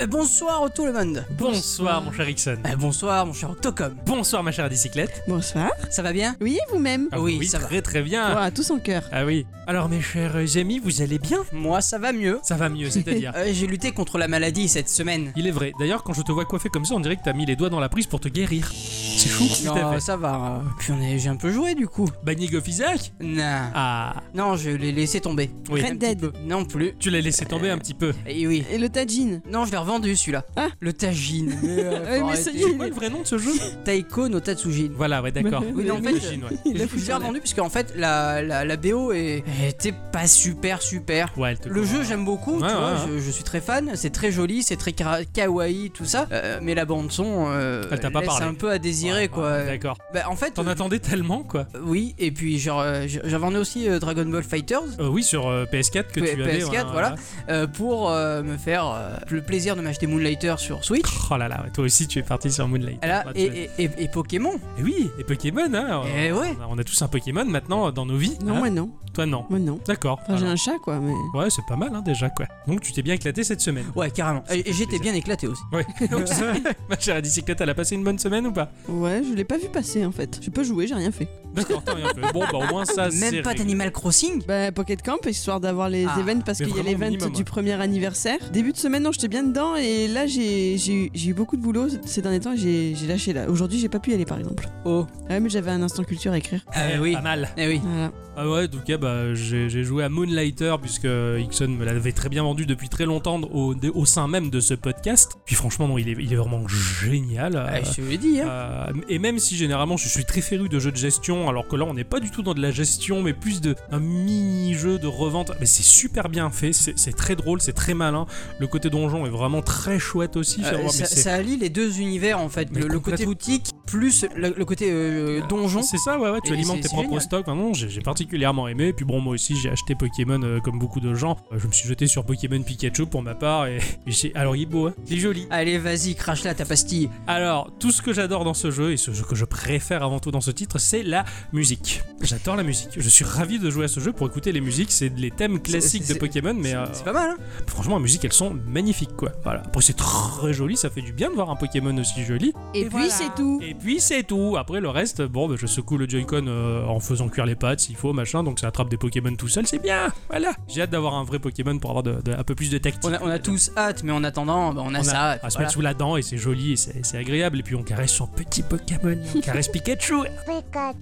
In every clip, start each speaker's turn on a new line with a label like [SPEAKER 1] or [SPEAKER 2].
[SPEAKER 1] Eh, bonsoir à tout le monde.
[SPEAKER 2] Bonsoir mon cher Ixon.
[SPEAKER 1] Euh, bonsoir mon cher Octocom.
[SPEAKER 2] Bonsoir ma chère bicyclette.
[SPEAKER 3] Bonsoir.
[SPEAKER 1] Ça va bien
[SPEAKER 3] Oui, vous-même.
[SPEAKER 1] Ah oui, ça va.
[SPEAKER 2] très très bien.
[SPEAKER 3] Voilà, tout son cœur.
[SPEAKER 2] Ah oui. Alors mes chers amis, vous allez bien
[SPEAKER 1] Moi, ça va mieux.
[SPEAKER 2] Ça va mieux, c'est-à-dire.
[SPEAKER 3] Ah.
[SPEAKER 1] Euh, J'ai lutté contre la maladie cette semaine.
[SPEAKER 2] Il est vrai. D'ailleurs, quand je te vois coiffé comme ça, on dirait que t'as mis les doigts dans la prise pour te guérir. C'est fou. Tout à
[SPEAKER 1] Non,
[SPEAKER 2] fait.
[SPEAKER 1] ça va. euh, Puis on est- j'ai un peu joué du coup.
[SPEAKER 2] Banning of Isaac
[SPEAKER 1] Non.
[SPEAKER 2] Ah
[SPEAKER 1] Non, je l'ai laissé tomber.
[SPEAKER 2] oui.
[SPEAKER 3] Red Dead.
[SPEAKER 1] Non plus.
[SPEAKER 2] Tu l'as laissé tomber un petit peu.
[SPEAKER 1] Et oui.
[SPEAKER 3] Et le tajine.
[SPEAKER 1] Non, je l'ai revendu celui-là.
[SPEAKER 3] Ah.
[SPEAKER 1] Le Tajin.
[SPEAKER 3] Ouais, mais ça y est,
[SPEAKER 2] C'est quoi le vrai nom de ce jeu
[SPEAKER 1] Taiko no Tatsujin.
[SPEAKER 2] Voilà, ouais, d'accord.
[SPEAKER 3] Oui,
[SPEAKER 1] Oui, non, en fait,
[SPEAKER 2] J'imagine, ouais.
[SPEAKER 3] Il
[SPEAKER 1] je
[SPEAKER 3] a
[SPEAKER 1] je
[SPEAKER 3] foutu
[SPEAKER 1] l'ai
[SPEAKER 3] en
[SPEAKER 1] revendu puisque en fait la, la, la BO est- était pas super super.
[SPEAKER 2] Ouais, elle te
[SPEAKER 1] Le
[SPEAKER 2] comprend.
[SPEAKER 1] jeu j'aime beaucoup, tu
[SPEAKER 2] Ouais,
[SPEAKER 1] vois,
[SPEAKER 2] ouais,
[SPEAKER 1] Je, je suis très fan, c'est très joli, c'est très kara- kawaii tout ça, euh, mais la bande son euh,
[SPEAKER 2] Elle t'a pas
[SPEAKER 1] laisse
[SPEAKER 2] parlé.
[SPEAKER 1] un peu à désirer
[SPEAKER 2] Ouais,
[SPEAKER 1] quoi.
[SPEAKER 2] ouais, Ah, D'accord.
[SPEAKER 1] bah, en fait,
[SPEAKER 2] T'en
[SPEAKER 1] euh,
[SPEAKER 2] attendais tellement quoi
[SPEAKER 1] euh, oui, et puis genre euh, j- j'avais vendu aussi euh, Dragon Ball Fighters.
[SPEAKER 2] Euh, Oui, sur euh, PS4 que
[SPEAKER 1] P-
[SPEAKER 2] tu avais.
[SPEAKER 1] PS4,
[SPEAKER 2] ouais,
[SPEAKER 1] voilà.
[SPEAKER 2] ouais.
[SPEAKER 1] pour euh, me faire euh, le plaisir de m'acheter Moonlighter sur Switch.
[SPEAKER 2] Oh là là, ouais, toi aussi tu es parti sur Moonlight.
[SPEAKER 1] Là,
[SPEAKER 2] Ouais, Bah, tu-
[SPEAKER 1] et, et, et- et Pokémon.
[SPEAKER 2] Eh oui, et Pokémon, hein
[SPEAKER 1] Ah. Eh ouais.
[SPEAKER 2] On a- On a tous un Pokémon maintenant euh, dans nos vies.
[SPEAKER 3] Non,
[SPEAKER 2] hein.
[SPEAKER 3] moi non.
[SPEAKER 2] Toi non.
[SPEAKER 3] Moi non.
[SPEAKER 2] D'accord.
[SPEAKER 3] Enfin, j'ai
[SPEAKER 2] Alors.
[SPEAKER 3] un chat, quoi, mais.
[SPEAKER 2] Ouais, c'est pas mal hein, déjà quoi. Donc tu t'es bien éclaté cette semaine.
[SPEAKER 1] Ouais, carrément.
[SPEAKER 2] Ça fait
[SPEAKER 1] Et, et j'étais
[SPEAKER 2] plaisir.
[SPEAKER 1] bien éclaté aussi.
[SPEAKER 2] Ouais. Donc, ça- Ma chère bicyclette, elle a passé une bonne semaine ou pas
[SPEAKER 3] Ouais, je l'ai pas vu passer en fait. J'ai pas joué, j'ai rien fait.
[SPEAKER 2] D'accord, t'as rien fait. Bon, bah au moins ça c'est.
[SPEAKER 1] Même pas
[SPEAKER 2] réglé.
[SPEAKER 1] d'Animal Crossing
[SPEAKER 3] Bah, Pocket Camp, histoire d'avoir les
[SPEAKER 1] Ah,
[SPEAKER 3] events parce
[SPEAKER 2] mais
[SPEAKER 3] qu'il y a
[SPEAKER 2] vraiment au
[SPEAKER 3] l'event
[SPEAKER 2] minimum, ouais.
[SPEAKER 3] du premier anniversaire. Début de semaine, non, j'étais bien dedans et là, j'ai j'ai eu- j'ai eu beaucoup de boulot ces derniers temps et j'ai j'ai lâché là. Aujourd'hui, j'ai pas pu y aller par exemple.
[SPEAKER 1] Oh.
[SPEAKER 3] Ah Ouais, mais j'avais un instant culture à écrire.
[SPEAKER 1] Ah
[SPEAKER 2] Eh,
[SPEAKER 1] oui.
[SPEAKER 2] Pas mal.
[SPEAKER 1] Eh oui.
[SPEAKER 3] Voilà.
[SPEAKER 2] Ah ouais, en tout cas, bah, j'ai j'ai joué à Moonlighter puisque Ixon me l'avait très bien vendu depuis très longtemps au, au sein même de ce podcast. Puis franchement, non, il est, il est vraiment génial.
[SPEAKER 1] Ah,
[SPEAKER 2] Euh,
[SPEAKER 1] je te l'ai dit, hein.
[SPEAKER 2] Euh, et même si généralement je suis très féru de jeux de gestion, alors que là on n'est pas du tout dans de la gestion, mais plus de un mini-jeu de revente. Mais c'est super bien fait, c'est c'est très drôle, c'est très malin. Le côté donjon est vraiment très chouette aussi. faut
[SPEAKER 1] Euh,
[SPEAKER 2] voir, mais
[SPEAKER 1] ça,
[SPEAKER 2] c'est-
[SPEAKER 1] ça allie les deux univers en fait,
[SPEAKER 2] Mais
[SPEAKER 1] le, le côté
[SPEAKER 2] complètement.
[SPEAKER 1] boutique plus le, le côté euh, donjon.
[SPEAKER 2] C'est ça, ouais, ouais, tu
[SPEAKER 1] Et
[SPEAKER 2] alimentes
[SPEAKER 1] c'est-
[SPEAKER 2] tes
[SPEAKER 1] c'est
[SPEAKER 2] propres
[SPEAKER 1] génial.
[SPEAKER 2] stocks. Enfin, non, j'ai j'ai particulièrement aimé. Puis bon, moi aussi, j'ai acheté Pokémon euh, comme beaucoup de gens. Euh, je me suis jeté sur Pokémon Pikachu pour ma part. Et, et j'ai- alors, il est beau, hein. il est joli.
[SPEAKER 1] Allez, vas-y, crache là ta pastille.
[SPEAKER 2] Alors, tout ce que j'adore dans ce jeu et ce que je préfère avant tout dans ce titre, c'est la musique. J'adore la musique. Je suis ravi de jouer à ce jeu pour écouter les musiques. C'est les thèmes classiques
[SPEAKER 1] c'est-
[SPEAKER 2] de Pokémon, mais
[SPEAKER 1] C'est-
[SPEAKER 2] euh,
[SPEAKER 1] c'est pas mal, hein
[SPEAKER 2] franchement, les musiques, elles sont magnifiques, quoi. Voilà. Après, c'est très joli. Ça fait du bien de voir un Pokémon aussi joli.
[SPEAKER 3] Et, puis, c'est tout.
[SPEAKER 2] Et puis, c'est tout. Après, le reste, bon, bah, je secoue le Joy-Con euh, en faisant cuire les pattes s'il faut, machin. Donc, ça attrape des Pokémon tout seul. C'est bien. Voilà. J'ai hâte d'avoir un vrai Pokémon pour avoir de- de- un peu plus de tactique.
[SPEAKER 1] on a, on a tous hâte, mais en attendant, bah, on a
[SPEAKER 2] On a-
[SPEAKER 1] ça. et puis
[SPEAKER 2] à se
[SPEAKER 1] voilà.
[SPEAKER 2] mettre sous la dent et c'est joli et c'est c'est agréable. Et puis on caresse son petit Pokémon, on caresse Pikachu.
[SPEAKER 4] Pikachu, Pika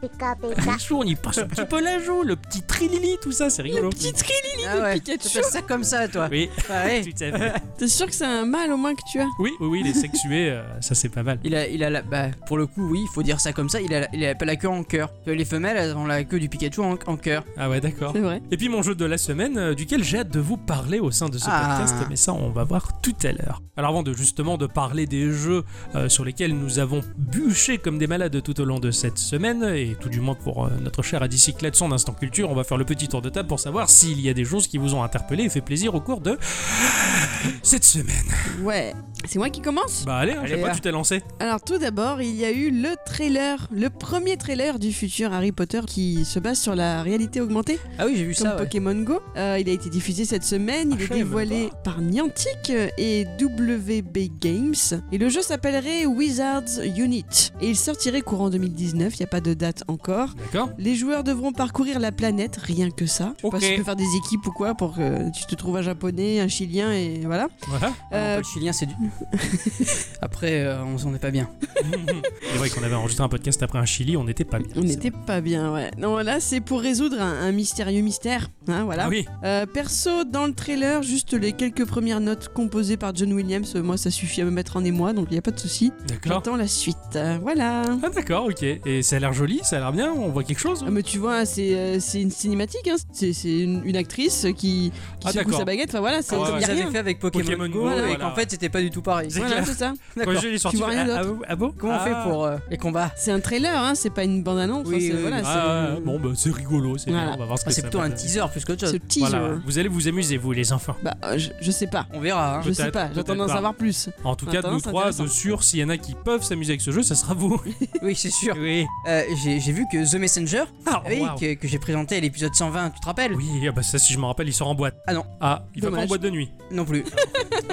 [SPEAKER 4] Pika,
[SPEAKER 2] Pikachu, on y passe un petit peu la joue, le petit Trilili, tout ça, c'est rigolo.
[SPEAKER 3] Le petit tri,
[SPEAKER 1] Ah ouais,
[SPEAKER 3] Pikachu.
[SPEAKER 1] Tu fais ça comme ça, toi.
[SPEAKER 2] Oui,
[SPEAKER 1] Ah ouais.
[SPEAKER 2] tout à fait.
[SPEAKER 3] t'es sûr que c'est un mal au moins que tu as
[SPEAKER 2] Oui, oui, oui, il est sexué, euh, ça c'est pas mal.
[SPEAKER 1] Il a, il a la, bah, pour le coup, oui, il faut dire ça comme ça. Il a, la- il a pas la queue en cœur. Euh, Les femelles, elles ont la queue du Pikachu en, en cœur.
[SPEAKER 2] Ah ouais, d'accord.
[SPEAKER 3] C'est vrai.
[SPEAKER 2] Et puis mon jeu de la semaine, euh, duquel j'ai hâte de vous parler au sein de ce
[SPEAKER 1] Ah.
[SPEAKER 2] podcast, mais ça on va voir tout à l'heure. Alors avant de justement de parler des jeux euh, sur lesquels nous avons bûché comme des malades tout au long de cette semaine, et tout du moins pour euh, notre cher Adicyclette, son instant culture, on va faire le petit tour de table pour savoir s'il y a des choses qui vous ont interpellé et fait plaisir au cours de cette semaine.
[SPEAKER 3] Ouais. C'est moi qui commence
[SPEAKER 2] Bah allez, hein, je sais
[SPEAKER 1] Allez,
[SPEAKER 2] pas,
[SPEAKER 1] là.
[SPEAKER 2] tu t'es lancé.
[SPEAKER 3] Alors tout d'abord, il y a eu le trailer, le premier trailer du futur Harry Potter qui se base sur la réalité augmentée,
[SPEAKER 1] Ah oui, j'ai vu
[SPEAKER 3] comme
[SPEAKER 1] ça. ouais.
[SPEAKER 3] Pokémon Go. Euh, il a été diffusé cette semaine,
[SPEAKER 2] Ah,
[SPEAKER 3] il
[SPEAKER 2] je
[SPEAKER 3] est
[SPEAKER 2] savais même
[SPEAKER 3] dévoilé par Niantic et WB Games. Et le jeu s'appellerait Wizards Unit. Et il sortirait courant 2019, il n'y a pas de date encore.
[SPEAKER 2] D'accord
[SPEAKER 3] Les joueurs devront parcourir la planète, rien que ça. Je sais pas
[SPEAKER 2] Ok.
[SPEAKER 3] si tu peux faire des équipes ou quoi pour que tu te trouves un japonais, un chilien et voilà.
[SPEAKER 2] Voilà.
[SPEAKER 1] Ah non,
[SPEAKER 3] Euh,
[SPEAKER 1] pas le chilien, c'est du. Après, euh, on s'en est pas bien.
[SPEAKER 2] C'est vrai qu'on avait enregistré un podcast après un Chili, on n'était pas bien.
[SPEAKER 3] On
[SPEAKER 2] C'est
[SPEAKER 3] n'était pas bien, ouais. Non, là, c'est pour résoudre un, un mystérieux mystère. Hein,
[SPEAKER 2] bon.
[SPEAKER 3] voilà.
[SPEAKER 2] Ah oui,
[SPEAKER 3] Euh, perso, dans le trailer, juste les quelques premières notes composées par John Williams, euh, moi, ça suffit à me mettre en émoi, donc il n'y a pas de souci.
[SPEAKER 2] d'accord.
[SPEAKER 3] J'attends la suite. Euh, voilà.
[SPEAKER 2] Ah d'accord, ok. Et ça a l'air joli, ça a l'air bien, on voit quelque chose
[SPEAKER 3] Ah, mais tu vois, c'est euh, c'est une cinématique, hein. c'est c'est une, une actrice qui, qui
[SPEAKER 2] Ah,
[SPEAKER 3] secoue
[SPEAKER 2] d'accord.
[SPEAKER 3] sa baguette, enfin voilà, c'est
[SPEAKER 2] Ah, ouais,
[SPEAKER 3] y
[SPEAKER 1] Comme
[SPEAKER 3] a
[SPEAKER 1] ils avaient
[SPEAKER 3] rien.
[SPEAKER 1] fait avec Pokémon,
[SPEAKER 2] Pokémon
[SPEAKER 1] Go,
[SPEAKER 2] Go,
[SPEAKER 1] et
[SPEAKER 2] voilà,
[SPEAKER 1] qu'en
[SPEAKER 2] ouais.
[SPEAKER 1] fait, c'était pas du tout pareil.
[SPEAKER 2] C'est
[SPEAKER 3] Voilà,
[SPEAKER 2] clair.
[SPEAKER 3] c'est ça.
[SPEAKER 2] Quand
[SPEAKER 1] D'accord.
[SPEAKER 2] je l'ai sorti,
[SPEAKER 3] vois
[SPEAKER 2] ah,
[SPEAKER 3] rien
[SPEAKER 2] ah,
[SPEAKER 3] d'autre.
[SPEAKER 2] bon- ah bon
[SPEAKER 1] Comment on fait
[SPEAKER 2] Ah.
[SPEAKER 1] pour euh, les combats
[SPEAKER 3] C'est un trailer, hein, c'est pas une bande-annonce.
[SPEAKER 1] Oui,
[SPEAKER 3] hein, c'est-
[SPEAKER 1] oui,
[SPEAKER 3] voilà,
[SPEAKER 2] Ah,
[SPEAKER 3] c'est-
[SPEAKER 2] bon, bah c'est rigolo, c'est
[SPEAKER 3] Voilà.
[SPEAKER 2] bien, on va voir ce que
[SPEAKER 1] Ah, C'est
[SPEAKER 2] ça
[SPEAKER 1] plutôt
[SPEAKER 2] va
[SPEAKER 1] un
[SPEAKER 2] donner.
[SPEAKER 1] teaser plus qu'autre
[SPEAKER 3] c'est
[SPEAKER 1] chose.
[SPEAKER 3] le teaser.
[SPEAKER 2] Voilà, vous allez vous amuser, vous les enfants.
[SPEAKER 3] Bah, euh, je, je sais pas.
[SPEAKER 1] On verra. hein.
[SPEAKER 3] Je sais
[SPEAKER 2] Peut-être,
[SPEAKER 3] pas, j'attends
[SPEAKER 2] peut-être
[SPEAKER 3] d'en
[SPEAKER 2] pas.
[SPEAKER 3] savoir plus.
[SPEAKER 2] En tout cas,
[SPEAKER 3] Attends,
[SPEAKER 2] nous
[SPEAKER 3] c'est
[SPEAKER 2] trois, de
[SPEAKER 3] intéressant.
[SPEAKER 2] sûr, s'il y en a qui peuvent s'amuser avec ce jeu, ça sera vous.
[SPEAKER 1] Oui, c'est sûr.
[SPEAKER 2] Oui.
[SPEAKER 1] Euh, J'ai j'ai j'ai vu que The Messenger,
[SPEAKER 2] Ah,
[SPEAKER 1] oui,
[SPEAKER 2] waouh.
[SPEAKER 1] que, que j'ai présenté à l'épisode 120, tu te rappelles
[SPEAKER 2] Oui, ah bah ça, si je me rappelle, il sort en boîte.
[SPEAKER 1] Ah non.
[SPEAKER 2] Ah, il va pas en
[SPEAKER 3] Dommage.
[SPEAKER 2] boîte de nuit.
[SPEAKER 1] Non plus.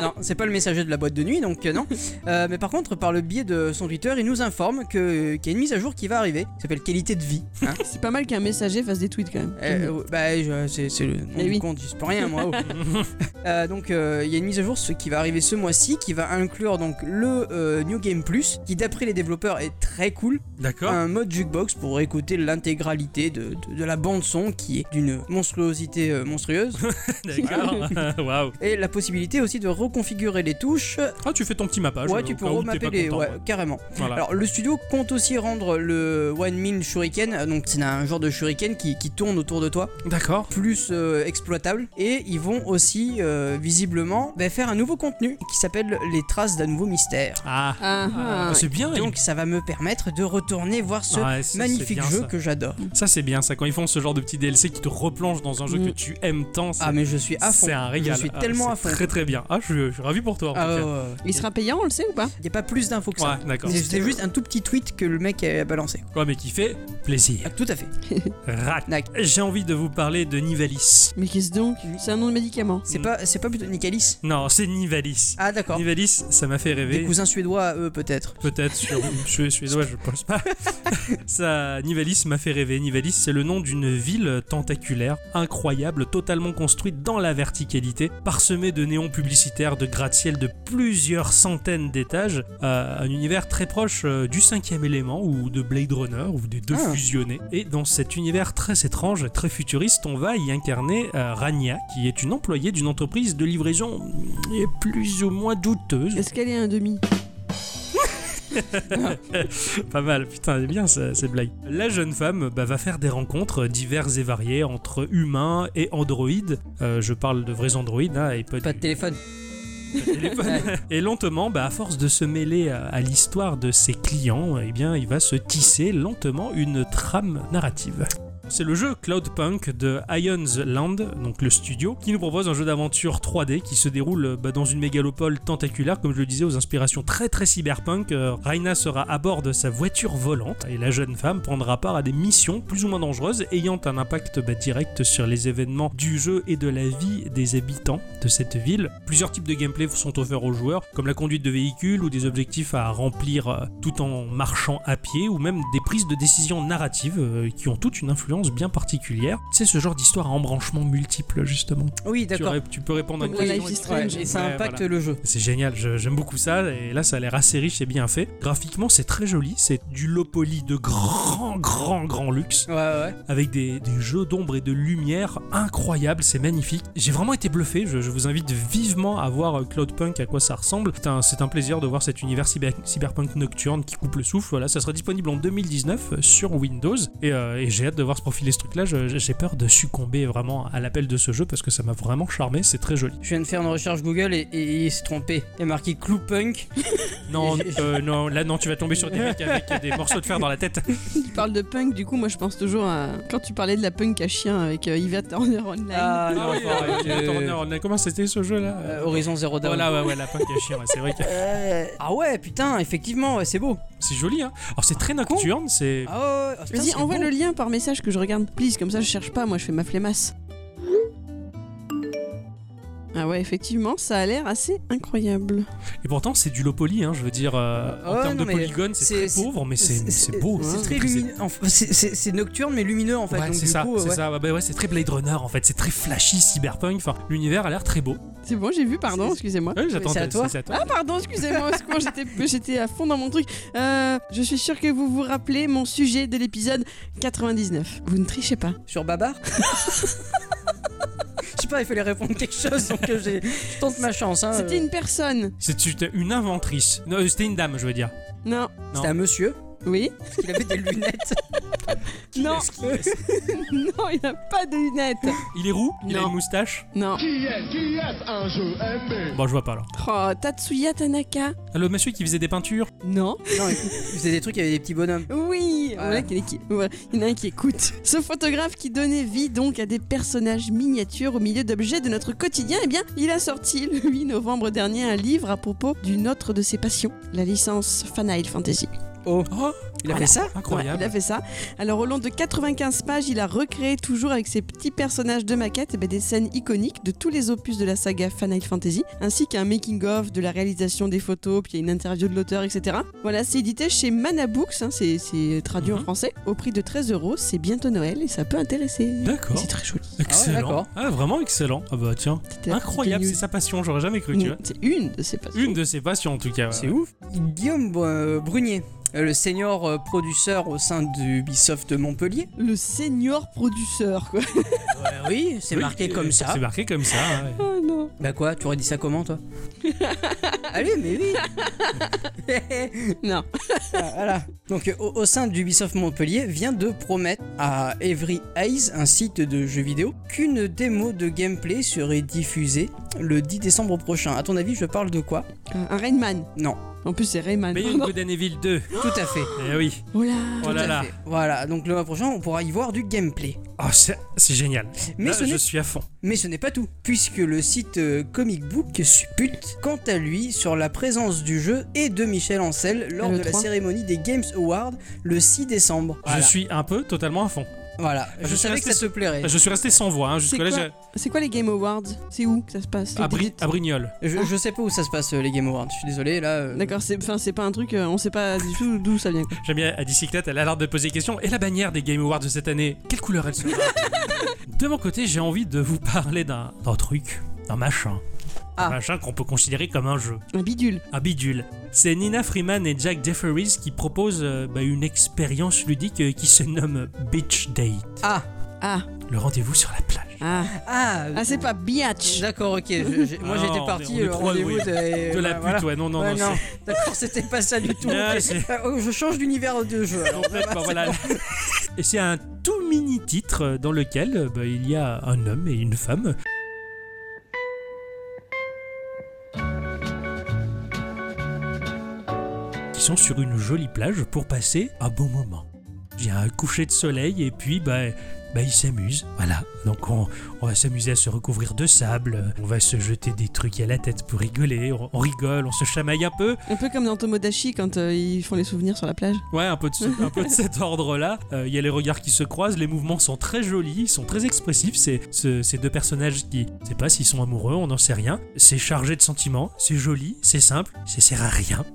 [SPEAKER 1] non, c'est pas le messager de la boîte de nuit, donc euh, non. Euh, mais par contre, par le biais de son Twitter, il nous informe que- qu'il y a une mise à jour qui va arriver, qui s'appelle Qualité de vie. hein.
[SPEAKER 3] C'est pas mal qu'un messager fasse des tweets quand même.
[SPEAKER 1] Euh, euh, bah, je- c'est c'est le nom
[SPEAKER 3] Eh
[SPEAKER 1] du
[SPEAKER 3] oui.
[SPEAKER 1] compte, j'y peux rien moi. oh. Euh, donc, euh, il y a une mise à jour ce- qui va arriver ce mois-ci, qui va inclure donc le euh, New Game Plus, qui d'après les développeurs est très cool.
[SPEAKER 2] D'accord.
[SPEAKER 1] Un mode jukebox pour écouter l'intégralité de, de- de la bande son, qui est d'une monstruosité euh, monstrueuse,
[SPEAKER 2] D'accord. Waouh.
[SPEAKER 1] et la possibilité aussi de reconfigurer les touches.
[SPEAKER 2] Ah, tu fais ton petit mappage.
[SPEAKER 1] ouais,
[SPEAKER 2] au
[SPEAKER 1] tu peux
[SPEAKER 2] cas où t'es
[SPEAKER 1] remapper
[SPEAKER 2] pas
[SPEAKER 1] les,
[SPEAKER 2] content.
[SPEAKER 1] ouais, carrément.
[SPEAKER 2] Voilà.
[SPEAKER 1] Alors, le studio compte aussi rendre le One Min Shuriken, euh, donc c'est un genre de shuriken qui, qui tourne autour de toi,
[SPEAKER 2] D'accord.
[SPEAKER 1] plus euh, exploitable. Et ils vont aussi, euh, visiblement, bah, faire un nouveau contenu qui s'appelle Les Traces d'un nouveau mystère.
[SPEAKER 2] Ah.
[SPEAKER 3] Ah,
[SPEAKER 2] Ah,
[SPEAKER 3] ah.
[SPEAKER 2] c'est bien. il-
[SPEAKER 1] Donc, ça va me permettre de retourner voir ce
[SPEAKER 2] Ouais, ça, c'est
[SPEAKER 1] magnifique
[SPEAKER 2] bien,
[SPEAKER 1] jeu
[SPEAKER 2] ça.
[SPEAKER 1] que j'adore.
[SPEAKER 2] Ça, c'est bien, ça. Quand ils font ce genre de petit DLC qui te replonge dans un jeu que
[SPEAKER 3] Mm.
[SPEAKER 2] tu aimes tant, c'est
[SPEAKER 1] Ah, mais je suis à fond.
[SPEAKER 2] c'est un régal.
[SPEAKER 1] Je suis
[SPEAKER 2] Ah,
[SPEAKER 1] tellement
[SPEAKER 2] c'est
[SPEAKER 1] à fond.
[SPEAKER 2] Très, très bien. Ah, je, je suis ravi pour toi. En
[SPEAKER 1] Ah,
[SPEAKER 2] tout
[SPEAKER 3] Il sera payant, on le sait ou pas
[SPEAKER 1] Il n'y a pas plus d'infos que
[SPEAKER 2] cas.
[SPEAKER 1] ça.
[SPEAKER 2] Ouais, d'accord.
[SPEAKER 1] C'est c'est juste un tout petit tweet que le mec a balancé.
[SPEAKER 2] Quoi, mais qui fait plaisir.
[SPEAKER 1] Ah, tout à fait.
[SPEAKER 2] Rac.
[SPEAKER 1] Nac.
[SPEAKER 2] J'ai envie de vous parler de Nivalis.
[SPEAKER 3] Mais qu'est-ce donc C'est un nom de médicament.
[SPEAKER 1] C'est
[SPEAKER 2] Mm.
[SPEAKER 1] pas, c'est pas plutôt Nicalis
[SPEAKER 2] Non, c'est Nivalis.
[SPEAKER 1] Ah, d'accord.
[SPEAKER 2] Nivalis, ça m'a fait
[SPEAKER 1] Des
[SPEAKER 2] rêver.
[SPEAKER 1] cousins suédois, eux, peut-être.
[SPEAKER 2] Peut-être, sur, je suis suédois, je pense pas. Ça, Nivalis m'a fait rêver. Nivalis, c'est le nom d'une ville tentaculaire, incroyable, totalement construite dans la verticalité, parsemée de néons publicitaires, de gratte-ciel de plusieurs centaines d'étages, euh, un univers très proche euh, du cinquième élément ou de Blade Runner ou des deux
[SPEAKER 1] Ah.
[SPEAKER 2] fusionnés. Et dans cet univers très étrange, très futuriste, on va y incarner euh, Rania, qui est une employée d'une entreprise de livraison mm, et plus ou moins douteuse.
[SPEAKER 3] Est-ce qu'elle est un demi
[SPEAKER 2] Pas mal, putain, elle est bien ça, cette blague. La jeune femme bah, va faire des rencontres diverses et variées entre humains et androïdes. Euh, je parle de vrais androïdes, hein, et pas,
[SPEAKER 1] Pas
[SPEAKER 2] du-
[SPEAKER 1] de téléphone.
[SPEAKER 2] et lentement, bah, à force de se mêler à, à l'histoire de ses clients, eh bien, il va se tisser lentement une trame narrative. C'est le jeu Cloudpunk de Ions Land, donc le studio, qui nous propose un jeu d'aventure 3D qui se déroule bah, dans une mégalopole tentaculaire, comme je le disais, aux inspirations très très cyberpunk. Euh, Raina sera à bord de sa voiture volante et la jeune femme prendra part à des missions plus ou moins dangereuses ayant un impact bah, direct sur les événements du jeu et de la vie des habitants de cette ville. Plusieurs types de gameplay sont offerts aux joueurs, comme la conduite de véhicules ou des objectifs à remplir euh, tout en marchant à pied, ou même des prises de décision narratives euh, qui ont toute une influence bien particulière. C'est ce genre d'histoire à embranchement multiple justement.
[SPEAKER 1] Oui,
[SPEAKER 2] Tu,
[SPEAKER 1] d'accord.
[SPEAKER 2] ré- tu peux répondre à une
[SPEAKER 3] Comme la
[SPEAKER 2] question.
[SPEAKER 3] Life is
[SPEAKER 2] et-
[SPEAKER 1] Ouais,
[SPEAKER 3] Strange.
[SPEAKER 1] et ça
[SPEAKER 2] Ouais,
[SPEAKER 1] impacte
[SPEAKER 2] voilà.
[SPEAKER 1] le jeu.
[SPEAKER 2] C'est génial, je- j'aime beaucoup ça, et là ça a l'air assez riche et bien fait. Graphiquement c'est très joli, c'est du Lopoli de grand grand grand luxe
[SPEAKER 1] Ouais, ouais.
[SPEAKER 2] avec des, des jeux d'ombre et de lumière incroyables, c'est magnifique. J'ai vraiment été bluffé, je, je vous invite vivement à voir euh, Cloudpunk, à quoi ça ressemble. C'est un, c'est un plaisir de voir cet univers cyber- cyberpunk nocturne qui coupe le souffle. Voilà, ça sera disponible en 2019 euh, sur Windows, et, euh, et j'ai hâte de voir se profiler ce truc-là. Je- J'ai peur de succomber vraiment à l'appel de ce jeu parce que ça m'a vraiment charmé, c'est très joli.
[SPEAKER 1] Je viens de faire une recherche Google et, et il s'est trompé. Il y a marqué Cloupunk.
[SPEAKER 2] Non,
[SPEAKER 1] Et j'ai-
[SPEAKER 2] euh, non, là non, tu vas tomber sur des mecs avec des morceaux de fer dans la tête.
[SPEAKER 3] Tu parles de punk, du coup, moi je pense toujours à. Quand tu parlais de la punk à chien avec euh, Yvette Turner Online.
[SPEAKER 1] Ah
[SPEAKER 2] Non,
[SPEAKER 1] non,
[SPEAKER 2] enfin,
[SPEAKER 1] enfin,
[SPEAKER 2] euh,
[SPEAKER 1] euh,
[SPEAKER 2] Turner, on a- comment c'était ce jeu-là
[SPEAKER 1] euh, Horizon Zero Dawn.
[SPEAKER 2] Voilà, ouais, ouais, la punk à chien, ouais, c'est vrai que
[SPEAKER 1] Euh, ah ouais, putain, effectivement, ouais, c'est beau.
[SPEAKER 2] C'est joli, hein Alors c'est très nocturne, c'est...
[SPEAKER 1] Ah ouais, ouais, oh, putain,
[SPEAKER 3] Vas-y,
[SPEAKER 1] c'est
[SPEAKER 3] envoie
[SPEAKER 1] beau.
[SPEAKER 3] le lien par message que je regarde, please, comme ça je cherche pas, moi je fais ma flémasse. Ah ouais, effectivement, ça a l'air assez incroyable.
[SPEAKER 2] Et pourtant c'est du lopoli, hein, je veux dire, euh,
[SPEAKER 1] Ah
[SPEAKER 2] en
[SPEAKER 1] ouais,
[SPEAKER 2] termes
[SPEAKER 1] non,
[SPEAKER 2] de
[SPEAKER 1] mais
[SPEAKER 2] polygone, c'est
[SPEAKER 1] c'est-
[SPEAKER 2] très pauvre, mais c'est
[SPEAKER 1] c'est-
[SPEAKER 2] c'est beau.
[SPEAKER 1] C'est
[SPEAKER 3] Ouais.
[SPEAKER 1] très
[SPEAKER 2] maîtrisé.
[SPEAKER 1] lumineux. Enfin, c'est- c'est c'est nocturne mais lumineux en fait.
[SPEAKER 2] Ouais,
[SPEAKER 1] donc
[SPEAKER 2] c'est
[SPEAKER 1] du
[SPEAKER 2] ça,
[SPEAKER 1] coup, euh,
[SPEAKER 2] c'est
[SPEAKER 1] ouais.
[SPEAKER 2] ça. Ouais, bah ouais, c'est très Blade Runner en fait, c'est très flashy, cyberpunk. Enfin, l'univers a l'air très beau.
[SPEAKER 3] C'est bon, j'ai vu, pardon,
[SPEAKER 1] C'est-
[SPEAKER 3] excusez-moi.
[SPEAKER 2] Ouais, j'attends.
[SPEAKER 1] c'est à toi.
[SPEAKER 3] Ah pardon, excusez-moi, au secours, j'étais, j'étais à fond dans mon truc. Euh, je suis sûre que vous vous rappelez mon sujet de l'épisode 99. Vous ne trichez pas.
[SPEAKER 1] Sur Babar. Je sais pas, il fallait répondre quelque chose donc euh, j'ai- je tente ma chance. Hein,
[SPEAKER 3] C'était
[SPEAKER 1] euh.
[SPEAKER 3] une personne.
[SPEAKER 2] C'était une inventrice. Non, euh, c'était une dame, je veux dire.
[SPEAKER 3] Non.
[SPEAKER 1] C'était un monsieur
[SPEAKER 3] Oui
[SPEAKER 1] qui avait des lunettes.
[SPEAKER 3] Non.
[SPEAKER 2] Est-ce qu'il- est-ce-
[SPEAKER 3] Non, il n'a pas de lunettes.
[SPEAKER 2] Il est roux Il a
[SPEAKER 3] Non.
[SPEAKER 2] une moustache
[SPEAKER 3] Non.
[SPEAKER 5] Qui est, qui est un jeu aimé
[SPEAKER 2] Bon, je vois pas alors. Ah,
[SPEAKER 3] Oh, Tatsuya Tanaka
[SPEAKER 2] Le monsieur qui faisait des peintures
[SPEAKER 3] Non.
[SPEAKER 1] Non, il faisait des trucs avec des petits bonhommes.
[SPEAKER 3] Oui voilà. qu'il est qui- voilà, Il y en a un qui écoute. Ce photographe qui donnait vie donc à des personnages miniatures au milieu d'objets de notre quotidien, eh bien, il a sorti le 8 novembre dernier un livre à propos d'une autre de ses passions, la licence Final Fantasy.
[SPEAKER 1] Oh,
[SPEAKER 2] Oh,
[SPEAKER 1] il a
[SPEAKER 3] Voilà.
[SPEAKER 1] fait ça
[SPEAKER 3] Ouais,
[SPEAKER 2] incroyable.
[SPEAKER 3] il a fait ça. Alors au long de 95 pages, il a recréé toujours avec ses petits personnages de maquette eh ben, des scènes iconiques de tous les opus de la saga Final Fantasy, ainsi qu'un making-of de la réalisation des photos, puis il y a une interview de l'auteur, etc. Voilà, c'est édité chez Mana Books, hein, c'est c'est traduit en
[SPEAKER 2] Mhm.
[SPEAKER 3] français, au prix de 13 euros. C'est bientôt Noël et ça peut intéresser.
[SPEAKER 2] D'accord.
[SPEAKER 3] C'est très joli.
[SPEAKER 2] Excellent.
[SPEAKER 1] d'accord.
[SPEAKER 2] Ah, vraiment excellent. Ah bah tiens,
[SPEAKER 3] C'était la
[SPEAKER 2] incroyable, c'est
[SPEAKER 3] petite
[SPEAKER 2] sa passion, j'aurais jamais cru,
[SPEAKER 3] news.
[SPEAKER 2] tu vois.
[SPEAKER 3] C'est une de ces passions.
[SPEAKER 2] Une de ses passions en tout cas.
[SPEAKER 1] Mm. C'est ouf. Guillaume euh, Brunier, euh, le senior euh, producteur au sein d'Ubisoft Montpellier.
[SPEAKER 3] Le senior producteur, quoi.
[SPEAKER 1] oui, c'est
[SPEAKER 2] Oui,
[SPEAKER 1] marqué
[SPEAKER 2] euh,
[SPEAKER 1] comme ça.
[SPEAKER 2] C'est marqué comme ça. hein. ouais.
[SPEAKER 3] Ah non.
[SPEAKER 1] Bah quoi, tu aurais dit ça comment toi
[SPEAKER 3] Ah
[SPEAKER 1] Allez, mais oui
[SPEAKER 3] Non.
[SPEAKER 1] Ah, Voilà. Donc euh, au, au sein d'Ubisoft Montpellier vient de promettre à Every Eyes, un site de jeux vidéo, qu'une démo de gameplay serait diffusée le 10 décembre prochain. À ton avis, je parle de quoi
[SPEAKER 3] Euh, Un Rainman.
[SPEAKER 1] Non,
[SPEAKER 3] En plus, c'est Rayman.
[SPEAKER 2] Bayon Good and Evil 2.
[SPEAKER 1] tout à fait.
[SPEAKER 2] Eh oui.
[SPEAKER 3] Oh là.
[SPEAKER 2] Oh là
[SPEAKER 1] Tout à
[SPEAKER 2] là.
[SPEAKER 1] fait. Voilà, donc le mois prochain, on pourra y voir du gameplay.
[SPEAKER 2] Oh, c'est c'est génial.
[SPEAKER 1] Mais
[SPEAKER 2] Là,
[SPEAKER 1] ce
[SPEAKER 2] je
[SPEAKER 1] n'est
[SPEAKER 2] suis à fond.
[SPEAKER 1] Mais ce n'est pas tout, puisque le site euh, Comic Book suppute, quant à lui, sur la présence du jeu et de Michel Ancel lors
[SPEAKER 3] Le
[SPEAKER 1] de la
[SPEAKER 3] 3.
[SPEAKER 1] cérémonie des Games Awards le 6 décembre. Voilà.
[SPEAKER 2] Je suis un peu totalement à fond.
[SPEAKER 1] Voilà,
[SPEAKER 2] je
[SPEAKER 1] je,
[SPEAKER 2] suis
[SPEAKER 1] savais
[SPEAKER 2] resté
[SPEAKER 1] que ça te plairait.
[SPEAKER 2] Je suis resté sans voix. Hein. Jusque là,
[SPEAKER 3] quoi
[SPEAKER 2] j'ai-
[SPEAKER 3] C'est quoi les Game Awards C'est où que ça se passe
[SPEAKER 2] à, Bri- à Brignoles.
[SPEAKER 1] Je, je sais pas où ça se passe, euh, les Game Awards, je suis désolé, là... euh,
[SPEAKER 3] D'accord, c'est enfin, c'est pas un truc, euh, on sait pas du tout d'où ça vient. quoi.
[SPEAKER 2] J'aime bien à bicyclette, elle a l'air de poser des questions. Et la bannière des Game Awards de cette année, quelle couleur elle sera De mon côté, j'ai envie de vous parler d'un d'un truc, d'un machin. Un
[SPEAKER 1] Ah.
[SPEAKER 2] machin qu'on peut considérer comme un jeu.
[SPEAKER 3] Un bidule.
[SPEAKER 2] un bidule. C'est Nina Freeman et Jack Jefferies qui proposent euh, bah, une expérience ludique euh, qui se nomme Beach Date.
[SPEAKER 1] Ah,
[SPEAKER 3] Ah,
[SPEAKER 2] Le rendez-vous sur la plage.
[SPEAKER 3] ah,
[SPEAKER 1] ah,
[SPEAKER 3] ah c'est pas biatch.
[SPEAKER 1] D'accord, ok, je- j'ai- moi
[SPEAKER 2] Ah,
[SPEAKER 1] j'étais
[SPEAKER 2] on est- on est
[SPEAKER 1] parti, le
[SPEAKER 2] trois,
[SPEAKER 1] rendez-vous
[SPEAKER 2] oui.
[SPEAKER 1] de...
[SPEAKER 2] De la
[SPEAKER 1] voilà,
[SPEAKER 2] pute,
[SPEAKER 1] bah, voilà.
[SPEAKER 2] ouais, non, non,
[SPEAKER 1] Ouais,
[SPEAKER 2] non.
[SPEAKER 1] non,
[SPEAKER 2] c'est-
[SPEAKER 1] d'accord, c'était pas ça du tout.
[SPEAKER 2] Ah,
[SPEAKER 1] ok.
[SPEAKER 2] c'est-
[SPEAKER 1] Euh, Je change d'univers de jeu. alors.
[SPEAKER 2] Complètement, voilà. Et c'est un tout mini titre euh, dans lequel euh, bah, il y a un homme et une femme. qui sont sur une jolie plage pour passer un bon moment. Il y a un coucher de soleil et puis bah, bah, ils s'amusent. Voilà. Donc on, on va s'amuser à se recouvrir de sable, on va se jeter des trucs à la tête pour rigoler, on- on rigole, on se chamaille un peu,
[SPEAKER 3] Un peu comme dans Tomodachi quand euh, ils font les souvenirs sur la plage.
[SPEAKER 2] Ouais, un peu de, ce- un peu de cet ordre-là. Euh, Il y a les regards qui se croisent, les mouvements sont très jolis, ils sont très expressifs. C'est ce- ces deux personnages qui, on sait pas s'ils sont amoureux, on n'en sait rien. C'est chargé de sentiments, c'est joli, c'est simple, ça sert à rien.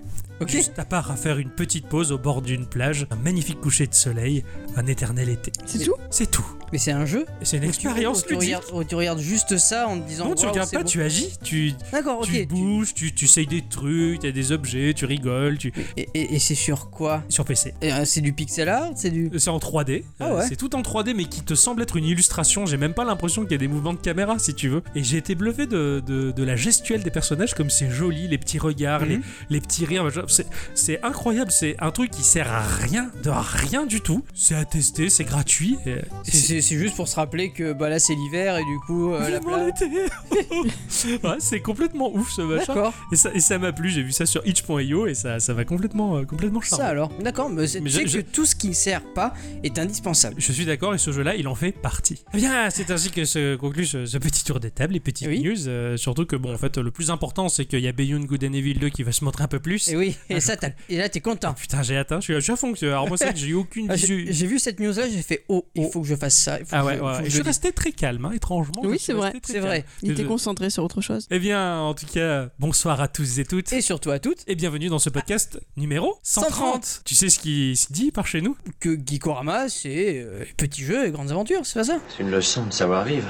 [SPEAKER 1] Ok.
[SPEAKER 2] Juste à part à faire une petite pause au bord d'une plage, un magnifique coucher de soleil, un éternel été.
[SPEAKER 3] C'est
[SPEAKER 1] Mais-
[SPEAKER 3] tout
[SPEAKER 2] C'est tout.
[SPEAKER 1] Mais c'est un jeu
[SPEAKER 2] C'est une
[SPEAKER 1] Ou tu-
[SPEAKER 2] expérience
[SPEAKER 1] ou tu,
[SPEAKER 2] ludique.
[SPEAKER 1] regardes, ou tu regardes juste ça en te disant...
[SPEAKER 2] Non, tu
[SPEAKER 1] Waouh,
[SPEAKER 2] regardes
[SPEAKER 1] c'est
[SPEAKER 2] pas,
[SPEAKER 1] beau.
[SPEAKER 2] tu agis, tu,
[SPEAKER 1] D'accord, ok.
[SPEAKER 2] tu bouges, tu, tu sais des trucs, t'as des objets, tu rigoles, tu.
[SPEAKER 1] Et, et- et c'est sur quoi
[SPEAKER 2] Sur PC.
[SPEAKER 1] Et, euh, C'est du pixel art C'est du.
[SPEAKER 2] Euh, C'est en 3D.
[SPEAKER 1] Ah
[SPEAKER 2] Euh,
[SPEAKER 1] ouais.
[SPEAKER 2] C'est tout en 3D, mais qui te semble être une illustration. J'ai même pas l'impression qu'il y a des mouvements de caméra, si tu veux. Et j'ai été bluffé de, de- de la gestuelle des personnages, comme c'est joli, les petits regards, les,
[SPEAKER 1] Mhm.
[SPEAKER 2] les petits rires. machin. C'est- C'est incroyable. C'est un truc qui sert à rien, de rien du tout. C'est à tester, c'est gratuit. et- et
[SPEAKER 1] C'est- C'est c'est juste pour se rappeler que bah là c'est l'hiver et du coup euh, la
[SPEAKER 2] Vivement
[SPEAKER 1] plage.
[SPEAKER 2] l'été. Ouais, c'est complètement ouf ce machin
[SPEAKER 1] D'accord,
[SPEAKER 2] et ça et ça m'a plu j'ai vu ça sur itch.io et ça ça va complètement euh, complètement
[SPEAKER 1] ça
[SPEAKER 2] charmer.
[SPEAKER 1] alors. D'accord, mais c'est
[SPEAKER 2] Mais
[SPEAKER 1] tu
[SPEAKER 2] je-
[SPEAKER 1] sais
[SPEAKER 2] je-
[SPEAKER 1] que tout ce qui ne sert pas est indispensable.
[SPEAKER 2] Je suis d'accord et ce jeu-là, il en fait partie. Eh Bien, c'est ainsi que se conclut ce, ce petit tour des tables, les petites
[SPEAKER 1] Oui.
[SPEAKER 2] news. euh, surtout que, bon, en fait, le plus important, c'est qu'il y a Beyond Good and Evil 2 qui va se montrer un peu plus.
[SPEAKER 1] Et oui,
[SPEAKER 2] Ah,
[SPEAKER 1] et, ça, t'as- et là t'es content.
[SPEAKER 2] Putain, j'ai atteint, je suis à chaque fois que- Alors, moi, c'est que j'ai eu aucune.
[SPEAKER 1] Ah,
[SPEAKER 2] visu-
[SPEAKER 1] J'ai j'ai vu cette news là, j'ai fait oh, il
[SPEAKER 2] Oh.
[SPEAKER 1] faut que je fasse ça. il faut
[SPEAKER 2] Ah
[SPEAKER 1] que
[SPEAKER 2] ouais,
[SPEAKER 1] je-
[SPEAKER 2] ouais,
[SPEAKER 1] faut que
[SPEAKER 2] et
[SPEAKER 1] je
[SPEAKER 2] Je suis
[SPEAKER 1] le dise.
[SPEAKER 2] resté très calme, hein, étrangement.
[SPEAKER 3] Oui,
[SPEAKER 2] je suis
[SPEAKER 3] c'est
[SPEAKER 2] resté très
[SPEAKER 3] vrai.
[SPEAKER 1] C'est
[SPEAKER 2] calme.
[SPEAKER 1] vrai.
[SPEAKER 3] Il était
[SPEAKER 2] Je-
[SPEAKER 3] concentré sur autre chose.
[SPEAKER 2] Eh bien, en tout cas, bonsoir à tous et toutes.
[SPEAKER 1] Et surtout à toutes,
[SPEAKER 2] Et bienvenue dans ce podcast numéro 130.
[SPEAKER 1] 130.
[SPEAKER 2] Tu sais ce qui se dit par chez nous
[SPEAKER 1] que Gikorama c'est euh, petits jeux et grandes aventures, c'est pas ça
[SPEAKER 6] C'est une leçon de savoir-vivre.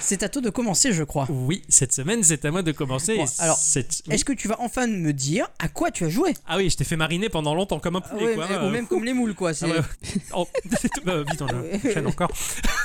[SPEAKER 1] C'est à toi de commencer, je crois.
[SPEAKER 2] Oui, cette semaine, c'est à moi de commencer.
[SPEAKER 1] Bon,
[SPEAKER 2] et
[SPEAKER 1] alors,
[SPEAKER 2] cette-
[SPEAKER 1] Est-ce que tu vas enfin me dire à quoi tu as joué
[SPEAKER 2] Ah oui, je t'ai fait mariner pendant longtemps comme un poulet,
[SPEAKER 1] Ouais,
[SPEAKER 2] quoi.
[SPEAKER 1] mais-
[SPEAKER 2] Euh,
[SPEAKER 1] Ou même comme les moules, quoi. C'est
[SPEAKER 2] Ah ouais. Oh, bah, vite, on enchaîne encore.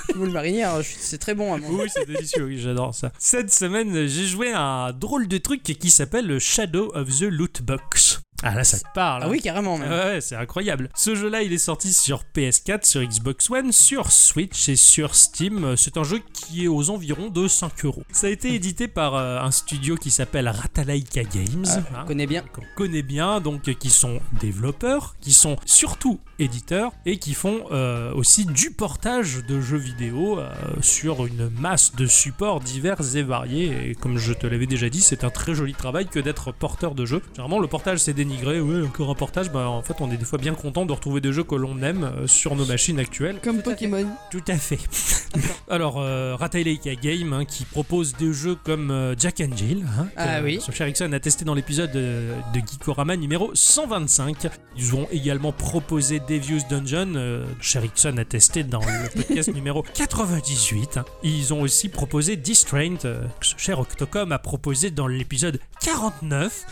[SPEAKER 1] les moules marinières, je- c'est très bon hein, à manger.
[SPEAKER 2] Oui, c'est délicieux, oui, j'adore ça. Cette semaine, j'ai joué à un drôle de truc qui s'appelle Shadow of the Loot Box. Ah là, ça te parle.
[SPEAKER 1] Ah
[SPEAKER 2] hein.
[SPEAKER 1] oui, carrément, même.
[SPEAKER 2] Ah ouais, c'est incroyable. Ce jeu-là, il est sorti sur PS4, sur Xbox One, sur Switch et sur Steam. C'est un jeu qui est aux environs de 5 euros. Ça a été édité par euh, un studio qui s'appelle Ratalaika Games. hein
[SPEAKER 1] Je connais bien.
[SPEAKER 2] qu'on connaît bien, donc euh, qui sont développeurs, qui sont surtout éditeurs et qui font euh, aussi du portage de jeux vidéo euh, sur une masse de supports divers et variés. Et comme je te l'avais déjà dit, c'est un très joli travail que d'être porteur de jeu. Généralement, le portage, c'est des dénigré, ouais, encore un portage, bah en fait on est des fois bien content de retrouver des jeux que l'on aime euh, sur nos machines actuelles.
[SPEAKER 3] Comme
[SPEAKER 1] Tout à fait.
[SPEAKER 3] Pokémon.
[SPEAKER 2] Tout à fait. Alors, euh, Rataleika Game, hein, qui propose des jeux comme euh, Jack and Jill, hein,
[SPEAKER 1] Ah
[SPEAKER 2] que
[SPEAKER 1] oui.
[SPEAKER 2] ce cher Ericsson a testé dans l'épisode euh, de Geekorama numéro 125. Ils ont également proposé Devious Dungeon, euh, cher Ericsson a testé dans le podcast numéro 98. hein. Ils ont aussi proposé Distraint, euh, que ce cher Octocom a proposé dans l'épisode 49,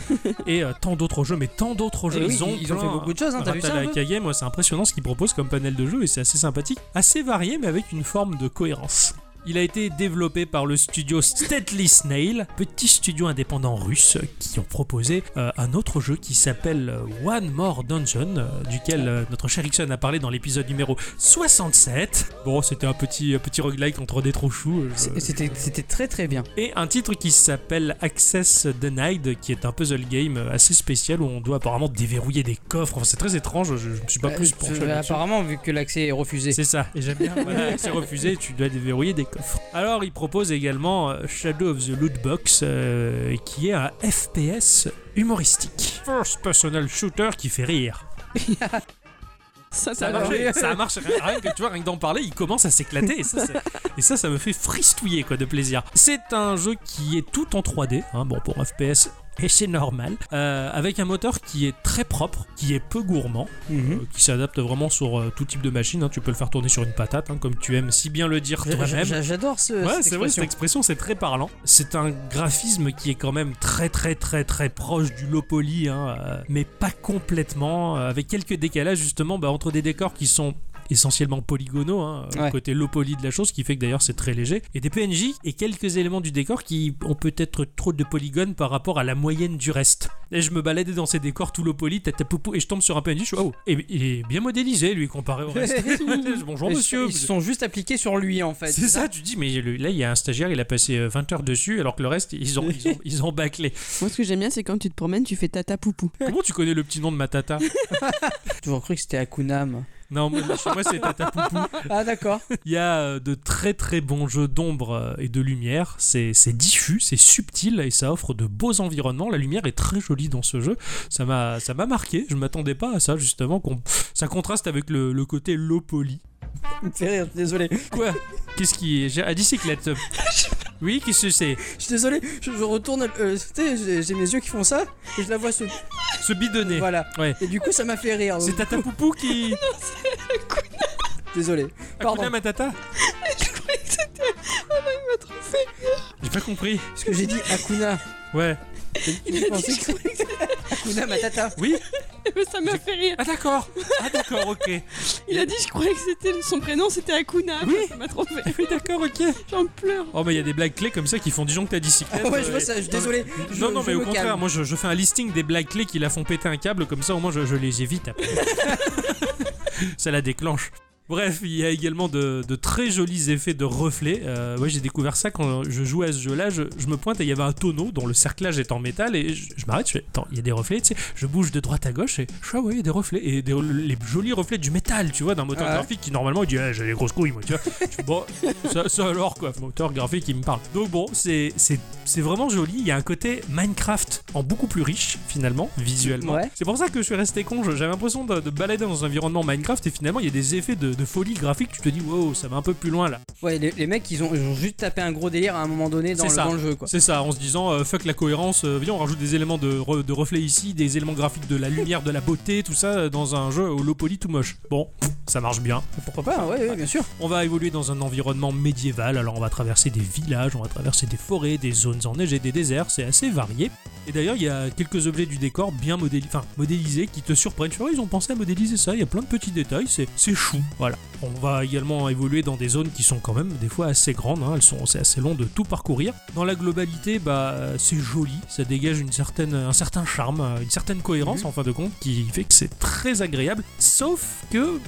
[SPEAKER 2] et euh, tant d'autres jeux, mais tant d'autres jeux.
[SPEAKER 1] Eh oui, ils ont
[SPEAKER 2] plein,
[SPEAKER 1] fait beaucoup de choses, hein, t'as vu ça un peu
[SPEAKER 2] Rataleika Game, ouais, c'est impressionnant ce qu'ils proposent comme panel de jeu et c'est assez sympathique, assez varié mais avec une forme de cohérence. Il a été développé par le studio Steadly Snail, petit studio indépendant russe, qui ont proposé euh, un autre jeu qui s'appelle euh, One More Dungeon, euh, duquel euh, notre cher Ixon a parlé dans l'épisode numéro 67. Bon, c'était un petit, un petit roguelike entre des trous choux. euh, je-
[SPEAKER 1] C'est- C'était c'était très très bien.
[SPEAKER 2] et un titre qui s'appelle Access Denied, qui est un puzzle game assez spécial où on doit apparemment déverrouiller des coffres. Enfin, c'est très étrange, je, je me suis pas Bah, plus
[SPEAKER 1] Euh,
[SPEAKER 2] penché là-dessus.
[SPEAKER 1] apparemment, vu que l'accès est refusé.
[SPEAKER 2] C'est ça, et j'aime bien. Voilà, accès refusé, tu dois déverrouiller des coffres. Alors, il propose également euh, Shadow of the Loot Box, euh, qui est un FPS humoristique. First Personal Shooter qui fait rire.
[SPEAKER 3] Ça,
[SPEAKER 2] Ça a
[SPEAKER 1] Alors,
[SPEAKER 2] marché,
[SPEAKER 1] oui.
[SPEAKER 2] ça marche. Rien que, tu vois, rien que d'en parler, il commence à s'éclater. Et, ça, ça- et ça, ça me fait fristouiller quoi, de plaisir. C'est un jeu qui est tout en 3D. hein, bon, pour FPS. Et c'est normal, Euh, avec un moteur qui est très propre, qui est peu gourmand,
[SPEAKER 1] Mhm.
[SPEAKER 2] euh, qui s'adapte vraiment sur euh, tout type de machine. hein. Tu peux le faire tourner sur une patate, hein, comme tu aimes si bien le dire
[SPEAKER 1] J'a-
[SPEAKER 2] toi-même.
[SPEAKER 1] j'a- J'adore ce.
[SPEAKER 2] Ouais,
[SPEAKER 1] cette
[SPEAKER 2] c'est vrai,
[SPEAKER 1] expression.
[SPEAKER 2] cette expression, c'est très parlant. C'est un graphisme qui est quand même très, très, très, très proche du low poly, hein, euh, mais pas complètement, euh, avec quelques décalages justement bah, entre des décors qui sont essentiellement polygonaux, hein, euh,
[SPEAKER 1] Ouais.
[SPEAKER 2] côté low poly de la chose, qui fait que d'ailleurs c'est très léger, et des PNJ et quelques éléments du décor qui ont peut-être trop de polygones par rapport à la moyenne du reste. Et je me baladais dans ces décors tout low poly, tata poupou, et je tombe sur un PNJ, je suis, oh, et, il est bien modélisé lui comparé au reste. Je- Bonjour
[SPEAKER 1] Ils se-
[SPEAKER 2] monsieur.
[SPEAKER 1] Ils
[SPEAKER 2] vous-
[SPEAKER 1] se sont juste appliqués sur lui en fait.
[SPEAKER 2] c'est ça, tu dis, mais le- là, il y a un stagiaire, il a passé euh, 20 heures dessus, alors que le reste, ils ont, ils ont, ils ont bâclé.
[SPEAKER 3] Moi, ce que j'aime bien, c'est quand tu te promènes, tu fais tata poupou.
[SPEAKER 2] Comment tu connais le petit nom de ma tata
[SPEAKER 1] J'ai toujours cru que c'était Akunam.
[SPEAKER 2] Non, moi, chez moi, c'est tata poupou.
[SPEAKER 1] Ah d'accord.
[SPEAKER 2] Il y a euh, de très très bons jeux d'ombre euh, et de lumière. C'est c'est diffus, c'est subtil et ça offre de beaux environnements. La lumière est très jolie dans ce jeu. Ça m'a ça m'a marqué. Je m'attendais pas à ça justement. qu'on- Ça contraste avec le, le côté low poly.
[SPEAKER 1] Ça me fait rire, désolé.
[SPEAKER 2] Quoi Qu'est-ce qui j'ai- a dit cyclette Oui, qu'est-ce que c'est
[SPEAKER 1] Je suis désolé, je, je retourne. euh, tu sais, j'ai- j'ai mes yeux qui font ça et je la vois se.
[SPEAKER 2] Ce bidonné.
[SPEAKER 1] Voilà.
[SPEAKER 2] Ouais.
[SPEAKER 1] Et du coup, ça m'a fait rire.
[SPEAKER 2] C'est tata poupou qui
[SPEAKER 1] Désolé. Pardon.
[SPEAKER 2] Hakuna Matata
[SPEAKER 1] Oh
[SPEAKER 2] J'ai pas compris.
[SPEAKER 1] Parce que j'ai dit Akuna.
[SPEAKER 2] Ouais.
[SPEAKER 1] Il pensait que c'était- Akuna Matata.
[SPEAKER 2] Oui
[SPEAKER 3] Ça m'a fait rire.
[SPEAKER 2] Ah d'accord. Ah d'accord, ok.
[SPEAKER 3] Il a dit, je croyais que c'était son prénom, c'était Akuna.
[SPEAKER 2] Oui.
[SPEAKER 3] Ça m'a trop fait.
[SPEAKER 2] Oui d'accord, ok.
[SPEAKER 3] J'en pleure.
[SPEAKER 2] Oh mais il y a des blagues clés comme ça qui font du gens que t'as dit cyclette.
[SPEAKER 1] Ah ouais, je
[SPEAKER 2] euh,
[SPEAKER 1] vois ça. Je,
[SPEAKER 2] et-
[SPEAKER 1] désolé. Je-
[SPEAKER 2] non, non,
[SPEAKER 1] je
[SPEAKER 2] mais
[SPEAKER 1] me
[SPEAKER 2] au contraire,
[SPEAKER 1] calme.
[SPEAKER 2] moi je, je fais un listing des blagues clés qui la font péter un câble, comme ça au moins je, je les évite après. ça la déclenche. Bref, il y a également de, de très jolis effets de reflets. Euh, moi j'ai découvert ça quand je jouais à ce jeu-là, je, je me pointe et il y avait un tonneau dont le cerclage est en métal et je, je m'arrête, je fais attends, il y a des reflets, tu sais, je bouge de droite à gauche et je fais ah ouais, il y a des reflets et des- les jolis reflets du métal, tu vois, d'un moteur
[SPEAKER 1] Ah ouais.
[SPEAKER 2] graphique qui normalement il dit ah, j'ai les grosses couilles moi, tu vois. Je fais, bon, ça, ça alors quoi, moteur graphique qui me parle. Donc bon, c'est c'est- c'est vraiment joli. Il y a un côté Minecraft en beaucoup plus riche finalement, visuellement.
[SPEAKER 1] Ouais.
[SPEAKER 2] C'est pour ça que je suis resté con. Je- J'avais l'impression de, de balader dans un environnement Minecraft et finalement il y a des effets de, de folie graphique. Tu te dis wow, ça va un peu plus loin là.
[SPEAKER 1] Ouais, les, les mecs, ils ont, ils ont juste tapé un gros délire à un moment donné dans,
[SPEAKER 2] C'est
[SPEAKER 1] le,
[SPEAKER 2] ça.
[SPEAKER 1] dans le jeu, quoi.
[SPEAKER 2] C'est ça, en se disant euh, fuck la cohérence. euh, viens, on rajoute des éléments de, re- de reflet ici, des éléments graphiques de la lumière, de la beauté, tout ça euh, dans un jeu au low poly tout moche. Bon, ça marche bien.
[SPEAKER 1] Pourquoi pas Ouais, ouais, bien sûr.
[SPEAKER 2] On va évoluer dans un environnement médiéval, alors on va traverser des villages, on va traverser des forêts, des zones enneigées, des déserts, c'est assez varié. Et d'ailleurs, il y a quelques objets du décor bien modéli- enfin, modélisés qui te surprennent. Tu vois, ils ont pensé à modéliser ça, il y a plein de petits détails, c'est, c'est chou. Voilà. On va également évoluer dans des zones qui sont quand même des fois assez grandes, hein, Elles sont, c'est assez long de tout parcourir. Dans la globalité, bah, euh, c'est joli, ça dégage une certaine, un certain charme, euh, une certaine cohérence en fin de compte qui fait que c'est très agréable. Sauf que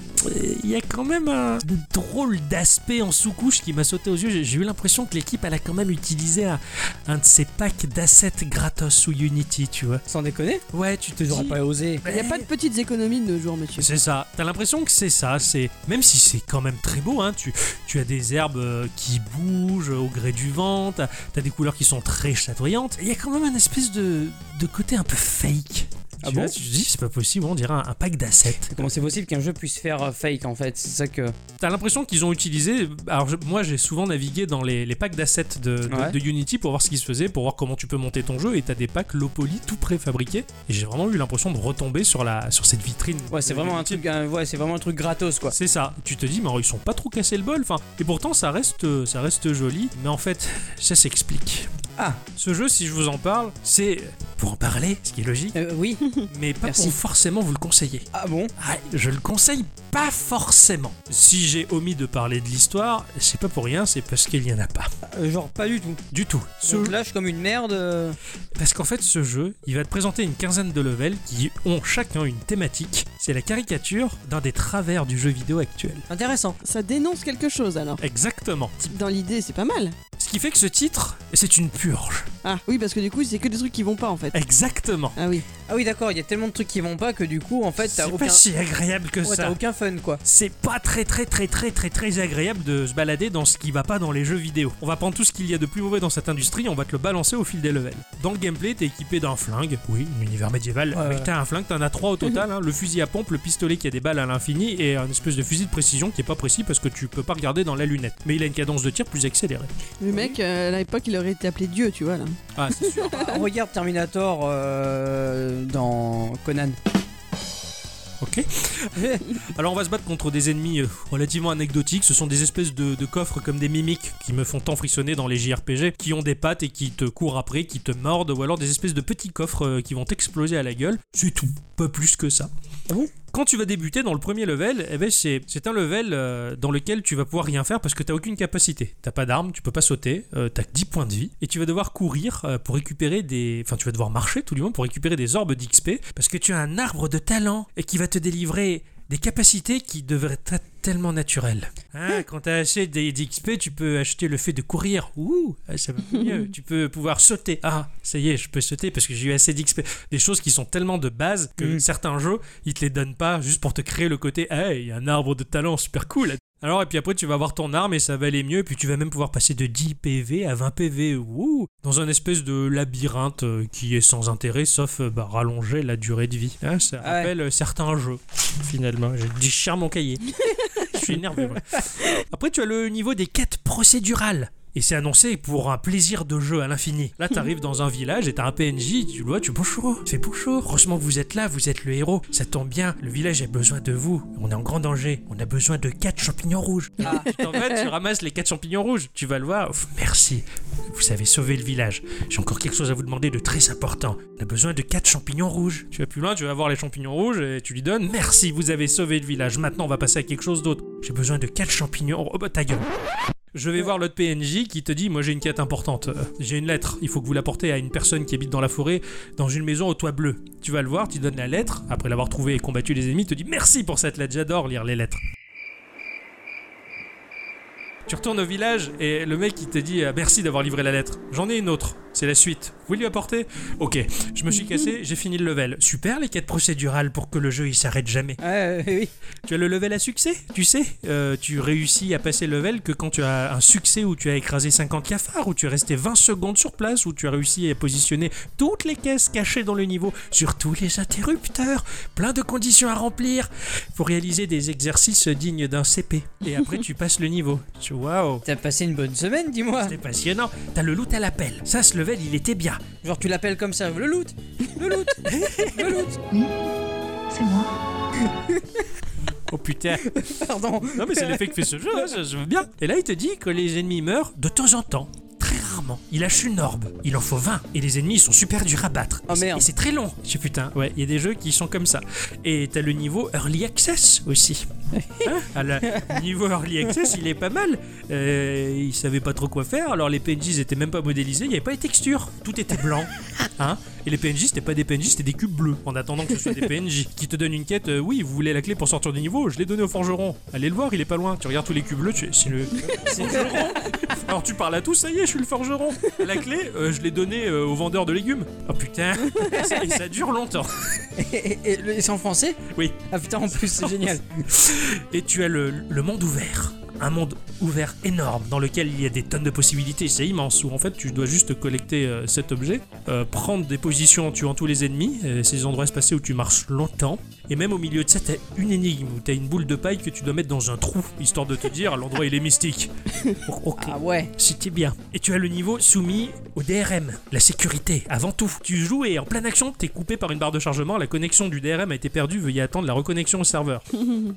[SPEAKER 2] il y a quand même un drôle d'aspect en sous-couche qui m'a sauté aux yeux. J'ai- J'ai eu l'impression que l'équipe, elle a quand même utilisé un, un de ces packs d'assets gratos sous Unity, tu vois.
[SPEAKER 1] Sans déconner,
[SPEAKER 2] Ouais, tu te
[SPEAKER 1] ils auraient
[SPEAKER 2] dis...
[SPEAKER 1] pas osé.
[SPEAKER 3] Il n'y a pas de petites économies de nos jours, monsieur.
[SPEAKER 2] C'est ça. T'as l'impression que c'est ça. C'est même si c'est quand même très beau. Hein, tu, tu as des herbes euh, qui bougent au gré du vent. T'as as des couleurs qui sont très chatoyantes. Il y a quand même un espèce de, de côté un peu fake.
[SPEAKER 1] Ah
[SPEAKER 2] Tu
[SPEAKER 1] bon
[SPEAKER 2] vois, Je dis, c'est pas possible, on dirait un, un pack d'assets.
[SPEAKER 1] Comment c'est possible qu'un jeu puisse faire euh, fake en fait C'est ça que.
[SPEAKER 2] T'as l'impression qu'ils ont utilisé. Alors, je- moi, j'ai souvent navigué dans les, les packs d'assets de, de-
[SPEAKER 1] Ouais.
[SPEAKER 2] de Unity pour voir ce qui se faisait, pour voir comment tu peux monter ton jeu. Et t'as des packs low poly tout préfabriqués. Et j'ai vraiment eu l'impression de retomber sur, la, sur cette vitrine.
[SPEAKER 1] Ouais, c'est
[SPEAKER 2] de
[SPEAKER 1] vraiment un
[SPEAKER 2] Unity.
[SPEAKER 1] truc, un- ouais, c'est vraiment un truc gratos quoi.
[SPEAKER 2] C'est ça. Tu te dis, mais alors, ils sont pas trop cassés le bol. Enfin, et pourtant, ça reste, ça reste joli. Mais en fait, ça s'explique.
[SPEAKER 1] Ah.
[SPEAKER 2] Ce jeu, si je vous en parle, c'est pour en parler, ce qui est logique,
[SPEAKER 1] Euh, oui.
[SPEAKER 2] mais pas
[SPEAKER 1] Merci.
[SPEAKER 2] pour forcément vous le conseiller.
[SPEAKER 1] Ah bon
[SPEAKER 2] Ah, je le conseille pas forcément. Si j'ai omis de parler de l'histoire, c'est pas pour rien, c'est parce qu'il y en a pas.
[SPEAKER 1] Euh, Genre pas du tout.
[SPEAKER 2] Du tout. Ce-
[SPEAKER 1] Donc lâche comme une merde. euh,
[SPEAKER 2] Parce qu'en fait, ce jeu, il va te présenter une quinzaine de levels qui ont chacun une thématique. C'est la caricature d'un des travers du jeu vidéo actuel.
[SPEAKER 1] Intéressant.
[SPEAKER 3] Ça dénonce quelque chose alors.
[SPEAKER 2] Exactement.
[SPEAKER 3] Dans l'idée, c'est pas mal.
[SPEAKER 2] Ce qui fait que ce titre, c'est une purge.
[SPEAKER 3] Ah oui, parce que du coup, c'est que des trucs qui vont pas en fait.
[SPEAKER 2] Exactement.
[SPEAKER 3] Ah oui.
[SPEAKER 1] Ah oui, d'accord, il y a tellement de trucs qui vont pas que du coup, en fait,
[SPEAKER 2] C'est
[SPEAKER 1] t'as aucun...
[SPEAKER 2] pas si agréable que
[SPEAKER 1] ouais, t'as
[SPEAKER 2] ça.
[SPEAKER 1] aucun fun quoi.
[SPEAKER 2] C'est pas très très très très très très agréable de se balader dans ce qui va pas dans les jeux vidéo. On va prendre tout ce qu'il y a de plus mauvais dans cette industrie, on va te le balancer au fil des levels. Dans le gameplay, t'es équipé d'un flingue, oui, l'univers médiéval,
[SPEAKER 1] Ouais,
[SPEAKER 2] mais
[SPEAKER 1] ouais.
[SPEAKER 2] t'as un flingue, t'en as trois au total, hein. le fusil à pompe, le pistolet qui a des balles à l'infini et un espèce de fusil de précision qui est pas précis parce que tu peux pas regarder dans la lunette. Mais il a une cadence de tir plus accélérée.
[SPEAKER 3] Le mec, euh, à l'époque, il aurait été appelé Dieu, tu vois là.
[SPEAKER 2] Ah, c'est sûr.
[SPEAKER 1] Ah, regarde Terminator euh, dans Conan.
[SPEAKER 2] Ok. Eh, Alors on va se battre contre des ennemis euh, relativement anecdotiques. Ce sont des espèces de, de coffres comme des mimiques qui me font tant frissonner dans les JRPG, qui ont des pattes et qui te courent après, qui te mordent, ou alors des espèces de petits coffres euh, qui vont t'exploser à la gueule. C'est tout, pas plus que ça.
[SPEAKER 1] Ah bon
[SPEAKER 2] quand tu vas débuter dans le premier level, eh ben c'est c'est un level euh, dans lequel tu vas pouvoir rien faire parce que t'as aucune capacité. T'as pas d'armes, tu peux pas sauter, euh, t'as que 10 points de vie et tu vas devoir courir euh, pour récupérer des. Enfin, tu vas devoir marcher tout du moins pour récupérer des orbes d'XP parce que tu as un arbre de talent et qui va te délivrer des capacités qui devraient être tellement naturelles. Hein, quand t'as assez d- d'XP, tu peux acheter le fait de courir. Ouh, ah, ça va mieux. tu peux pouvoir sauter. Ah, ça y est, je peux sauter parce que j'ai eu assez d'XP. Des choses qui sont tellement de base que
[SPEAKER 1] Mhm.
[SPEAKER 2] certains jeux, ils te les donnent pas juste pour te créer le côté « Hey, il y a un arbre de talent super cool !» Alors, et puis après, tu vas avoir ton arme et ça va aller mieux, puis tu vas même pouvoir passer de 10 PV à 20 PV, wouh, dans un espèce de labyrinthe euh, qui est sans intérêt, sauf euh, bah, rallonger la durée de vie. Hein, ça
[SPEAKER 1] Ah ouais.
[SPEAKER 2] rappelle euh, certains jeux, finalement. J'ai déchiré mon cahier. Je suis énervé, moi. Après, tu as le niveau des quêtes procédurales. Et c'est annoncé pour un plaisir de jeu à l'infini. Là, t'arrives dans un village et t'as un PNJ, tu le vois, tu bonjour, tu fais bonjour. Heureusement, vous êtes là, vous êtes le héros. Ça tombe bien, le village a besoin de vous. On est en grand danger. On a besoin de 4 champignons rouges.
[SPEAKER 1] Ah.
[SPEAKER 2] Et En fait, tu ramasses les 4 champignons rouges. Tu vas le voir. Ouf, merci. Vous avez sauvé le village. J'ai encore quelque chose à vous demander de très important. On a besoin de 4 champignons rouges. Tu vas plus loin, tu vas voir les champignons rouges et tu lui donnes Merci, vous avez sauvé le village. Maintenant, on va passer à quelque chose d'autre. J'ai besoin de 4 champignons. Oh bah ta gueule. Je vais voir l'autre PNJ qui te dit Moi j'ai une quête importante. Euh, J'ai une lettre. Il faut que vous la portez à une personne qui habite dans la forêt, dans une maison au toit bleu. Tu vas le voir, tu donnes la lettre. Après l'avoir trouvée et combattu les ennemis, il te dit Merci pour cette lettre. J'adore lire les lettres. Tu retournes au village et le mec il te dit Ah, merci d'avoir livré la lettre. J'en ai une autre, c'est la suite. Vous lui apportez Ok, je me suis cassé, j'ai fini le level. Super les quêtes procédurales pour que le jeu il s'arrête jamais.
[SPEAKER 1] Ouais, oui, oui.
[SPEAKER 2] Tu as le level à succès, tu sais. Euh, tu réussis à passer le level que quand tu as un succès où tu as écrasé 50 cafards, où tu es resté 20 secondes sur place, où tu as réussi à positionner toutes les caisses cachées dans le niveau, sur tous les interrupteurs, plein de conditions à remplir, pour réaliser des exercices dignes d'un CP. Et après tu passes le niveau. Tu- Waouh
[SPEAKER 1] T'as passé une bonne semaine, dis-moi.
[SPEAKER 2] c'était passionnant. T'as le loot à l'appel. Ça, ce level, il était bien.
[SPEAKER 1] Genre tu l'appelles comme ça, le loot, le loot, le loot.
[SPEAKER 6] C'est moi.
[SPEAKER 2] Oh putain.
[SPEAKER 1] Pardon.
[SPEAKER 2] Non, mais c'est l'effet que fait ce jeu, hein, je, je veux bien. Et là, il te dit que les ennemis meurent de temps en temps. Très rarement. Il lâche une orbe. Il en faut 20. Et les ennemis, ils sont super durs à battre.
[SPEAKER 1] Oh,
[SPEAKER 2] Et c'est-
[SPEAKER 1] merde.
[SPEAKER 2] Et c'est très long. Je dis, putain, ouais, il y a des jeux qui sont comme ça. Et t'as le niveau Early Access aussi. Hein Ah, le niveau Early Access, il est pas mal. Euh, ils savaient pas trop quoi faire. Alors les PNJs étaient même pas modélisés. Il n'y avait pas les textures. Tout était blanc. Hein et les PNJ, c'était pas des PNJ, c'était des cubes bleus. En attendant que ce soit des PNJ qui te donnent une quête, euh, oui, vous voulez la clé pour sortir du niveau, je l'ai donné au forgeron. Allez le voir, il est pas loin. Tu regardes tous les cubes bleus, tu c'est le c'est le forgeron. Alors tu parles à tous, ça y est, je suis le forgeron. La clé, euh, je l'ai donnée euh, au vendeur de légumes. Oh putain, et ça, et ça dure longtemps.
[SPEAKER 1] Et, et- et le- c'est en français
[SPEAKER 2] Oui.
[SPEAKER 1] Ah putain, en plus, c'est génial.
[SPEAKER 2] Et tu as le, le monde ouvert. Un monde ouvert énorme dans lequel il y a des tonnes de possibilités, c'est immense, où en fait tu dois juste collecter euh, cet objet, euh, prendre des positions en tuant tous les ennemis, euh, ces endroits espacés où tu marches longtemps, et même au milieu de ça t'as une énigme où t'as une boule de paille que tu dois mettre dans un trou, histoire de te dire l'endroit il est mystique. Ok,
[SPEAKER 1] Ah ouais.
[SPEAKER 2] c'était bien. Et tu as le niveau soumis au DRM, la sécurité, avant tout. Tu joues et en pleine action, t'es coupé par une barre de chargement, la connexion du DRM a été perdue, veuillez attendre la reconnexion au serveur.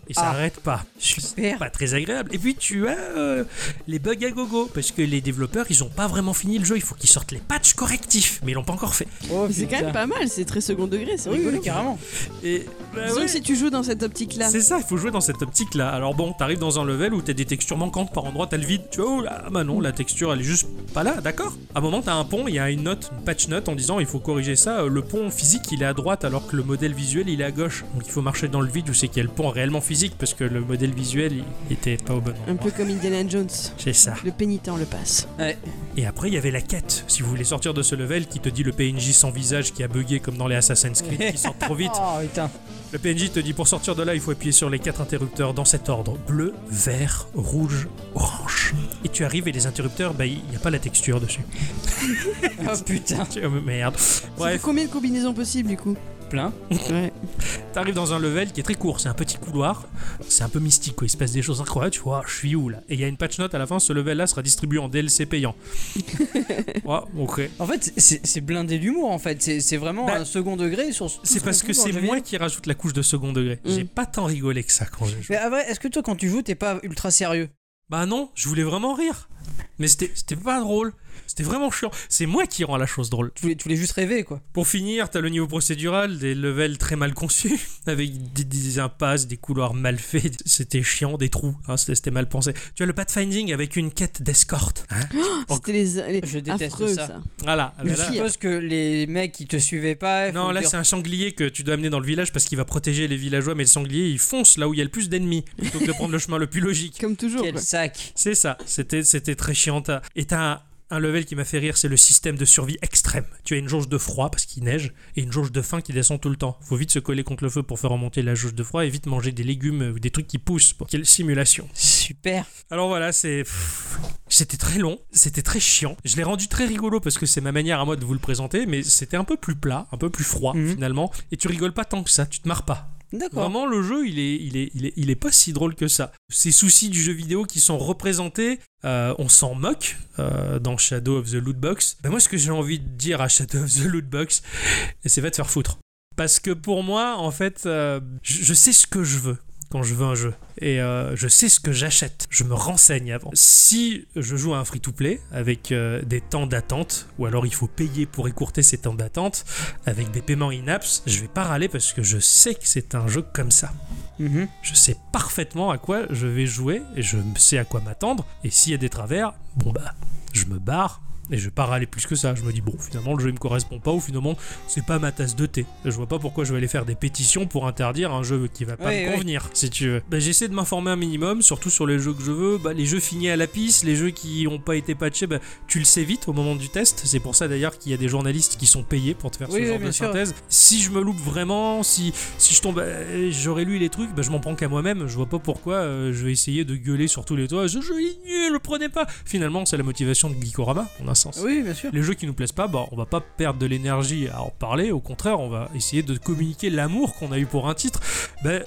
[SPEAKER 2] Et ça
[SPEAKER 1] Ah.
[SPEAKER 2] arrête pas.
[SPEAKER 1] Super.
[SPEAKER 2] Pas très agréable. Et puis tu as euh, les bugs à gogo, parce que les développeurs, ils ont pas vraiment fini le jeu, il faut qu'ils sortent les patchs correctifs, mais ils l'ont pas encore fait.
[SPEAKER 1] Oh,
[SPEAKER 3] Mais c'est quand même pas mal, c'est très second degré, c'est
[SPEAKER 1] Oui,
[SPEAKER 3] rigolo.
[SPEAKER 1] oui, carrément. Ah
[SPEAKER 2] Et bah
[SPEAKER 3] Disons
[SPEAKER 2] ouais.
[SPEAKER 3] que si tu joues dans cette optique-là,
[SPEAKER 2] C'est ça, il faut jouer dans cette optique-là. Alors bon, t'arrives dans un level où t'as des textures manquantes par endroit, t'as le vide. Tu vois, oh là, bah non, la texture elle est juste pas là, d'accord À un moment, t'as un pont, il y a une note, une patch note en disant il faut corriger ça. euh, Le pont physique il est à droite alors que le modèle visuel il est à gauche. Donc il faut marcher dans le vide où c'est qu'il y a le pont réellement physique parce que le modèle visuel il était pas au bon
[SPEAKER 3] un
[SPEAKER 2] endroit.
[SPEAKER 3] peu comme Indiana Jones,
[SPEAKER 2] C'est ça.
[SPEAKER 3] le pénitent le passe.
[SPEAKER 1] Ouais.
[SPEAKER 2] Et après, il y avait la quête. Si vous voulez sortir de ce level qui te dit le PNJ sans visage qui a bugué comme dans les Assassin's Creed qui sort trop vite.
[SPEAKER 1] Oh putain.
[SPEAKER 2] Le PNJ te dit pour sortir de là, il faut appuyer sur les quatre interrupteurs dans cet ordre bleu, vert, rouge, orange. Et tu arrives et les interrupteurs, bah il n'y a pas la texture dessus.
[SPEAKER 1] Oh putain.
[SPEAKER 2] Tu vois, Merde.
[SPEAKER 3] C'était
[SPEAKER 2] Bref,
[SPEAKER 3] Combien de combinaisons possibles du coup
[SPEAKER 1] Plein.
[SPEAKER 3] Ouais.
[SPEAKER 2] t'arrives dans un level qui est très court, c'est un petit couloir, c'est un peu mystique quoi, il se passe des choses incroyables, tu vois, je suis où là Et il y a une patch note à la fin, ce level là sera distribué en DLC payant. ouais, ok.
[SPEAKER 1] En fait, c'est c'est blindé d'humour en fait. C'est c'est vraiment
[SPEAKER 2] Bah,
[SPEAKER 1] un second degré sur. tout ce
[SPEAKER 2] C'est
[SPEAKER 1] qu'on
[SPEAKER 2] parce que
[SPEAKER 1] trouve dans
[SPEAKER 2] c'est
[SPEAKER 1] le jeu
[SPEAKER 2] moi
[SPEAKER 1] vidéo.
[SPEAKER 2] qui rajoute la couche de second degré.
[SPEAKER 3] Mm.
[SPEAKER 2] J'ai pas tant rigolé que ça quand j'ai joué.
[SPEAKER 1] Mais à vrai, est-ce que toi quand tu joues, t'es pas ultra sérieux
[SPEAKER 2] Bah non, je voulais vraiment rire. Mais c'était c'était pas drôle. C'était vraiment chiant. C'est moi qui rend la chose drôle.
[SPEAKER 1] tu voulais, tu voulais juste rêver quoi.
[SPEAKER 2] Pour finir, t'as le niveau procédural, des levels très mal conçus, avec des, des impasses, des couloirs mal faits. C'était chiant, des trous. hein, c'était c'était mal pensé. Tu as le pathfinding avec une quête d'escorte. hein.
[SPEAKER 3] C'était les, les
[SPEAKER 1] Je déteste
[SPEAKER 3] affreux,
[SPEAKER 1] ça.
[SPEAKER 2] voilà.
[SPEAKER 1] Je
[SPEAKER 2] mais Ah, bah là-
[SPEAKER 1] suppose que les mecs qui te suivaient pas.
[SPEAKER 2] non,
[SPEAKER 1] faut
[SPEAKER 2] là
[SPEAKER 1] dire-
[SPEAKER 2] c'est un sanglier que tu dois amener dans le village parce qu'il va protéger les villageois, mais le sanglier il fonce là où il y a le plus d'ennemis plutôt que de prendre le chemin le plus logique.
[SPEAKER 3] Comme toujours.
[SPEAKER 1] Quel
[SPEAKER 3] quoi.
[SPEAKER 1] sac.
[SPEAKER 2] C'est ça, c'était, c'était très chiant. T'as- Et t'as un, un level qui m'a fait rire, c'est le système de survie extrême. Tu as une jauge de froid parce qu'il neige et une jauge de faim qui descend tout le temps. Faut vite se coller contre le feu pour faire remonter la jauge de froid et vite manger des légumes euh, ou des trucs qui poussent. Pour... Quelle simulation.
[SPEAKER 1] Super.
[SPEAKER 2] Alors voilà, c'est. pff, C'était très long, c'était très chiant. Je l'ai rendu très rigolo parce que c'est ma manière à moi de vous le présenter, mais c'était un peu plus plat, un peu plus froid
[SPEAKER 1] Mhm.
[SPEAKER 2] finalement. Et tu rigoles pas tant que ça, tu te marres pas.
[SPEAKER 1] D'accord.
[SPEAKER 2] Vraiment, le jeu, il est, il, est, il, est, il est pas si drôle que ça. Ces soucis du jeu vidéo qui sont représentés, euh, on s'en moque euh, dans Shadow of the Loot Box. Ben moi, ce que j'ai envie de dire à Shadow of the Loot Box, c'est va te faire foutre. Parce que pour moi, en fait, euh, je, je sais ce que je veux quand je veux un jeu. Et euh, je sais ce que j'achète. Je me renseigne avant. Si je joue à un free-to-play avec euh, des temps d'attente, ou alors il faut payer pour écourter ces temps d'attente, avec des paiements in-apps, je vais pas râler parce que je sais que c'est un jeu comme ça.
[SPEAKER 1] Mhm.
[SPEAKER 2] Je sais parfaitement à quoi je vais jouer et je sais à quoi m'attendre. Et s'il y a des travers, bon bah, je me barre et je vais pas râler plus que ça. Je me dis, bon, finalement, le jeu il me correspond pas ou finalement, c'est pas ma tasse de thé. Je vois pas pourquoi je vais aller faire des pétitions pour interdire un jeu qui va pas
[SPEAKER 1] Ouais,
[SPEAKER 2] me
[SPEAKER 1] ouais.
[SPEAKER 2] convenir, si tu veux. Bah, J'essaie de m'informer un minimum, surtout sur les jeux que je veux. Bah, les jeux finis à la piste, les jeux qui ont pas été patchés, bah, tu le sais vite au moment du test. C'est pour ça d'ailleurs qu'il y a des journalistes qui sont payés pour te faire
[SPEAKER 1] Oui,
[SPEAKER 2] ce
[SPEAKER 1] oui,
[SPEAKER 2] genre de
[SPEAKER 1] bien sûr.
[SPEAKER 2] synthèse. Si je me loupe vraiment, si, si je tombe, euh, j'aurais lu les trucs, bah, je m'en prends qu'à moi-même. Je vois pas pourquoi euh, je vais essayer de gueuler sur tous les toits. Je jeu est nul, le prenez pas. Finalement, c'est la motivation de Geekorama, en un sens.
[SPEAKER 1] Ah Oui, bien sûr.
[SPEAKER 2] Les jeux qui nous plaisent pas, bah, on va pas perdre de l'énergie à en parler. Au contraire, on va essayer de communiquer l'amour qu'on a eu pour un titre. Bah,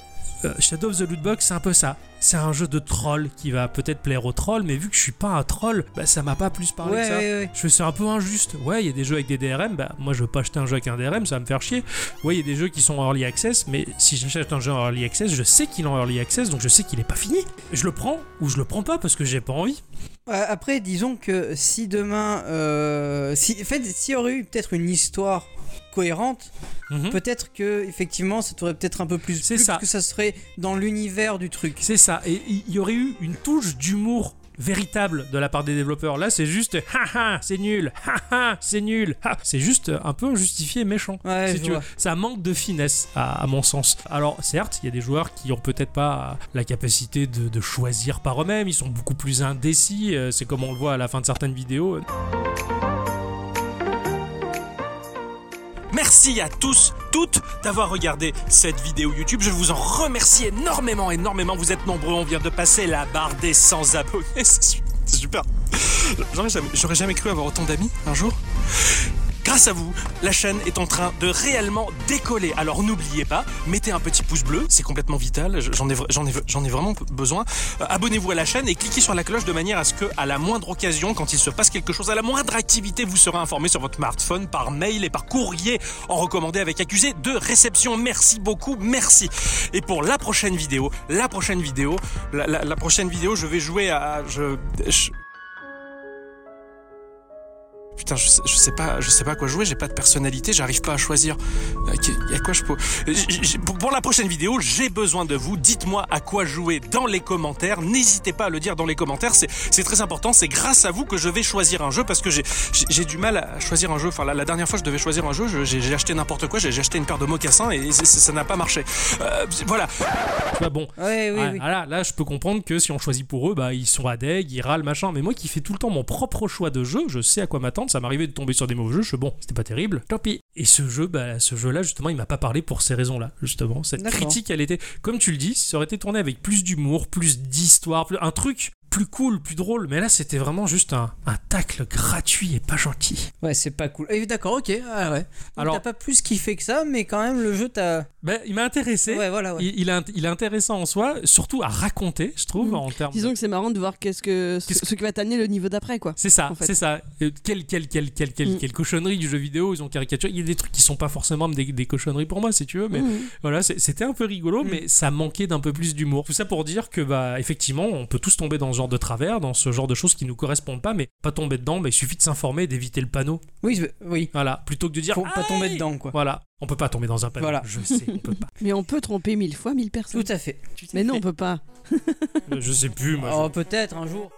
[SPEAKER 2] euh, Shadow of the Loot Box, c'est un peu ça. C'est un jeu de troll qui va peut-être plaire aux trolls, mais vu que je suis pas un troll, bah, ça m'a pas plus
[SPEAKER 1] Ouais,
[SPEAKER 2] parlé que ça.
[SPEAKER 1] ouais, ouais.
[SPEAKER 2] Je fais c'est un peu injuste. Ouais, il y a des jeux avec des DRM, bah moi je veux pas acheter un jeu avec un DRM, ça va me faire chier. Ouais, il y a des jeux qui sont en early access, mais si j'achète un jeu en early access, je sais qu'il est en early access, donc je sais qu'il est pas fini. Je le prends ou je le prends pas parce que j'ai pas envie.
[SPEAKER 1] Ouais, Euh, Après, disons que si demain, euh, si, en fait, s'il y aurait eu peut-être une histoire cohérente,
[SPEAKER 2] Mhm.
[SPEAKER 1] peut-être que effectivement, ça t'aurait peut-être un peu plus.
[SPEAKER 2] C'est
[SPEAKER 1] plus
[SPEAKER 2] ça.
[SPEAKER 1] Que ça serait dans l'univers du truc.
[SPEAKER 2] C'est ça, et il y aurait eu une touche d'humour véritable de la part des développeurs. Là, c'est juste haha, c'est nul, haha, c'est nul. ha. C'est juste un peu injustifié et méchant.
[SPEAKER 1] Ouais,
[SPEAKER 2] si
[SPEAKER 1] je
[SPEAKER 2] tu veux.
[SPEAKER 1] vois.
[SPEAKER 2] Ça manque de finesse, à, à mon sens. Alors, certes, il y a des joueurs qui ont peut-être pas la capacité de, de choisir par eux-mêmes, ils sont beaucoup plus indécis, euh, c'est comme on le voit à la fin de certaines vidéos. Merci merci à tous, toutes, d'avoir regardé cette vidéo YouTube. Je vous en remercie énormément, énormément. Vous êtes nombreux, on vient de passer la barre des 100 abonnés. C'est su- c'est super. J'aurais jamais, j'aurais jamais cru avoir autant d'amis un jour. Grâce à vous, la chaîne est en train de réellement décoller. Alors n'oubliez pas, mettez un petit pouce bleu, c'est complètement vital, j'en ai, vra- j'en ai, j'en ai vraiment besoin. Euh, Abonnez-vous à la chaîne et cliquez sur la cloche de manière à ce que, à la moindre occasion, quand il se passe quelque chose, à la moindre activité, vous serez informé sur votre smartphone par mail et par courrier en recommandé avec accusé de réception. Merci beaucoup, merci. Et pour la prochaine vidéo, la prochaine vidéo, la, la- la prochaine vidéo, je vais jouer à. je- je, Putain, je sais, je sais pas, je sais pas à quoi jouer. J'ai pas de personnalité, j'arrive pas à choisir. Euh, qu'est- à quoi je peux Euh, J- j- pour- Pour la prochaine vidéo, j'ai besoin de vous. Dites-moi à quoi jouer dans les commentaires. N'hésitez pas à le dire dans les commentaires. C'est c'est très important. C'est grâce à vous que je vais choisir un jeu parce que j'ai- j'ai j'ai du mal à choisir un jeu. Enfin, la, la dernière fois, je devais choisir un jeu. je- J'ai j'ai acheté n'importe quoi. J'ai j'ai acheté une paire de mocassins et c'est- c'est- ça n'a pas marché. Euh, voilà. bon,
[SPEAKER 1] Ouais, oui,
[SPEAKER 2] ah,
[SPEAKER 1] oui.
[SPEAKER 2] ah là, là, je peux comprendre que si on choisit pour eux, bah, ils sont à deg, ils râlent, machin. Mais moi qui fais tout le temps mon propre choix de jeu, je sais à quoi m'attendre. Ça m'arrivait de tomber sur des mauvais jeux, je fais, bon, c'était pas terrible, tant pis. Et ce jeu, bah, ce jeu-là, justement, il m'a pas parlé pour ces raisons-là, justement. Cette
[SPEAKER 1] D'accord.
[SPEAKER 2] critique, elle était, comme tu le dis, ça aurait été tourné avec plus d'humour, plus d'histoire, plus- un truc plus cool, plus drôle. Mais là, c'était vraiment juste un, un tacle gratuit et pas gentil.
[SPEAKER 1] Ouais, c'est pas cool. Et d'accord, ok. Ah ouais. Donc,
[SPEAKER 2] Alors-
[SPEAKER 1] t'as pas plus kiffé que ça, mais quand même, le jeu t'as.
[SPEAKER 2] Bah, il m'a intéressé.
[SPEAKER 1] Ouais, voilà, ouais.
[SPEAKER 2] Il, il est- il est intéressant en soi, surtout à raconter, je trouve,
[SPEAKER 3] Mm.
[SPEAKER 2] en termes de-
[SPEAKER 3] Disons que c'est marrant de voir qu'est-ce que ce,
[SPEAKER 2] Qu'est-ce que-
[SPEAKER 3] ce qui va t'amener le niveau d'après quoi.
[SPEAKER 2] C'est ça,
[SPEAKER 3] en fait.
[SPEAKER 2] c'est ça. Euh, Quelle, quelle, quelle, quelle, quelle,
[SPEAKER 3] Mm.
[SPEAKER 2] quelle cochonnerie du jeu vidéo ils ont caricaturé. Il y a des trucs qui sont pas forcément des, des cochonneries pour moi, si tu veux, mais
[SPEAKER 3] Mmh.
[SPEAKER 2] voilà, c'est- c'était un peu rigolo,
[SPEAKER 1] Mm.
[SPEAKER 2] mais ça manquait d'un peu plus d'humour. Tout ça pour dire que, bah, effectivement, on peut tous tomber dans ce genre de travers, dans ce genre de choses qui nous correspondent pas, mais pas tomber dedans, mais il suffit de s'informer et d'éviter le panneau.
[SPEAKER 1] Oui, c'est- oui.
[SPEAKER 2] Voilà, plutôt que de dire.
[SPEAKER 1] Faut pas tomber
[SPEAKER 2] Aïe
[SPEAKER 1] dedans, quoi.
[SPEAKER 2] Voilà, on peut pas tomber dans un panneau.
[SPEAKER 1] Voilà.
[SPEAKER 2] Je sais, on peut pas.
[SPEAKER 3] Mais on peut tromper mille fois mille
[SPEAKER 1] Tout
[SPEAKER 3] personnes.
[SPEAKER 1] à fait.
[SPEAKER 3] Mais non, on peut pas.
[SPEAKER 2] Euh, je sais plus, moi. je-
[SPEAKER 1] Oh, peut-être un jour.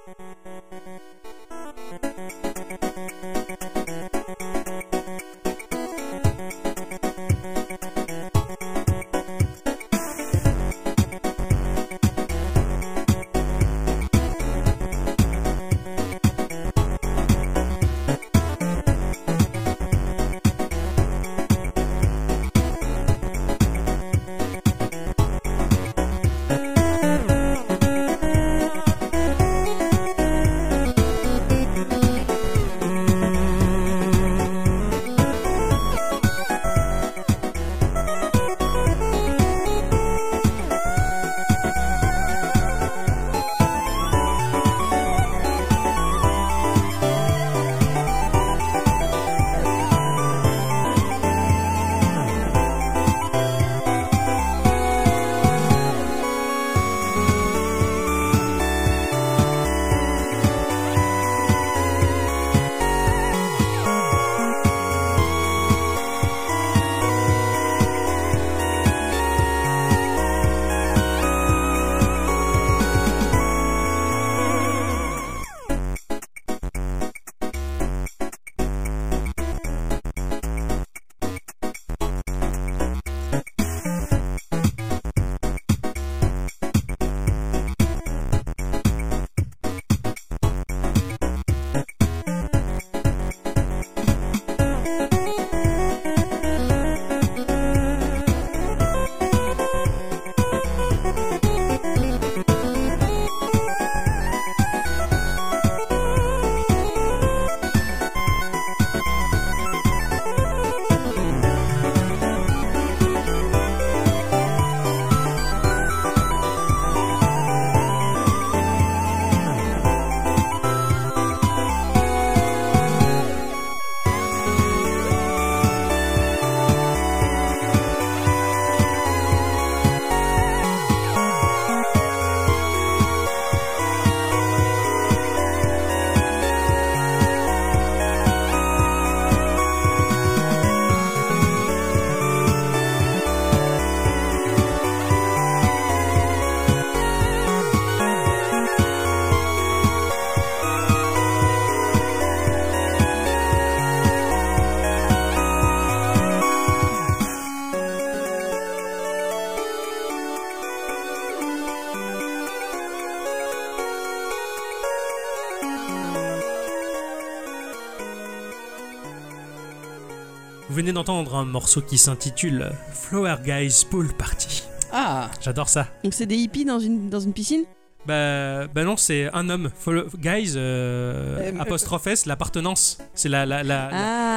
[SPEAKER 2] venez d'entendre un morceau qui s'intitule Flower Guys Pool Party.
[SPEAKER 1] Ah,
[SPEAKER 2] J'adore ça.
[SPEAKER 3] Donc c'est des hippies dans une, dans une piscine
[SPEAKER 2] Bah, bah non, c'est un homme. Follow- guys,
[SPEAKER 1] Euh,
[SPEAKER 2] euh,
[SPEAKER 1] mais-
[SPEAKER 2] apostrophe S, l'appartenance. C'est la, la, la, la-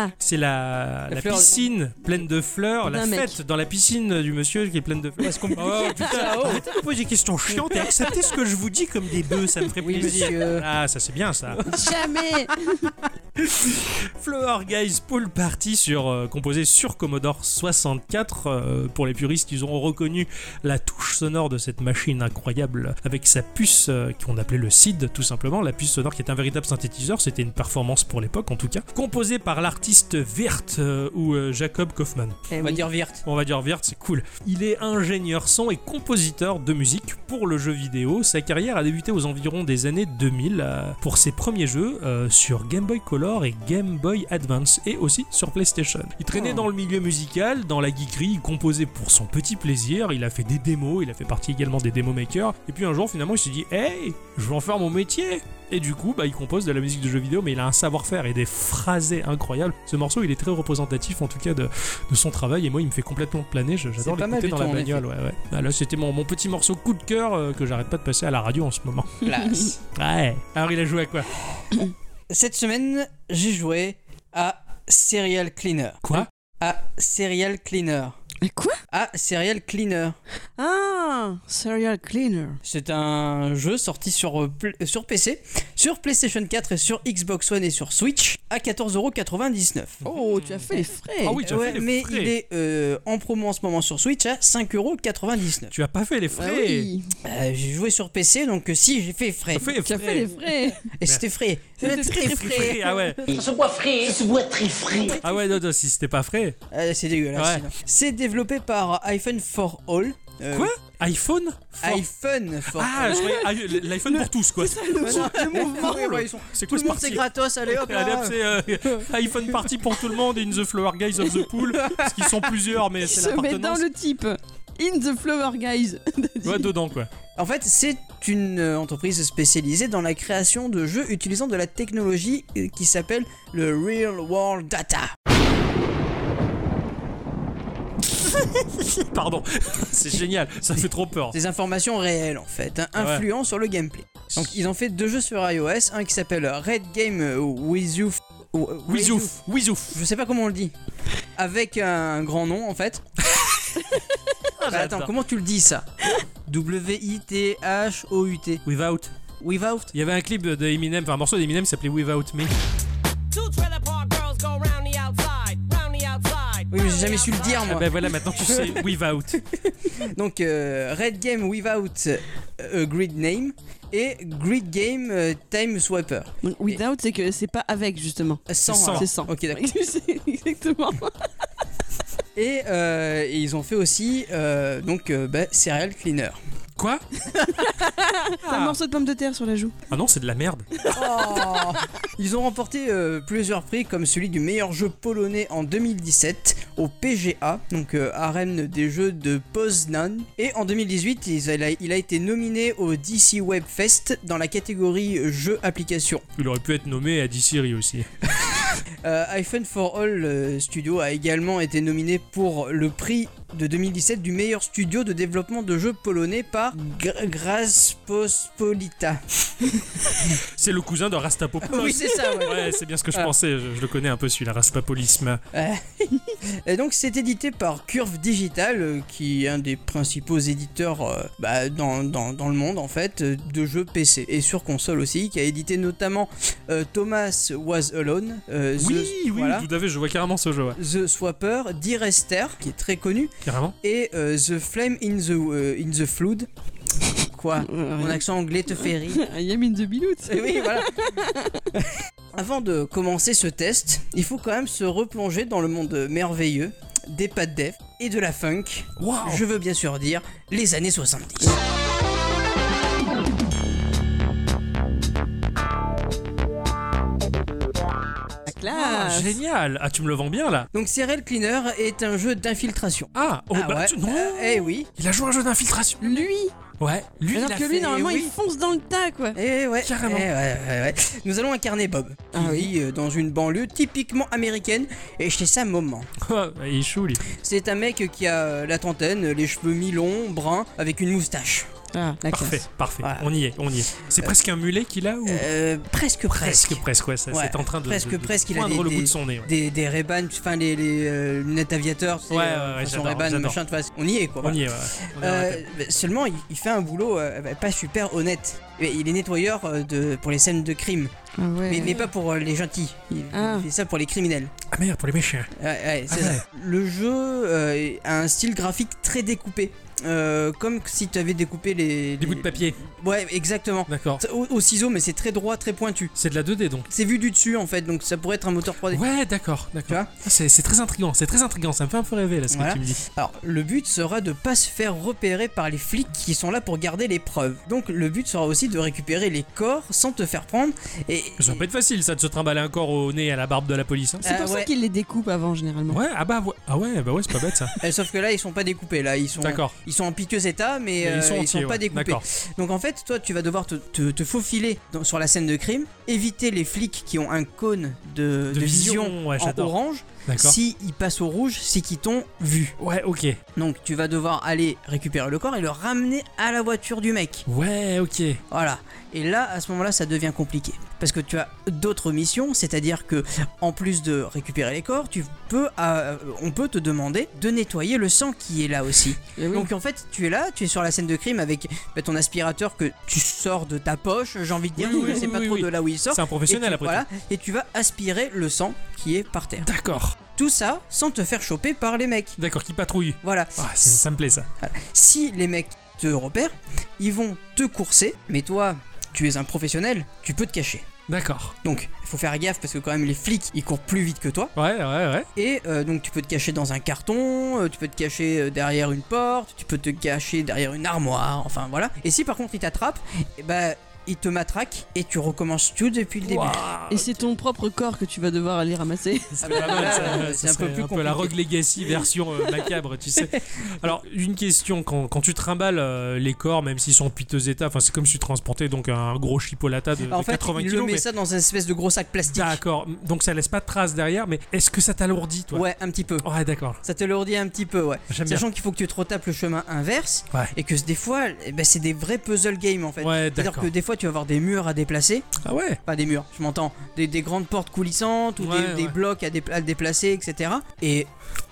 [SPEAKER 3] Ah
[SPEAKER 2] c'est la,
[SPEAKER 1] La
[SPEAKER 2] la
[SPEAKER 1] fleur-
[SPEAKER 2] piscine pleine de fleurs, la
[SPEAKER 3] D'un mec.
[SPEAKER 2] fête dans la piscine du monsieur qui est pleine de fleurs. Est-ce qu'on oh, putain, arrêtez de me poser des questions chiantes et acceptez ce que je vous dis comme des bœufs, ça me ferait
[SPEAKER 1] oui,
[SPEAKER 2] plaisir.
[SPEAKER 1] monsieur.
[SPEAKER 2] Ah, ça c'est bien ça.
[SPEAKER 3] Jamais
[SPEAKER 2] Flower Guys Pool Party sur, euh, composé sur Commodore 64. euh, pour les puristes, ils auront reconnu la touche sonore de cette machine incroyable avec sa puce euh, qu'on appelait le SID tout simplement. La puce sonore qui est un véritable synthétiseur, c'était une performance pour l'époque en tout cas. Composée par l'artiste Wirth euh, ou euh, Jacob Kaufman.
[SPEAKER 3] Eh
[SPEAKER 1] On va dire Wirth.
[SPEAKER 2] On va dire Wirth, c'est cool. Il est ingénieur son et compositeur de musique pour le jeu vidéo. Sa carrière a débuté aux environs des années 2000 euh, pour ses premiers jeux euh, sur Game Boy Color et Game Boy Advance et aussi sur PlayStation. Il traînait
[SPEAKER 1] Oh.
[SPEAKER 2] dans le milieu musical, dans la geekerie, il composait pour son petit plaisir, il a fait des démos, il a fait partie également des démo makers. Et puis un jour finalement il s'est dit Hey, je vais en faire mon métier et du coup, bah, il compose de la musique de jeux vidéo, mais il a un savoir-faire et des phrasés incroyables. Ce morceau, il est très représentatif, en tout cas, de, de son travail. Et moi, il me fait complètement planer. Je- J'adore
[SPEAKER 1] C'est pas mal
[SPEAKER 2] l'écouter
[SPEAKER 1] du
[SPEAKER 2] dans la
[SPEAKER 1] tout, en
[SPEAKER 2] bagnole. Ouais, ouais. Ah, là, c'était mon, mon petit morceau coup de cœur euh, que j'arrête pas de passer à la radio en ce moment.
[SPEAKER 1] Classe.
[SPEAKER 2] Ouais. Alors, il a joué à quoi
[SPEAKER 1] Cette semaine, j'ai joué à Serial Cleaner.
[SPEAKER 2] Quoi
[SPEAKER 1] À Serial Cleaner.
[SPEAKER 3] Mais quoi
[SPEAKER 1] À Serial Cleaner.
[SPEAKER 3] Ah Serial Cleaner
[SPEAKER 1] C'est un jeu sorti sur, euh, pl- sur PC, sur PlayStation 4 et sur Xbox One et sur Switch à 14,99€.
[SPEAKER 3] Oh, tu as fait les frais
[SPEAKER 2] Ah oui, tu as
[SPEAKER 1] Ouais,
[SPEAKER 2] fait les
[SPEAKER 1] mais
[SPEAKER 2] frais.
[SPEAKER 1] il est euh, en promo en ce moment sur Switch à 5,99€.
[SPEAKER 2] Tu as pas fait les
[SPEAKER 3] Ah
[SPEAKER 2] frais
[SPEAKER 3] oui,
[SPEAKER 1] Euh, j'ai joué sur PC donc euh, si j'ai fait frais.
[SPEAKER 2] Tu as fait les
[SPEAKER 3] tu as fait
[SPEAKER 2] frais.
[SPEAKER 3] les frais
[SPEAKER 1] Et c'était frais.
[SPEAKER 3] C'était très
[SPEAKER 2] Les frais, Ah ouais, ah ouais, non, non, si c'était pas frais.
[SPEAKER 1] Euh, c'est dégueulasse.
[SPEAKER 2] Ouais.
[SPEAKER 1] sinon. C'est développé par iPhone for All. Euh,
[SPEAKER 2] Quoi iPhone Fort.
[SPEAKER 1] iPhone for
[SPEAKER 2] Ah,
[SPEAKER 1] All.
[SPEAKER 2] je croyais- ah, l'iPhone pour tous, quoi.
[SPEAKER 1] le mouvement.
[SPEAKER 2] C'est
[SPEAKER 1] Tout
[SPEAKER 2] quoi
[SPEAKER 1] le
[SPEAKER 2] ce
[SPEAKER 1] monde c'est
[SPEAKER 2] parti
[SPEAKER 1] gratos, allez hop là.
[SPEAKER 2] Allez, hop, c'est euh, iPhone party pour tout le monde et In the Flower Guys of the Pool, parce qu'ils sont plusieurs, mais
[SPEAKER 3] Il
[SPEAKER 2] c'est
[SPEAKER 3] se met dans
[SPEAKER 2] l'appartenance.
[SPEAKER 3] le type In the Flower Guys
[SPEAKER 2] Ouais, dedans quoi.
[SPEAKER 1] En fait, c'est une euh, entreprise spécialisée dans la création de jeux utilisant de la technologie euh, qui s'appelle le Real World Data.
[SPEAKER 2] Pardon, c'est génial, ça fait trop peur.
[SPEAKER 1] Des informations réelles en fait, hein,
[SPEAKER 2] Ah Ouais.
[SPEAKER 1] influant sur le gameplay. Donc ils ont fait deux jeux sur iOS, un qui s'appelle Red Game euh, With You. F- euh, With You
[SPEAKER 2] Wizouf, Wizouf.
[SPEAKER 1] je sais pas comment on le dit, avec un grand nom en fait. Bah, attends, comment tu le dis ça W-I-T-H-O-U-T.
[SPEAKER 2] Without.
[SPEAKER 1] Without
[SPEAKER 2] Il y avait un clip de Eminem, enfin un morceau d'Eminem qui s'appelait Without Me.
[SPEAKER 6] Two trailer park girls go round the outside, round the outside.
[SPEAKER 1] Oui, mais j'ai jamais su le dire
[SPEAKER 2] Ah
[SPEAKER 1] moi.
[SPEAKER 2] bah voilà, maintenant tu sais Without.
[SPEAKER 1] Donc euh, Red Game Without euh, a Grid Name et Grid Game euh, Time Swapper.
[SPEAKER 3] Donc, Without, c'est que c'est pas avec, justement.
[SPEAKER 1] Sans,
[SPEAKER 2] C'est sans.
[SPEAKER 1] alors.
[SPEAKER 3] C'est sans.
[SPEAKER 1] Ok, d'accord.
[SPEAKER 3] C'est Exactement.
[SPEAKER 1] Et, euh, et ils ont fait aussi euh, donc euh, bah, Serial Cleaner.
[SPEAKER 2] Quoi
[SPEAKER 3] T'as un morceau de pomme de terre sur la joue.
[SPEAKER 2] Ah non, c'est de la merde.
[SPEAKER 1] Oh Ils ont remporté euh, plusieurs prix comme celui du meilleur jeu polonais en 2017 au PGA, donc euh, arène des jeux de Poznan. Et en 2018, ils- il a, il a été nominé au DC Web Fest dans la catégorie jeux applications.
[SPEAKER 2] Il aurait pu être nommé à Siri aussi.
[SPEAKER 1] Euh, iPhone for All euh, Studio a également été nominé pour le prix de 2017 du meilleur studio de développement de jeux polonais par Gr- Graspospolita.
[SPEAKER 2] C'est le cousin de Rastapopoulos.
[SPEAKER 1] Oui, c'est ça, ouais.
[SPEAKER 2] Ouais, c'est bien ce que je
[SPEAKER 1] Ah.
[SPEAKER 2] pensais, je, je le connais un peu celui-là, Raspapolisme.
[SPEAKER 1] Et donc c'est édité par Curve Digital, euh, qui est un des principaux éditeurs euh, bah, dans, dans- dans le monde en fait, euh, de jeux PC et sur console aussi, qui a édité notamment euh, Thomas Was Alone, euh,
[SPEAKER 2] Oui, oui,
[SPEAKER 1] The, voilà,
[SPEAKER 2] tout à fait, je vois carrément ce jeu, ouais.
[SPEAKER 1] The Swapper, Dear Esther, qui est très connu,
[SPEAKER 2] Carrément.
[SPEAKER 1] et euh, The Flame in the, euh, in the Flood. Quoi Mon
[SPEAKER 3] On
[SPEAKER 1] accent anglais te fait rire.
[SPEAKER 3] a... Yamin de Bilout.
[SPEAKER 1] Eh oui, voilà. Avant de commencer ce test, il faut quand même se replonger dans le monde merveilleux des pattes dev et de la funk.
[SPEAKER 2] Waouh
[SPEAKER 1] Je veux bien sûr dire les années 70.
[SPEAKER 3] La
[SPEAKER 2] Ah,
[SPEAKER 3] classe.
[SPEAKER 2] génial Ah, tu me le vends bien là
[SPEAKER 1] Donc Serial Cleaner est un jeu d'infiltration.
[SPEAKER 2] Ah, oh,
[SPEAKER 1] Ah
[SPEAKER 2] bah,
[SPEAKER 1] ouais.
[SPEAKER 2] tu- non
[SPEAKER 1] Euh, eh oui.
[SPEAKER 2] Il a joué à un jeu d'infiltration
[SPEAKER 3] Lui,
[SPEAKER 2] Ouais, lui,
[SPEAKER 3] Alors
[SPEAKER 2] il a
[SPEAKER 3] que lui,
[SPEAKER 2] fait-
[SPEAKER 3] normalement,
[SPEAKER 2] oui.
[SPEAKER 3] il fonce dans le tas, quoi.
[SPEAKER 1] Eh ouais,
[SPEAKER 2] Carrément.
[SPEAKER 1] eh ouais, ouais, ouais. Nous allons incarner Bob, qui
[SPEAKER 3] Ah oui.
[SPEAKER 1] vit euh, dans une banlieue typiquement américaine et chez sa maman.
[SPEAKER 2] Ah, il choue, lui.
[SPEAKER 1] C'est un mec qui a euh, la trentaine, les cheveux mi-longs, bruns, avec une moustache.
[SPEAKER 3] Ah.
[SPEAKER 1] La
[SPEAKER 2] Parfait,
[SPEAKER 1] classe.
[SPEAKER 2] parfait.
[SPEAKER 1] Voilà.
[SPEAKER 2] On y est, on y est. C'est presque un mulet qu'il a ou
[SPEAKER 1] Euh, presque, presque.
[SPEAKER 2] presque, presque, ouais, ça,
[SPEAKER 1] Ouais,
[SPEAKER 2] c'est en train de,
[SPEAKER 1] presque,
[SPEAKER 2] de- de
[SPEAKER 1] presque, il a
[SPEAKER 2] poindre
[SPEAKER 1] des-
[SPEAKER 2] le bout
[SPEAKER 1] des-
[SPEAKER 2] de son nez. ouais.
[SPEAKER 1] Des, des Ray-Ban, enfin les, les euh, lunettes aviateurs, c'est
[SPEAKER 2] Ouais, ouais,
[SPEAKER 1] euh,
[SPEAKER 2] ouais,
[SPEAKER 1] façon
[SPEAKER 2] j'adore,
[SPEAKER 1] Ray-Ban,
[SPEAKER 2] j'adore.
[SPEAKER 1] machin, de face. On y est quoi.
[SPEAKER 2] On y est, ouais. On est dans la
[SPEAKER 1] Euh,
[SPEAKER 2] tête.
[SPEAKER 1] bah, seulement, il, il fait un boulot euh, bah, pas super honnête. Mais Il est nettoyeur euh, de, pour les scènes de crime,
[SPEAKER 3] Ah ouais.
[SPEAKER 1] mais, mais pas pour euh, les gentils. Il,
[SPEAKER 3] Ah.
[SPEAKER 1] il fait ça pour les criminels.
[SPEAKER 2] Ah merde, pour les méchants.
[SPEAKER 1] Ouais, ouais, c'est
[SPEAKER 2] Ah
[SPEAKER 1] ça.
[SPEAKER 2] ouais.
[SPEAKER 1] Le jeu euh, a un style graphique très découpé. Euh, comme si tu avais découpé les.
[SPEAKER 2] Des bouts de
[SPEAKER 1] les-
[SPEAKER 2] papier,
[SPEAKER 1] Ouais, exactement.
[SPEAKER 2] d'accord.
[SPEAKER 1] Au, au ciseau, mais c'est très droit, très pointu.
[SPEAKER 2] C'est de la 2D donc.
[SPEAKER 1] C'est vu du dessus en fait, donc ça pourrait être un moteur 3D.
[SPEAKER 2] Ouais, d'accord,
[SPEAKER 1] Tu
[SPEAKER 2] d'accord.
[SPEAKER 1] vois
[SPEAKER 2] Ah, C'est c'est très intriguant, c'est très intriguant, ça me fait un peu rêver là ce
[SPEAKER 1] Voilà.
[SPEAKER 2] que tu me dis.
[SPEAKER 1] Alors, le but sera de pas se faire repérer par les flics qui sont là pour garder les preuves. Donc, le but sera aussi de récupérer les corps sans te faire prendre. Et.
[SPEAKER 2] Ça peut être facile ça de se trimballer un corps au nez et à la barbe de la police. hein.
[SPEAKER 3] C'est pour
[SPEAKER 1] Ah
[SPEAKER 3] ça
[SPEAKER 1] ouais.
[SPEAKER 3] qu'il les découpe avant, généralement.
[SPEAKER 2] Ouais, ah bah ouais, ah ouais, bah ouais, c'est pas bête ça.
[SPEAKER 1] euh, sauf que là, ils sont pas découpés. Là, ils sont.
[SPEAKER 2] D'accord.
[SPEAKER 1] Ils sont en piteux état, mais, euh,
[SPEAKER 2] Mais
[SPEAKER 1] ils sont,
[SPEAKER 2] entiers,
[SPEAKER 1] pas
[SPEAKER 2] ouais.
[SPEAKER 1] découpés.
[SPEAKER 2] D'accord.
[SPEAKER 1] Donc en fait, toi, tu vas devoir te, te- te faufiler dans- sur la scène de crime, éviter les flics qui ont un cône de, de vision,
[SPEAKER 2] ouais,
[SPEAKER 1] en
[SPEAKER 2] j'adore.
[SPEAKER 1] orange.
[SPEAKER 2] D'accord.
[SPEAKER 1] Si ils passent au rouge, c'est qu'ils t'ont vu.
[SPEAKER 2] Ouais, ok.
[SPEAKER 1] Donc tu vas devoir aller récupérer le corps et le ramener à la voiture du mec.
[SPEAKER 2] Ouais, ok.
[SPEAKER 1] Voilà. Et là, à ce moment-là, ça devient compliqué. Parce que tu as d'autres missions, c'est-à-dire que, en plus de récupérer les corps, tu peux, euh, on peut te demander de nettoyer le sang qui est là aussi.
[SPEAKER 3] Eh oui.
[SPEAKER 1] Donc en fait, tu es là, tu es sur la scène de crime avec bah, ton aspirateur que tu sors de ta poche, j'ai envie de dire,
[SPEAKER 2] Oui,
[SPEAKER 1] je
[SPEAKER 2] oui,
[SPEAKER 1] sais
[SPEAKER 2] oui,
[SPEAKER 1] pas
[SPEAKER 2] oui,
[SPEAKER 1] trop
[SPEAKER 2] oui.
[SPEAKER 1] de là où il sort.
[SPEAKER 2] C'est un professionnel
[SPEAKER 1] et tu,
[SPEAKER 2] après
[SPEAKER 1] voilà, et tu vas aspirer le sang qui est par terre.
[SPEAKER 2] tout. D'accord,
[SPEAKER 1] Tout ça sans te faire choper par les mecs.
[SPEAKER 2] d'accord, qui patrouille.
[SPEAKER 1] Voilà.
[SPEAKER 2] Ah, ça, ça me plaît ça.
[SPEAKER 1] Si les mecs te repèrent, ils vont te courser, mais toi, tu es un professionnel, tu peux te cacher.
[SPEAKER 2] D'accord.
[SPEAKER 1] Donc, il faut faire gaffe parce que quand même les flics, ils courent plus vite que toi.
[SPEAKER 2] Ouais, ouais, ouais.
[SPEAKER 1] Et euh, donc tu peux te cacher dans un carton, euh, tu peux te cacher euh, derrière une porte, tu peux te cacher derrière une armoire, enfin voilà. Et si par contre il t'attrape, eh ben, il te matraque et tu recommences tout depuis le début.
[SPEAKER 2] Ouah,
[SPEAKER 3] Et c'est ton propre corps que tu vas devoir aller ramasser.
[SPEAKER 2] c'est pas mal, ça.
[SPEAKER 1] Euh, c'est
[SPEAKER 2] Ça
[SPEAKER 1] un peu
[SPEAKER 2] serait
[SPEAKER 1] plus
[SPEAKER 2] un peu la Rogue
[SPEAKER 1] compliqué.
[SPEAKER 2] Legacy version euh, macabre, tu sais. Alors, une question, quand, quand tu trimbales euh, les corps, même s'ils sont en piteux état, enfin, c'est comme si tu transportais donc un gros chipolata de,
[SPEAKER 1] en
[SPEAKER 2] de
[SPEAKER 1] fait,
[SPEAKER 2] 80
[SPEAKER 1] il
[SPEAKER 2] kilos.
[SPEAKER 1] le met
[SPEAKER 2] mais-
[SPEAKER 1] ça dans un espèce de gros sac plastique.
[SPEAKER 2] D'accord, donc ça laisse pas de traces derrière, mais est-ce que ça t'alourdit, toi
[SPEAKER 1] Ouais, un petit peu.
[SPEAKER 2] Ouais, d'accord.
[SPEAKER 1] Ça te l'ourdit un petit peu, ouais.
[SPEAKER 2] J'aime bien.
[SPEAKER 1] Sachant qu'il faut que tu te retapes le chemin inverse
[SPEAKER 2] Ouais.
[SPEAKER 1] et que des fois, eh ben, c'est des vrais puzzle games en fait.
[SPEAKER 2] Ouais,
[SPEAKER 1] C'est-à-dire
[SPEAKER 2] d'accord.
[SPEAKER 1] que des fois, tu vas avoir des murs à déplacer.
[SPEAKER 2] Ah ouais
[SPEAKER 1] pas des murs, je m'entends, des, des grandes portes coulissantes ou des-
[SPEAKER 2] Ouais,
[SPEAKER 1] des,
[SPEAKER 2] ouais.
[SPEAKER 1] blocs à, dé- à déplacer, etc. Et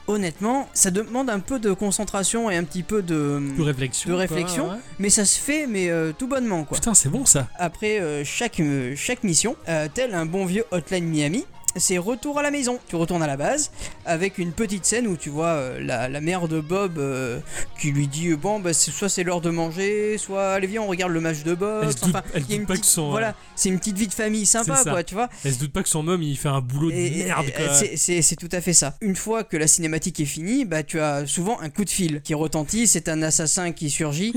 [SPEAKER 1] honnêtement, ça demande un peu de concentration et un petit peu de.
[SPEAKER 2] De réflexion.
[SPEAKER 1] De
[SPEAKER 2] quoi,
[SPEAKER 1] réflexion.
[SPEAKER 2] ouais.
[SPEAKER 1] Mais ça se fait, mais euh, tout bonnement quoi.
[SPEAKER 2] Putain, c'est bon ça.
[SPEAKER 1] Après euh, chaque, euh, chaque mission, euh, tel un bon vieux Hotline Miami. C'est retour à la maison. Tu retournes à la base avec une petite scène où tu vois euh, la, la mère de Bob euh, qui lui dit euh, bon bah c'est- soit c'est l'heure de manger, soit allez viens on regarde le match de Bob.
[SPEAKER 2] Elle se doute- elle
[SPEAKER 1] il y a
[SPEAKER 2] doute
[SPEAKER 1] une
[SPEAKER 2] pas que
[SPEAKER 1] petite-
[SPEAKER 2] son-
[SPEAKER 1] voilà, c'est une petite vie de famille sympa
[SPEAKER 2] C'est ça.
[SPEAKER 1] quoi, tu vois.
[SPEAKER 2] Elle se doute pas que son homme il fait un boulot de
[SPEAKER 1] Et-
[SPEAKER 2] merde
[SPEAKER 1] et-
[SPEAKER 2] quoi.
[SPEAKER 1] c'est- C'est c'est tout à fait ça. Une fois que la cinématique est finie, bah tu as souvent un coup de fil qui retentit. C'est un assassin qui surgit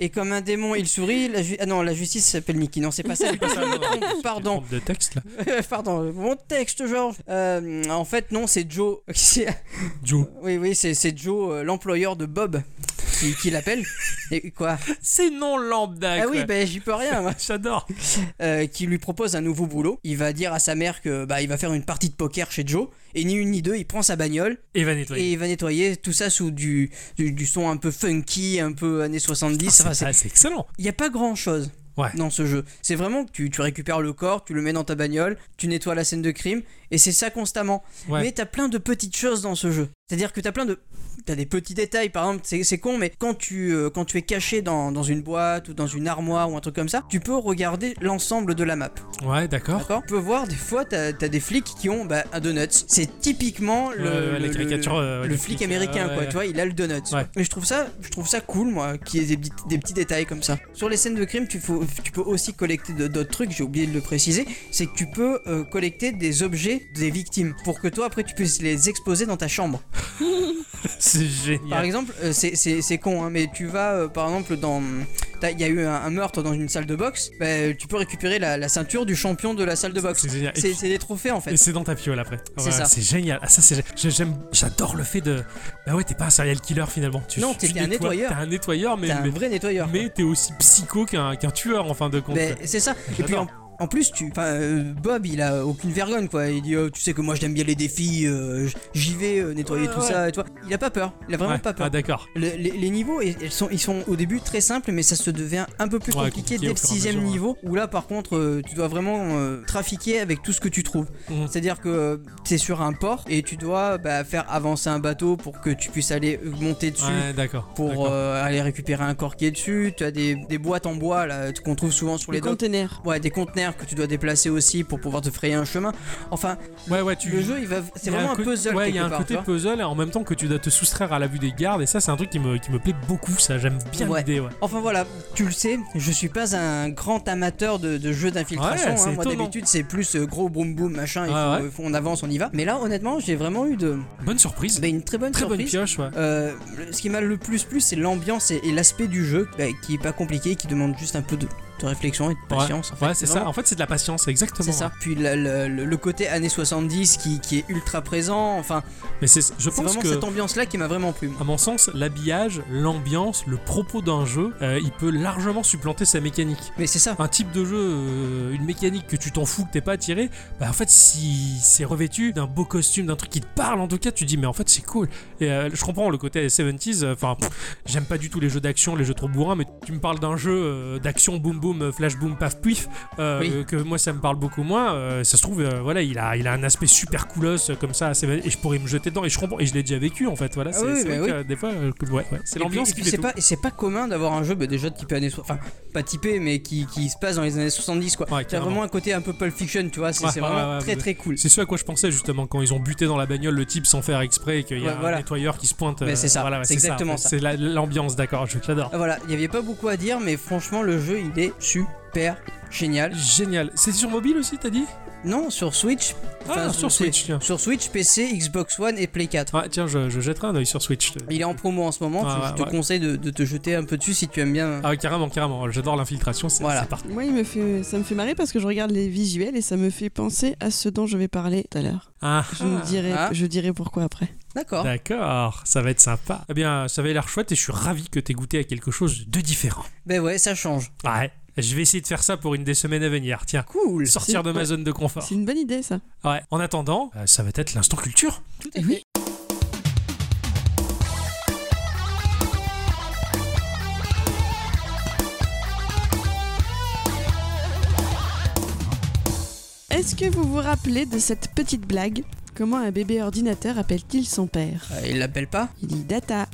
[SPEAKER 1] et comme un démon, il sourit. La ju- ah non, la justice s'appelle Mickey. Non, c'est pas ça.
[SPEAKER 2] Pas ça, non, non, tu te
[SPEAKER 1] Pardon.
[SPEAKER 2] trompes De texte là.
[SPEAKER 1] Pardon, mon texte, Georges. Euh, en fait, non, c'est Joe. qui-
[SPEAKER 2] Joe.
[SPEAKER 1] oui, oui, c'est c'est Joe, euh, l'employeur de Bob, qui, qui l'appelle. Et quoi
[SPEAKER 2] C'est non lambda
[SPEAKER 1] Ah
[SPEAKER 2] quoi. Ah,
[SPEAKER 1] oui, bah j'y peux rien. moi.
[SPEAKER 2] J'adore.
[SPEAKER 1] Euh, qui lui propose un nouveau boulot. Il va dire à sa mère que bah il va faire une partie de poker chez Joe. Et ni une ni deux, il prend sa bagnole.
[SPEAKER 2] Et va nettoyer.
[SPEAKER 1] Et il va nettoyer tout ça sous du, du, du son un peu funky, un peu années 70.
[SPEAKER 2] Ah,
[SPEAKER 1] Enfin,
[SPEAKER 2] c'est
[SPEAKER 1] c'est-
[SPEAKER 2] ah, c'est excellent.
[SPEAKER 1] Il n'y a pas grand chose
[SPEAKER 2] Ouais.
[SPEAKER 1] dans ce jeu. C'est vraiment que tu, tu récupères le corps, tu le mets dans ta bagnole, tu nettoies la scène de crime, et c'est ça constamment.
[SPEAKER 2] Ouais.
[SPEAKER 1] Mais t'as plein de petites choses dans ce jeu. C'est-à-dire que t'as plein de. T'as des petits détails, par exemple, c'est c'est con, mais quand tu, euh, quand tu es caché dans, dans une boîte ou dans une armoire ou un truc comme ça, tu peux regarder l'ensemble de la map.
[SPEAKER 2] Ouais, d'accord.
[SPEAKER 1] D'accord Tu peux voir, des fois, t'as as des flics qui ont bah, un donut. C'est typiquement le,
[SPEAKER 2] Ouais, ouais, la
[SPEAKER 1] le-
[SPEAKER 2] caricature, euh,
[SPEAKER 1] le
[SPEAKER 2] du
[SPEAKER 1] flic
[SPEAKER 2] flic,
[SPEAKER 1] américain,
[SPEAKER 2] ouais,
[SPEAKER 1] quoi.
[SPEAKER 2] ouais.
[SPEAKER 1] Tu vois, il a le donut.
[SPEAKER 2] Ouais.
[SPEAKER 1] Et je trouve ça, je trouve ça cool, moi, qu'il y ait des, petits- des petits détails comme ça. Sur les scènes de crime, tu, faut- tu peux aussi collecter de- d'autres trucs. J'ai oublié de le préciser, c'est que tu peux euh, collecter des objets des victimes pour que toi après tu puisses les exposer dans ta chambre.
[SPEAKER 2] C'est
[SPEAKER 1] Par
[SPEAKER 2] génial.
[SPEAKER 1] exemple, euh, c'est- c'est c'est con, hein, mais tu vas euh, par exemple dans. t'as- Il y a eu un, un meurtre dans une salle de boxe, bah, tu peux récupérer la, la ceinture du champion de la salle de boxe.
[SPEAKER 2] C'est génial. Et
[SPEAKER 1] C'est
[SPEAKER 2] puis-
[SPEAKER 1] c'est des trophées en
[SPEAKER 2] Et
[SPEAKER 1] fait.
[SPEAKER 2] c'est dans ta fiole après.
[SPEAKER 1] C'est
[SPEAKER 2] Ouais,
[SPEAKER 1] ça.
[SPEAKER 2] C'est génial. Ah, ça, c'est, j'ai- j'aime, j'adore le fait de. Bah ouais, t'es pas un serial killer finalement. Tu,
[SPEAKER 1] Non,
[SPEAKER 2] tu
[SPEAKER 1] t'es un
[SPEAKER 2] nettoies-
[SPEAKER 1] nettoyeur.
[SPEAKER 2] T'es un nettoyeur, mais,
[SPEAKER 1] T'es un
[SPEAKER 2] mais,
[SPEAKER 1] vrai nettoyeur.
[SPEAKER 2] mais t'es aussi psycho qu'un, qu'un tueur en fin de compte.
[SPEAKER 1] Ben, c'est ça. Et puis en,
[SPEAKER 2] J'adore.
[SPEAKER 1] en plus, tu, enfin, euh, Bob, il a aucune vergogne, quoi. Il dit, oh, tu sais que moi, j'aime bien les défis. euh, j- J'y vais euh, nettoyer
[SPEAKER 2] Ouais,
[SPEAKER 1] tout
[SPEAKER 2] ouais.
[SPEAKER 1] ça. Et toi, il a pas peur. Il a vraiment
[SPEAKER 2] Ouais.
[SPEAKER 1] pas
[SPEAKER 2] Ah,
[SPEAKER 1] peur.
[SPEAKER 2] d'accord.
[SPEAKER 1] Le- les, les niveaux, ils ils sont, ils sont au début très simples, mais ça se devient un peu plus
[SPEAKER 2] Ouais,
[SPEAKER 1] compliqué,
[SPEAKER 2] compliqué
[SPEAKER 1] dès
[SPEAKER 2] au
[SPEAKER 1] le
[SPEAKER 2] fur et à
[SPEAKER 1] sixième
[SPEAKER 2] mesure, ouais.
[SPEAKER 1] niveau, où là, par contre, euh, tu dois vraiment euh, trafiquer avec tout ce que tu trouves.
[SPEAKER 2] Mhm.
[SPEAKER 1] C'est-à-dire que c'est sur un port et tu dois bah, faire avancer un bateau pour que tu puisses aller euh, monter dessus
[SPEAKER 2] Ouais, d'accord.
[SPEAKER 1] pour
[SPEAKER 2] d'accord.
[SPEAKER 1] euh, aller récupérer un corps qui est dessus. Tu as des, des boîtes en bois là qu'on trouve souvent sur les
[SPEAKER 3] Les
[SPEAKER 1] docks.
[SPEAKER 3] containers.
[SPEAKER 1] Ouais, des conteneurs que tu dois déplacer aussi pour pouvoir te frayer un chemin. Enfin,
[SPEAKER 2] ouais, ouais, tu.
[SPEAKER 1] le jeu, il va, c'est
[SPEAKER 2] il y a
[SPEAKER 1] vraiment un
[SPEAKER 2] co-
[SPEAKER 1] puzzle
[SPEAKER 2] Ouais, il
[SPEAKER 1] quelque
[SPEAKER 2] y a un
[SPEAKER 1] part,
[SPEAKER 2] côté
[SPEAKER 1] tu vois.
[SPEAKER 2] puzzle et en même temps que tu dois te soustraire à la vue des gardes. Et ça, c'est un truc qui me, qui me plaît beaucoup. Ça, j'aime bien
[SPEAKER 1] Ouais.
[SPEAKER 2] l'idée. Ouais.
[SPEAKER 1] Enfin voilà, tu le sais, je suis pas un grand amateur de, de jeux d'infiltration.
[SPEAKER 2] Ouais, c'est
[SPEAKER 1] hein. Moi
[SPEAKER 2] étonnant.
[SPEAKER 1] d'habitude c'est plus euh, gros boum boum machin, il
[SPEAKER 2] Ouais,
[SPEAKER 1] faut- faut- on avance, on y va. Mais là honnêtement j'ai vraiment eu de,
[SPEAKER 2] Bonne surprise.
[SPEAKER 1] bah, une très bonne
[SPEAKER 2] Très bonne
[SPEAKER 1] surprise.
[SPEAKER 2] pioche, ouais.
[SPEAKER 1] Euh, le- ce qui m'a le plus plu c'est l'ambiance et, et l'aspect du jeu bah, qui est pas compliqué, qui demande juste un peu de, de réflexion et de
[SPEAKER 2] Ouais,
[SPEAKER 1] patience. en fait.
[SPEAKER 2] ouais, c'est ça.
[SPEAKER 1] vraiment-
[SPEAKER 2] En fait, c'est de la patience, c'est exactement.
[SPEAKER 1] C'est ça. Puis la- la- le, le côté années 70 qui, qui est ultra présent, enfin
[SPEAKER 2] Mais c'est, je
[SPEAKER 1] c'est
[SPEAKER 2] pense
[SPEAKER 1] vraiment
[SPEAKER 2] que.
[SPEAKER 1] cette ambiance là qui m'a vraiment plu. moi.
[SPEAKER 2] À mon sens, l'habillage, l'ambiance, le propos d'un jeu, euh, il peut largement supplanter sa mécanique.
[SPEAKER 1] Mais c'est ça.
[SPEAKER 2] Un type de jeu, euh, une mécanique que tu t'en fous, que t'es pas attiré, bah en fait, si c'est revêtu d'un beau costume, d'un truc qui te parle, en tout cas, tu dis, mais en fait, c'est cool. Et euh, je comprends le côté 70s, enfin, pff, j'aime pas du tout les jeux d'action, les jeux trop bourrins, mais tu me parles d'un jeu euh, d'action, boum boum, euh, flash boum, paf puif, euh,
[SPEAKER 1] Oui.
[SPEAKER 2] euh, que moi, ça me parle beaucoup moins. euh, ça se trouve, euh, voilà, il a, il a un aspect super coolos, euh, comme ça, c'est- et je pourrais me jeter dedans, et je comprends, et je l'ai déjà vécu, en fait, voilà.
[SPEAKER 1] Ah
[SPEAKER 2] c'est
[SPEAKER 1] oui,
[SPEAKER 2] c'est
[SPEAKER 1] bah
[SPEAKER 2] vrai
[SPEAKER 1] oui.
[SPEAKER 2] que, euh, des fois, euh, que- ouais, ouais, c'est
[SPEAKER 1] Et puis-
[SPEAKER 2] l'ambiance
[SPEAKER 1] et
[SPEAKER 2] qui
[SPEAKER 1] puis
[SPEAKER 2] fait
[SPEAKER 1] c'est
[SPEAKER 2] tout.
[SPEAKER 1] pas et c'est pas commun d'avoir un jeu bah, déjà typé années so- enfin pas typé mais qui, qui se passe dans les années 70 quoi.
[SPEAKER 2] Ouais,
[SPEAKER 1] T'as
[SPEAKER 2] carrément.
[SPEAKER 1] vraiment un côté un peu Pulp Fiction, tu vois, c'est
[SPEAKER 2] Ouais,
[SPEAKER 1] c'est
[SPEAKER 2] ouais,
[SPEAKER 1] vraiment
[SPEAKER 2] ouais, ouais,
[SPEAKER 1] très
[SPEAKER 2] ouais.
[SPEAKER 1] très cool.
[SPEAKER 2] C'est ce à quoi je pensais justement quand ils ont buté dans la bagnole le type sans faire exprès et qu'il y a
[SPEAKER 1] Ouais, voilà.
[SPEAKER 2] un nettoyeur qui se pointe.
[SPEAKER 1] Mais
[SPEAKER 2] euh,
[SPEAKER 1] c'est ça,
[SPEAKER 2] voilà, ouais,
[SPEAKER 1] c'est exactement ça.
[SPEAKER 2] C'est la- l'ambiance, d'accord, je- j'adore.
[SPEAKER 1] Ah, Voilà, il y avait pas beaucoup à dire mais franchement le jeu il est super génial.
[SPEAKER 2] Génial. C'est sur mobile aussi, t'as dit
[SPEAKER 1] Non, sur Switch, Enfin,
[SPEAKER 2] Ah, sur
[SPEAKER 1] c'est-
[SPEAKER 2] Switch, tiens.
[SPEAKER 1] sur Switch, PC, Xbox One et Play 4.
[SPEAKER 2] Ah, tiens, je, je jetterai un oeil sur Switch. je te-
[SPEAKER 1] Il est en promo en ce moment, tu-
[SPEAKER 2] Ouais,
[SPEAKER 1] je
[SPEAKER 2] ouais,
[SPEAKER 1] te
[SPEAKER 2] ouais.
[SPEAKER 1] conseille de, de te jeter un peu dessus si tu aimes bien.
[SPEAKER 2] Ah, ouais, carrément, carrément. J'adore l'infiltration, c'est
[SPEAKER 1] Voilà.
[SPEAKER 2] c'est parti.
[SPEAKER 3] Moi, il me fait, ça me fait marrer parce que je regarde les visuels et ça me fait penser à ce dont je vais parler tout à l'heure.
[SPEAKER 2] Ah,
[SPEAKER 3] Je vous dirai,
[SPEAKER 1] Ah.
[SPEAKER 3] je dirai pourquoi après.
[SPEAKER 1] D'accord.
[SPEAKER 2] d'accord, ça va être sympa. Eh bien, ça avait l'air chouette et je suis ravi que t'aies goûté à quelque chose de différent.
[SPEAKER 1] Ben ouais, ça change.
[SPEAKER 2] Ouais, je vais essayer de faire ça pour une des semaines à venir, tiens.
[SPEAKER 1] Cool.
[SPEAKER 2] Sortir de ma zone de confort.
[SPEAKER 3] C'est une bonne idée, ça.
[SPEAKER 2] Ouais, en attendant, euh, ça va être l'instant culture.
[SPEAKER 3] Oui. Est-ce que vous vous rappelez de cette petite blague Comment un bébé ordinateur appelle-t-il son père
[SPEAKER 1] Euh, il l'appelle pas
[SPEAKER 3] Il dit data.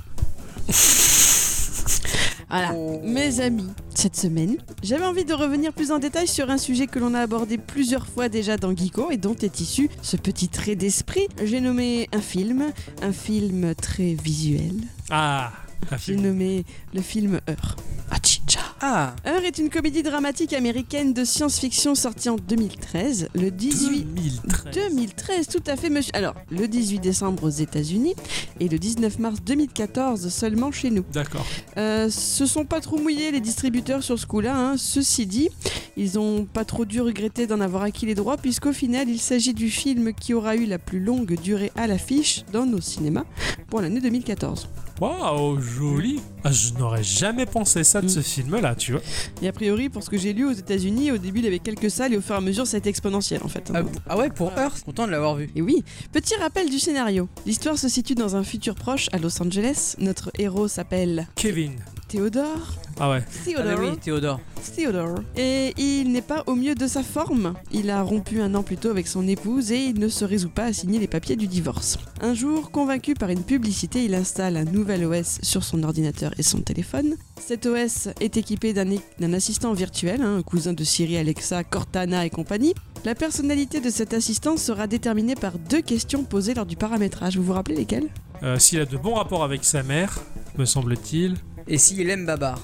[SPEAKER 3] Voilà.
[SPEAKER 1] Oh.
[SPEAKER 3] Mes amis, cette semaine, j'avais envie de revenir plus en détail sur un sujet que l'on a abordé plusieurs fois déjà dans Geeko et dont est issu ce petit trait d'esprit. J'ai nommé un film, un film très visuel.
[SPEAKER 2] Ah, un
[SPEAKER 3] J'ai
[SPEAKER 2] film.
[SPEAKER 3] nommé le film Heure. Achicha.
[SPEAKER 1] Ah,
[SPEAKER 3] Heure est une comédie dramatique américaine de science-fiction sortie en 2013, le 18
[SPEAKER 2] 2013.
[SPEAKER 3] 2013, tout à fait, monsieur. Alors, le 18 décembre aux États-Unis et le 19 mars 2014 seulement chez nous.
[SPEAKER 2] D'accord.
[SPEAKER 3] Euh, se sont pas trop mouillés les distributeurs sur ce coup-là. hein. Ceci dit, ils ont pas trop dû regretter d'en avoir acquis les droits, puisqu'au final, il s'agit du film qui aura eu la plus longue durée à l'affiche dans nos cinémas pour l'année 2014.
[SPEAKER 2] Waouh, joli Ah, Je n'aurais jamais pensé ça de ce film-là, tu vois.
[SPEAKER 3] Et a priori, pour ce que j'ai lu aux États-Unis, au début, il y avait quelques salles et au fur et à mesure, ça a été exponentiel en fait.
[SPEAKER 1] ah, ah ouais, pour Earth, content de l'avoir vu.
[SPEAKER 3] Et oui, petit rappel du scénario. L'histoire se situe dans un futur proche à Los Angeles. Notre héros s'appelle
[SPEAKER 2] Kevin.
[SPEAKER 3] Théodore.
[SPEAKER 2] Ah ouais.
[SPEAKER 1] Ah bah
[SPEAKER 3] Theodore.
[SPEAKER 1] oui, Théodore.
[SPEAKER 3] Theodore. Et il n'est pas au mieux de sa forme. Il a rompu un an plus tôt avec son épouse et il ne se résout pas à signer les papiers du divorce. Un jour, convaincu par une publicité, il installe un nouvel OS sur son ordinateur et son téléphone. Cet OS est équipé d'un d'un assistant virtuel, hein, un cousin de Siri, Alexa, Cortana et compagnie. La personnalité de cet assistant sera déterminée par deux questions posées lors du paramétrage. Vous vous rappelez lesquelles
[SPEAKER 2] Euh, S'il a de bons rapports avec sa mère, me semble-t-il.
[SPEAKER 1] Et s'il aime Babar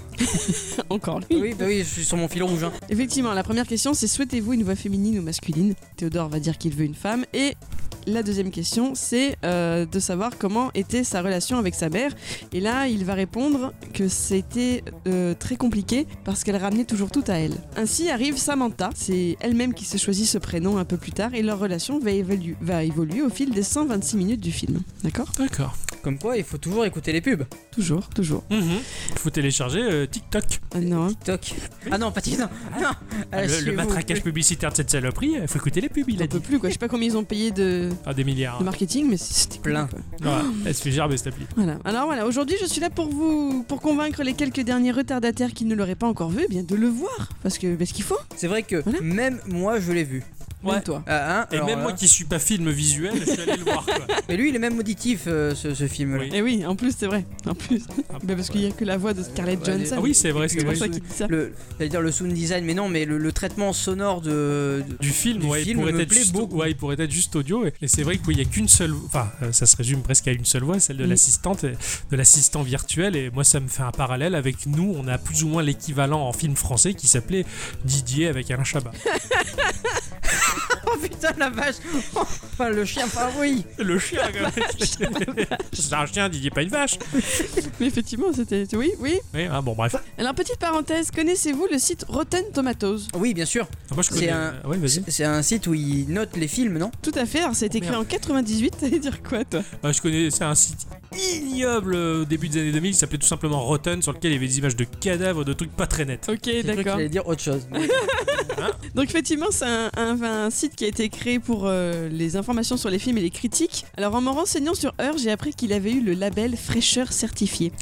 [SPEAKER 3] Encore lui.
[SPEAKER 1] Oui, bah oui, je suis sur mon fil rouge. hein.
[SPEAKER 3] Effectivement, la première question c'est souhaitez-vous une voix féminine ou masculine Théodore va dire qu'il veut une femme et la deuxième question, c'est euh, de savoir comment était sa relation avec sa mère. Et là, il va répondre que c'était euh, très compliqué parce qu'elle ramenait toujours tout à elle. Ainsi arrive Samantha, c'est elle-même qui s'est choisi ce prénom un peu plus tard et leur relation va, évoluer- va évoluer au fil des 126 minutes du film. D'accord
[SPEAKER 2] D'accord.
[SPEAKER 1] Comme quoi, il faut toujours écouter les pubs.
[SPEAKER 3] Toujours, toujours.
[SPEAKER 2] Mhm. Faut télécharger euh, TikTok.
[SPEAKER 3] Ah non, hein.
[SPEAKER 1] TikTok. Ah non, pas TikTok. Non.
[SPEAKER 2] Ah, le- le
[SPEAKER 1] suivez-vous.
[SPEAKER 2] matraquage publicitaire de cette saloperie, il faut écouter les pubs, il
[SPEAKER 3] il
[SPEAKER 2] a
[SPEAKER 3] en peut
[SPEAKER 2] dit.
[SPEAKER 3] plus quoi. Je sais pas combien ils ont payé de,
[SPEAKER 2] Ah, des milliards.
[SPEAKER 3] de marketing, mais c'était cool,
[SPEAKER 1] Plein.
[SPEAKER 3] quoi.
[SPEAKER 2] Voilà, elle se fait gerber cette appli.
[SPEAKER 3] Voilà. Alors voilà, aujourd'hui je suis là pour vous, pour convaincre les quelques derniers retardataires qui ne l'auraient pas encore vu, eh bien de le voir, parce que parce qu'il faut.
[SPEAKER 1] C'est vrai que
[SPEAKER 3] Voilà.
[SPEAKER 1] même moi, je l'ai vu.
[SPEAKER 3] Même
[SPEAKER 2] Ouais.
[SPEAKER 3] toi.
[SPEAKER 1] Ah, hein,
[SPEAKER 2] Et
[SPEAKER 1] alors
[SPEAKER 2] même
[SPEAKER 1] là.
[SPEAKER 2] moi qui suis pas film visuel, je suis allé le voir quoi.
[SPEAKER 1] Mais lui, il est même auditif, euh, ce, ce film.
[SPEAKER 2] Oui.
[SPEAKER 3] Et Eh oui, en plus c'est vrai, en plus.
[SPEAKER 2] Ah,
[SPEAKER 3] Bah, parce qu'il y a que la voix de Scarlett
[SPEAKER 1] Ouais,
[SPEAKER 3] Johnson.
[SPEAKER 2] Ah oui, c'est vrai, c'est
[SPEAKER 3] c'est
[SPEAKER 2] vrai.
[SPEAKER 3] pour ça qu'il dit ça.
[SPEAKER 1] Le, j'allais dire le sound design, mais non, mais le, le traitement sonore de. de-
[SPEAKER 2] Du film,
[SPEAKER 1] Du
[SPEAKER 2] ouais,
[SPEAKER 1] film
[SPEAKER 2] il pourrait
[SPEAKER 1] me
[SPEAKER 2] être
[SPEAKER 1] plaît
[SPEAKER 2] juste,
[SPEAKER 1] beaucoup.
[SPEAKER 2] ouais, il pourrait être juste audio. Et, et c'est vrai qu'il n'y a qu'une seule, enfin, euh, ça se résume presque à une seule voix, celle de
[SPEAKER 3] Mm.
[SPEAKER 2] l'assistante, et- de l'assistant virtuel. Et moi, ça me fait un parallèle avec nous. On a plus ou moins l'équivalent en film français qui s'appelait Didier avec Alain Chabat.
[SPEAKER 1] Oh putain, la vache Oh, Enfin, le chien, enfin oui
[SPEAKER 2] Le chien, quand même. c'est un chien, Didier, pas une vache.
[SPEAKER 3] Mais effectivement, c'était oui, oui.
[SPEAKER 2] Oui, hein, bon, bref.
[SPEAKER 3] Alors petite parenthèse, connaissez-vous le site Rotten Tomatoes
[SPEAKER 1] Oui, bien sûr.
[SPEAKER 2] Ah, Moi, je
[SPEAKER 1] C'est
[SPEAKER 2] connais.
[SPEAKER 1] un-
[SPEAKER 2] ouais, vas-y.
[SPEAKER 1] C'est un site où ils notent les films, non
[SPEAKER 3] Tout à fait. Alors ça a été créé
[SPEAKER 2] Oh, merde.
[SPEAKER 3] en 98. T'allais dire quoi toi
[SPEAKER 2] Bah, je connais, c'est un site ignoble euh, au début des années 2000 qui s'appelait tout simplement Rotten, sur lequel il y avait des images de cadavres, de trucs pas très nets.
[SPEAKER 3] Ok,
[SPEAKER 1] J'ai cru qu'il
[SPEAKER 3] d'accord.
[SPEAKER 1] allait dire autre chose. Mais-
[SPEAKER 3] Donc effectivement, c'est un, un- un site qui a été créé pour euh, les informations sur les films et les critiques. Alors en me renseignant sur Heur, j'ai appris qu'il avait eu le label fraîcheur certifié.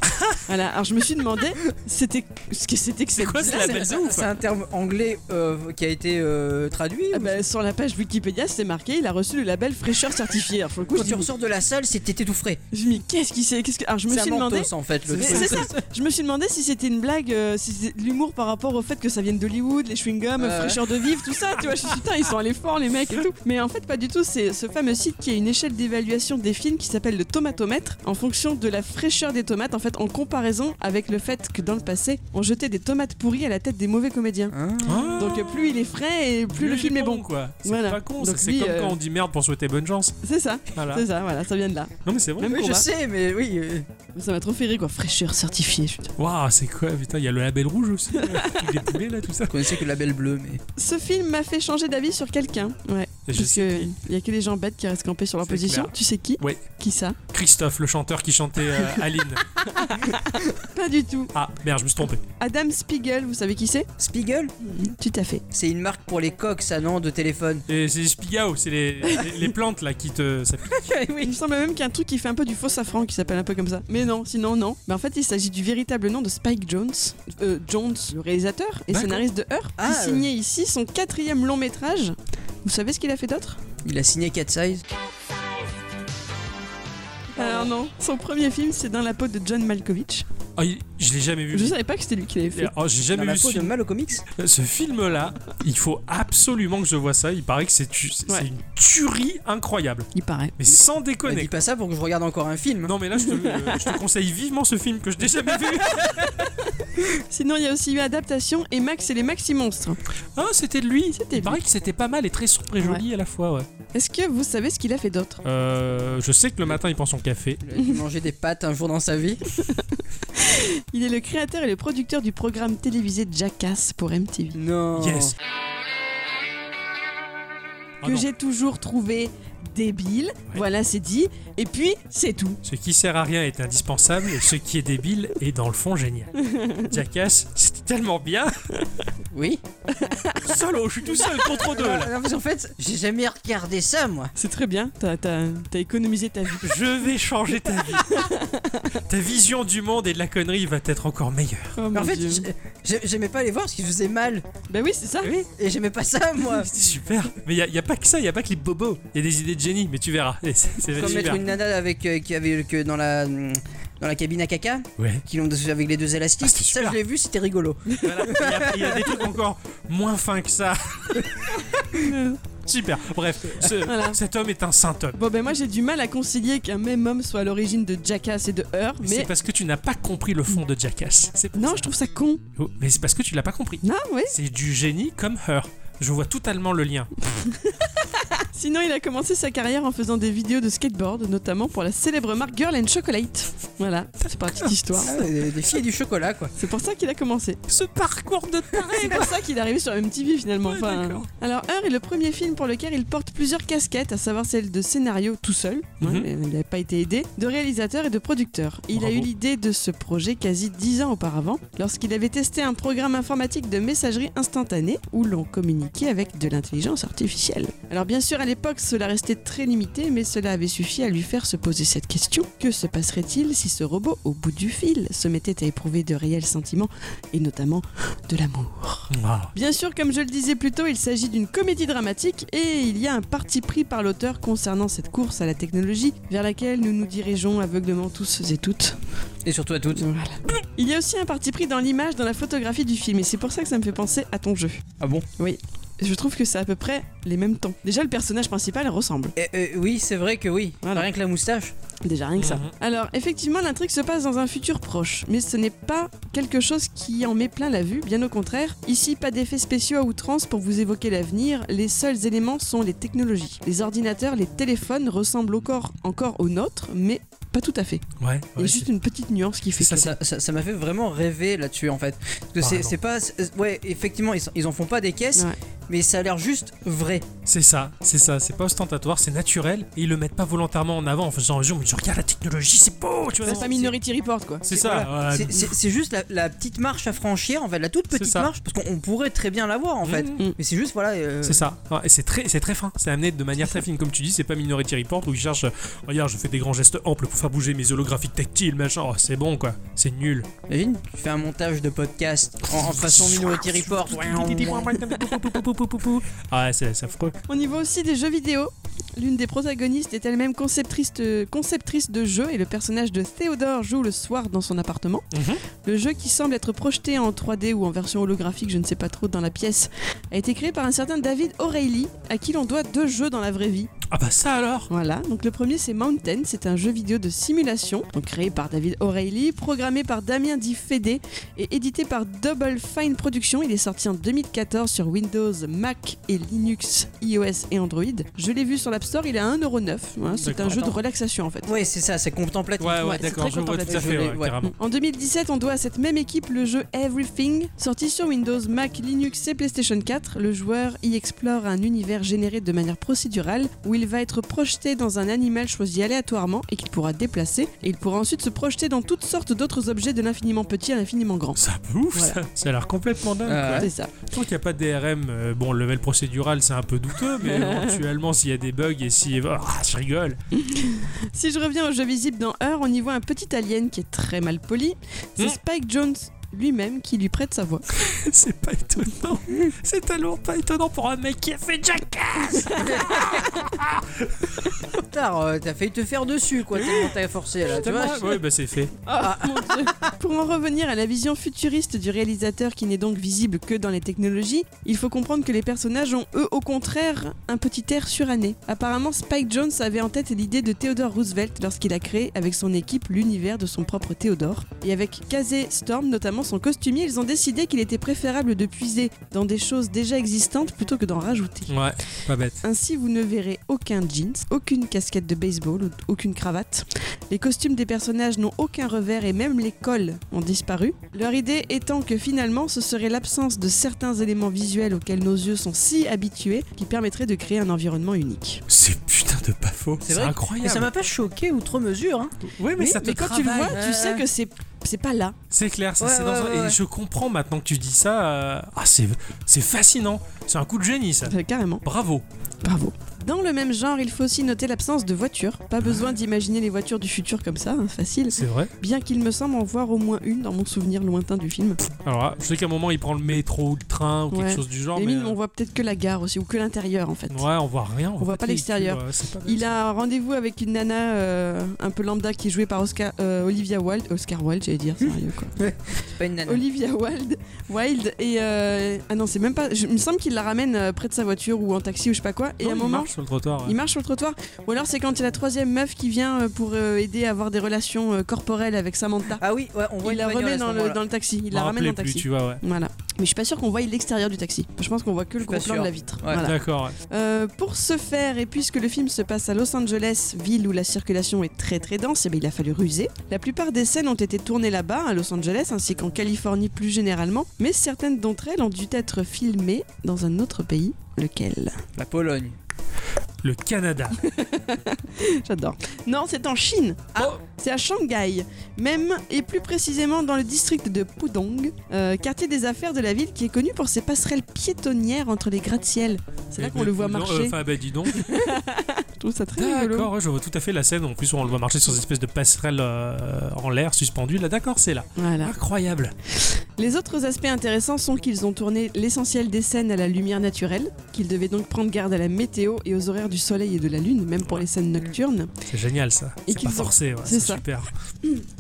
[SPEAKER 3] voilà. Alors je me suis demandé, c'était ce que c'était que
[SPEAKER 2] C'est
[SPEAKER 3] cette-
[SPEAKER 2] quoi ce
[SPEAKER 1] C'est-
[SPEAKER 2] label de
[SPEAKER 1] c'est-
[SPEAKER 2] ouf
[SPEAKER 1] C'est un terme anglais euh, qui a été euh, traduit
[SPEAKER 3] Ah
[SPEAKER 1] ou-
[SPEAKER 3] bah, sur la page Wikipédia, c'est marqué, il a reçu le label fraîcheur certifié. Alors, sur le coup, je
[SPEAKER 1] Quand tu
[SPEAKER 3] dis,
[SPEAKER 1] ressors de la salle, c'était tout frais.
[SPEAKER 3] je me dis, qu'est-ce qui c'est qu'est-ce que... Alors, je me
[SPEAKER 1] C'est un
[SPEAKER 3] suis demandé,
[SPEAKER 1] mentos en fait. Le
[SPEAKER 3] Mais
[SPEAKER 1] truc.
[SPEAKER 3] c'est ça. je me suis demandé si c'était une blague, euh, si c'était de l'humour par rapport au fait que ça vienne d'Hollywood, les chewing-gums,
[SPEAKER 1] Ouais.
[SPEAKER 3] fraîcheur de vivre, tout ça. Tu vois, je me suis dit, putain, ils sont allés fort les mecs et tout. Mais en fait, pas du tout. C'est ce fameux site qui a une échelle d'évaluation des films qui s'appelle le tomatomètre. En fonction de la fraîcheur des tomates, en fait, en comparaison avec le fait que dans le passé, on jetait des tomates pourries à la tête des mauvais comédiens.
[SPEAKER 1] Hein
[SPEAKER 2] Ah,
[SPEAKER 3] Donc euh, plus il est frais et plus, le
[SPEAKER 2] il
[SPEAKER 3] film est bon.
[SPEAKER 2] quoi. C'est
[SPEAKER 3] Voilà.
[SPEAKER 2] pas con,
[SPEAKER 3] Donc
[SPEAKER 2] c'est
[SPEAKER 3] lui,
[SPEAKER 2] comme
[SPEAKER 3] euh,
[SPEAKER 2] quand on dit merde pour souhaiter bonne chance.
[SPEAKER 3] C'est ça,
[SPEAKER 2] Voilà.
[SPEAKER 3] c'est ça, voilà, ça vient de là.
[SPEAKER 2] Non mais c'est vrai.
[SPEAKER 3] Même
[SPEAKER 1] Oui, je
[SPEAKER 3] combat.
[SPEAKER 1] sais, mais oui. euh,
[SPEAKER 3] Ça m'a trop fait rire quoi, fraîcheur certifiée. putain.
[SPEAKER 2] Waouh, c'est quoi putain, il y a le label rouge aussi, euh, avec des poulets là tout ça.
[SPEAKER 1] Je connaissais que la belle bleue, mais.
[SPEAKER 3] Ce film m'a fait changer d'avis sur quelqu'un. Ouais.
[SPEAKER 2] Et je
[SPEAKER 3] parce
[SPEAKER 2] sais
[SPEAKER 3] que
[SPEAKER 2] qui.
[SPEAKER 3] y a que les gens bêtes qui restent campés sur leur
[SPEAKER 2] C'est
[SPEAKER 3] position.
[SPEAKER 2] clair.
[SPEAKER 3] Tu sais qui
[SPEAKER 2] Ouais.
[SPEAKER 3] Qui ça
[SPEAKER 2] Christophe, le chanteur qui chantait euh, Aline.
[SPEAKER 3] Pas du tout.
[SPEAKER 2] Ah merde, je me suis trompé.
[SPEAKER 3] Adam Spiegel, vous savez qui c'est
[SPEAKER 1] Spiegel
[SPEAKER 2] Mhm.
[SPEAKER 3] Tout à fait.
[SPEAKER 1] C'est une marque pour les coques, ça, non De téléphone.
[SPEAKER 2] Et c'est les spigao, c'est les, les- les plantes là qui te. ça pique.
[SPEAKER 3] Il me semble même qu'il y a un truc qui fait un peu du faux safran qui s'appelle un peu comme ça. Mais non, sinon non. Mais en fait, il s'agit du véritable nom de Spike Jones. Euh, Jones, le réalisateur et
[SPEAKER 2] D'accord.
[SPEAKER 3] scénariste de Heur,
[SPEAKER 1] Ah,
[SPEAKER 3] qui signait ici son quatrième long métrage. Vous savez ce qu'il a fait d'autre
[SPEAKER 1] Il a signé Cat Size.
[SPEAKER 2] Euh,
[SPEAKER 3] Alors non. Euh, Son premier film, c'est dans la peau de John Malkovich.
[SPEAKER 2] Oh, il- je l'ai jamais vu.
[SPEAKER 3] Je savais pas que c'était lui qui l'avait fait.
[SPEAKER 2] Oh, j'ai
[SPEAKER 1] Dans
[SPEAKER 2] jamais
[SPEAKER 1] la
[SPEAKER 2] vu ce
[SPEAKER 1] peau de
[SPEAKER 2] film.
[SPEAKER 1] Mal au comics
[SPEAKER 2] Ce film-là, il faut absolument que je vois ça. Il paraît que c'est tu- c'est-
[SPEAKER 3] Ouais.
[SPEAKER 2] c'est une tuerie incroyable.
[SPEAKER 3] Il paraît.
[SPEAKER 2] Mais sans
[SPEAKER 1] Ne
[SPEAKER 2] déconner.
[SPEAKER 1] Bah, dis pas ça pour que je regarde encore un film. hein.
[SPEAKER 2] Non mais là, je te, euh, je te conseille vivement ce film que je n'ai jamais vu.
[SPEAKER 3] Sinon, il y a aussi eu Adaptation et Max et les Maxi Monstres.
[SPEAKER 2] Ah, c'était de lui.
[SPEAKER 3] C'était
[SPEAKER 2] Il
[SPEAKER 3] lui.
[SPEAKER 2] paraît que c'était pas mal et très sombre et joli à la fois. Ouais.
[SPEAKER 3] Est-ce que vous savez ce qu'il a fait d'autre
[SPEAKER 2] Euh, je sais que le matin, il prend son café.
[SPEAKER 1] Il a dû manger des pâtes un jour dans sa vie.
[SPEAKER 3] Il est le créateur et le producteur du programme télévisé Jackass pour MTV.
[SPEAKER 1] Non.
[SPEAKER 2] Yes. Ah
[SPEAKER 3] que
[SPEAKER 2] non,
[SPEAKER 3] j'ai toujours trouvé débile. Voilà, c'est dit. Et puis, c'est tout.
[SPEAKER 2] Ce qui sert à rien est indispensable et ce qui est débile est dans le fond génial. Jackass, c'était tellement bien.
[SPEAKER 1] Oui.
[SPEAKER 2] Solo, je suis tout seul contre deux là.
[SPEAKER 1] Non, parce qu'en fait, j'ai jamais regardé ça, moi.
[SPEAKER 3] C'est très bien. T'as t'as- t'as économisé ta vie.
[SPEAKER 2] Je vais changer ta vie. ta vision du monde et de la connerie va être encore meilleure.
[SPEAKER 3] Oh,
[SPEAKER 1] Mais
[SPEAKER 3] mon
[SPEAKER 1] en fait,
[SPEAKER 3] Dieu.
[SPEAKER 1] j'ai- j'ai- j'aimais pas les voir parce qu'ils faisaient mal.
[SPEAKER 3] bah oui, c'est ça.
[SPEAKER 1] Et j'aimais pas ça, moi.
[SPEAKER 2] C'est super. Mais il n'y a, pas que ça, il n'y a pas que les bobos. Il y a des idées de génie, mais tu verras. Et C'est c'est
[SPEAKER 1] Comme mettre
[SPEAKER 2] super.
[SPEAKER 1] une nana avec, euh, qui avait que dans la dans la cabine à caca,
[SPEAKER 2] Ouais.
[SPEAKER 1] qui l'ont avec les deux élastiques.
[SPEAKER 2] Ah, c'était
[SPEAKER 1] ça,
[SPEAKER 2] super.
[SPEAKER 1] je l'ai vu, c'était rigolo.
[SPEAKER 2] Voilà. Il y a- Il y, a des trucs encore moins fins que ça. Super. Bref, ce-
[SPEAKER 3] Voilà.
[SPEAKER 2] cet homme est un saint homme.
[SPEAKER 3] Bon, ben moi, j'ai du mal à concilier qu'un même homme soit à l'origine de Jackass et de Heur.
[SPEAKER 2] C'est
[SPEAKER 3] Mais
[SPEAKER 2] parce que tu n'as pas compris le fond de Jackass. C'est pour
[SPEAKER 3] non,
[SPEAKER 2] ça.
[SPEAKER 3] je trouve ça con.
[SPEAKER 2] Oh, Mais c'est parce que tu l'as pas compris.
[SPEAKER 3] Non, oui.
[SPEAKER 2] C'est du génie comme Her. Je vois totalement le lien.
[SPEAKER 3] Sinon, il a commencé sa carrière en faisant des vidéos de skateboard, notamment pour la célèbre marque Girl and Chocolate. Voilà, c'est pour la petite histoire.
[SPEAKER 1] Ah, des, des filles et du chocolat, quoi.
[SPEAKER 3] C'est pour ça qu'il a commencé.
[SPEAKER 2] Ce parcours de taré
[SPEAKER 3] C'est pour ça qu'il est arrivé sur MTV finalement.
[SPEAKER 2] Ouais,
[SPEAKER 3] Enfin,
[SPEAKER 2] d'accord.
[SPEAKER 3] alors Heur est le premier film pour lequel il porte plusieurs casquettes, à savoir celle de scénario tout seul,
[SPEAKER 2] Mhm.
[SPEAKER 3] Ouais, il n'avait pas été aidé, de réalisateur et de producteur. Il
[SPEAKER 2] Bravo.
[SPEAKER 3] a eu l'idée de ce projet quasi dix ans auparavant, lorsqu'il avait testé un programme informatique de messagerie instantanée où l'on communiquait avec de l'intelligence artificielle. Alors bien sûr à l'époque cela restait très limité, mais cela avait suffi à lui faire se poser cette question. Que se passerait-il si ce robot au bout du fil se mettait à éprouver de réels sentiments, et notamment de l'amour
[SPEAKER 2] Ah,
[SPEAKER 3] Bien sûr, comme je le disais plus tôt, il s'agit d'une comédie dramatique et il y a un parti pris par l'auteur concernant cette course à la technologie vers laquelle nous nous dirigeons aveuglement tous et toutes.
[SPEAKER 1] Et surtout à toutes.
[SPEAKER 3] Voilà. Il y a aussi un parti pris dans l'image, dans la photographie du film et c'est pour ça que ça me fait penser à ton jeu.
[SPEAKER 1] Ah bon
[SPEAKER 3] Je trouve que c'est à peu près les mêmes tons. Déjà, le personnage principal ressemble.
[SPEAKER 1] Eh, eh, Oui, c'est vrai que oui.
[SPEAKER 2] Ah,
[SPEAKER 3] Voilà.
[SPEAKER 1] Rien que la moustache.
[SPEAKER 3] Déjà, rien que ça.
[SPEAKER 2] Mhm.
[SPEAKER 3] Alors, effectivement, l'intrigue se passe dans un futur proche, mais ce n'est pas quelque chose qui en met plein la vue, bien au contraire. Ici, pas d'effets spéciaux à outrance pour vous évoquer l'avenir, les seuls éléments sont les technologies. Les ordinateurs, les téléphones ressemblent encore, encore aux nôtres, mais pas tout à fait.
[SPEAKER 2] ouais.
[SPEAKER 3] Il y
[SPEAKER 2] ouais,
[SPEAKER 3] a juste une petite nuance qui fait
[SPEAKER 2] Ça, Ah,
[SPEAKER 3] que...
[SPEAKER 1] Ça ça- ça m'a fait vraiment rêver là-dessus, en fait. Parce que c'est-
[SPEAKER 2] Apparemment.
[SPEAKER 1] c'est pas. c'est- Ouais, effectivement, ils, sont- ils en font pas des caisses,
[SPEAKER 3] Ouais.
[SPEAKER 1] mais ça a l'air juste vrai.
[SPEAKER 2] C'est ça, c'est ça, c'est pas ostentatoire, c'est naturel, et ils le mettent pas volontairement en avant en faisant genre, mais regarde la technologie, c'est beau, tu vois.
[SPEAKER 3] C'est pas Minority Report, quoi.
[SPEAKER 2] C'est ça,
[SPEAKER 1] Voilà.
[SPEAKER 2] ouais.
[SPEAKER 1] C'est- c'est c'est juste la, la petite marche à franchir, en fait, la toute
[SPEAKER 2] C'est
[SPEAKER 1] petite
[SPEAKER 2] ça.
[SPEAKER 1] marche, parce qu'on on pourrait très bien la voir, en fait.
[SPEAKER 2] Mhm.
[SPEAKER 1] Mais c'est juste, voilà. euh,
[SPEAKER 2] C'est ça, Ouais, et c'est très, c'est très fin, c'est amené de manière très fine, comme tu dis, c'est pas Minority Report où ils cherchent, euh, regarde, je fais des grands gestes amples pour faire bouger mes holographiques tactiles, machin, oh, c'est bon quoi, c'est nul.
[SPEAKER 1] Imagine, tu fais un montage de podcast en, en façon Minority Report.
[SPEAKER 2] Ah ouais, c'est c'est affreux.
[SPEAKER 3] Au niveau aussi des jeux vidéo, l'une des protagonistes est elle-même conceptrice, euh, conceptrice de jeu et le personnage de Théodore joue le soir dans son appartement.
[SPEAKER 2] Mhm.
[SPEAKER 3] Le jeu qui semble être projeté en 3D ou en version holographique, je ne sais pas trop, dans la pièce, a été créé par un certain David O'Reilly, à qui l'on doit deux jeux dans la vraie vie.
[SPEAKER 2] Ah bah ça alors
[SPEAKER 3] Voilà, donc le premier c'est Mountain, c'est un jeu vidéo de simulation, donc créé par David O'Reilly, programmé par Damien Di Fede et édité par Double Fine Productions. Il est sorti en 2014 sur Windows, Mac et Linux, iOS et Android. Je l'ai vu sur l'App Store, il est à 1,09€. Voilà, hein, c'est
[SPEAKER 2] D'accord.
[SPEAKER 3] un jeu de
[SPEAKER 1] Attends.
[SPEAKER 3] relaxation en fait.
[SPEAKER 1] Ouais, c'est ça, c'est contemplatif.
[SPEAKER 2] Ouais, ouais,
[SPEAKER 3] Ouais, c'est
[SPEAKER 2] d'accord,
[SPEAKER 3] très
[SPEAKER 2] je vois tout à
[SPEAKER 1] contemplatif.
[SPEAKER 2] fait,
[SPEAKER 1] Je l'ai-
[SPEAKER 2] ouais,
[SPEAKER 1] ouais.
[SPEAKER 2] carrément.
[SPEAKER 3] En 2017, on doit à cette même équipe le jeu Everything. Sorti sur Windows, Mac, Linux et PlayStation 4, le joueur y explore un univers généré de manière procédurale où il va être projeté dans un animal choisi aléatoirement et qu'il pourra déplacer. Et il pourra ensuite se projeter dans toutes sortes d'autres objets de l'infiniment petit à l'infiniment grand.
[SPEAKER 2] Oh, Ça ouf,
[SPEAKER 3] Voilà.
[SPEAKER 2] ça, ça a l'air complètement dingue.
[SPEAKER 1] Ah
[SPEAKER 2] quoi.
[SPEAKER 1] ouais.
[SPEAKER 3] C'est ça.
[SPEAKER 2] Tant qu'il n'y a pas de DRM, euh, bon, le level procédural, c'est un peu douteux, mais éventuellement, s'il y a des bugs et si. Ah, je rigole.
[SPEAKER 3] Si je reviens au jeu visible dans Heur, on y voit un petit alien qui est très mal poli. C'est
[SPEAKER 2] Mm.
[SPEAKER 3] Spike Jones lui-même qui lui prête sa voix.
[SPEAKER 2] c'est pas étonnant. C'est tellement pas étonnant pour un mec qui a fait Jackass.
[SPEAKER 1] Tard, euh, t'as failli te faire dessus, quoi, tellement t'as forcé là, tu vois.
[SPEAKER 2] Ouais, ouais, bah c'est fait.
[SPEAKER 3] Ah. Pour en revenir à la vision futuriste du réalisateur qui n'est donc visible que dans les technologies, il faut comprendre que les personnages ont eux au contraire un petit air suranné. Apparemment, Spike Jones avait en tête l'idée de Theodore Roosevelt lorsqu'il a créé avec son équipe l'univers de son propre Theodore. Et avec Casey Storm, notamment son costumier, ils ont décidé qu'il était préférable de puiser dans des choses déjà existantes plutôt que d'en rajouter.
[SPEAKER 2] Ouais, pas bête.
[SPEAKER 3] Ainsi, vous ne verrez aucun jeans, aucune casquette de baseball, ou aucune cravate. Les costumes des personnages n'ont aucun revers et même les cols ont disparu. Leur idée étant que finalement, ce serait l'absence de certains éléments visuels auxquels nos yeux sont si habitués qui permettrait de créer un environnement unique.
[SPEAKER 2] C'est putain de pas faux.
[SPEAKER 1] C'est
[SPEAKER 2] C'est
[SPEAKER 1] vrai que-
[SPEAKER 2] incroyable.
[SPEAKER 1] Et ça m'a pas choqué outre mesure, hein.
[SPEAKER 2] Oui, mais, ça te
[SPEAKER 3] quand tu le vois,
[SPEAKER 2] travaille.
[SPEAKER 3] tu sais que c'est c'est pas là.
[SPEAKER 2] C'est clair, ça,
[SPEAKER 1] Ouais,
[SPEAKER 2] c'est dans
[SPEAKER 1] ouais,
[SPEAKER 2] un-
[SPEAKER 1] ouais,
[SPEAKER 2] Et
[SPEAKER 1] ouais.
[SPEAKER 2] je comprends maintenant que tu dis ça. euh, Ah, c'est c'est fascinant. C'est un coup de génie, ça.
[SPEAKER 3] Enfin, euh, Carrément.
[SPEAKER 2] Bravo.
[SPEAKER 3] Bravo. Dans le même genre, il faut aussi noter l'absence de voitures. Pas besoin d'imaginer les voitures du futur comme ça, hein, facile.
[SPEAKER 2] C'est vrai.
[SPEAKER 3] Bien qu'il me semble en voir au moins une dans mon souvenir lointain du film.
[SPEAKER 2] Alors, là, je sais qu'à un moment, il prend le métro ou le train ou quelque
[SPEAKER 3] Ouais.
[SPEAKER 2] chose du genre.
[SPEAKER 3] Les
[SPEAKER 2] mais,
[SPEAKER 3] mines,
[SPEAKER 2] euh,
[SPEAKER 3] on voit peut-être que la gare aussi, ou que l'intérieur en fait.
[SPEAKER 2] Ouais, on voit rien. On,
[SPEAKER 3] voit pas
[SPEAKER 2] de véhicule,
[SPEAKER 3] l'extérieur.
[SPEAKER 2] ouais, c'est pas bête.
[SPEAKER 3] Il a un rendez-vous avec une nana euh, un peu lambda qui est jouée par Oscar, euh, Olivia Wilde. Oscar Wilde, j'allais dire, sérieux quoi.
[SPEAKER 1] C'est pas une nana.
[SPEAKER 3] Olivia Wilde, Wilde et. euh, ah non, c'est même pas. Je, il me semble qu'il la ramène euh, près de sa voiture ou en taxi ou je sais pas quoi. Et
[SPEAKER 2] Non,
[SPEAKER 3] à un
[SPEAKER 2] il
[SPEAKER 3] moment,
[SPEAKER 2] marche. sur le trottoir.
[SPEAKER 3] Il marche sur le trottoir. Ou alors c'est quand il y a la troisième meuf qui vient euh, pour euh, aider à avoir des relations euh, corporelles avec Samantha.
[SPEAKER 1] Ah oui, ouais, on voit
[SPEAKER 3] il
[SPEAKER 1] une
[SPEAKER 3] la
[SPEAKER 1] bagnole
[SPEAKER 3] remet
[SPEAKER 1] à ce
[SPEAKER 3] dans le,
[SPEAKER 1] moment-là.
[SPEAKER 3] dans le taxi. Il
[SPEAKER 2] Je m'en
[SPEAKER 3] la ramène dans le
[SPEAKER 2] rappelais plus,
[SPEAKER 3] taxi.
[SPEAKER 2] tu vois, ouais.
[SPEAKER 3] Voilà. Mais je suis pas sûr qu'on voit l'extérieur du taxi. Je pense qu'on voit que le
[SPEAKER 1] suis pas
[SPEAKER 3] gros plan de
[SPEAKER 1] sûr.
[SPEAKER 3] la vitre.
[SPEAKER 1] Ouais.
[SPEAKER 3] Voilà.
[SPEAKER 2] D'accord. ouais.
[SPEAKER 3] Euh, pour ce faire, et puisque le film se passe à Los Angeles, ville où la circulation est très très dense, eh bien, il a fallu ruser. La plupart des scènes ont été tournées là-bas, à Los Angeles, ainsi qu'en Californie plus généralement, mais certaines d'entre elles ont dû être filmées dans un autre pays. Lequel
[SPEAKER 1] La Pologne.
[SPEAKER 2] Le Canada.
[SPEAKER 3] J'adore. Non, c'est en Chine. Ah,
[SPEAKER 2] Oh.
[SPEAKER 3] c'est à Shanghai, même et plus précisément dans le district de Pudong, euh, quartier des affaires de la ville qui est connu pour ses passerelles piétonnières entre les gratte-ciel. C'est là
[SPEAKER 2] Et-
[SPEAKER 3] qu'on le voit
[SPEAKER 2] non, euh,
[SPEAKER 3] marcher.
[SPEAKER 2] Enfin, bah dis donc.
[SPEAKER 3] Je trouve ça très rigolo.
[SPEAKER 2] D'accord, ouais, je vois tout à fait la scène. En plus, on le voit marcher sur cette espèce de passerelle euh, en l'air suspendue. Là, d'accord, c'est là.
[SPEAKER 3] Voilà.
[SPEAKER 2] Incroyable.
[SPEAKER 3] Les autres aspects intéressants sont qu'ils ont tourné l'essentiel des scènes à la lumière naturelle, qu'ils devaient donc prendre garde à la météo et aux horaires du soleil et de la lune, même pour les scènes nocturnes,
[SPEAKER 2] C'est génial ça.
[SPEAKER 3] Et
[SPEAKER 2] C'est
[SPEAKER 3] qu'ils
[SPEAKER 2] pas
[SPEAKER 3] ont-
[SPEAKER 2] forcé, ouais,
[SPEAKER 3] c'est
[SPEAKER 2] c'est
[SPEAKER 3] ça.
[SPEAKER 2] super.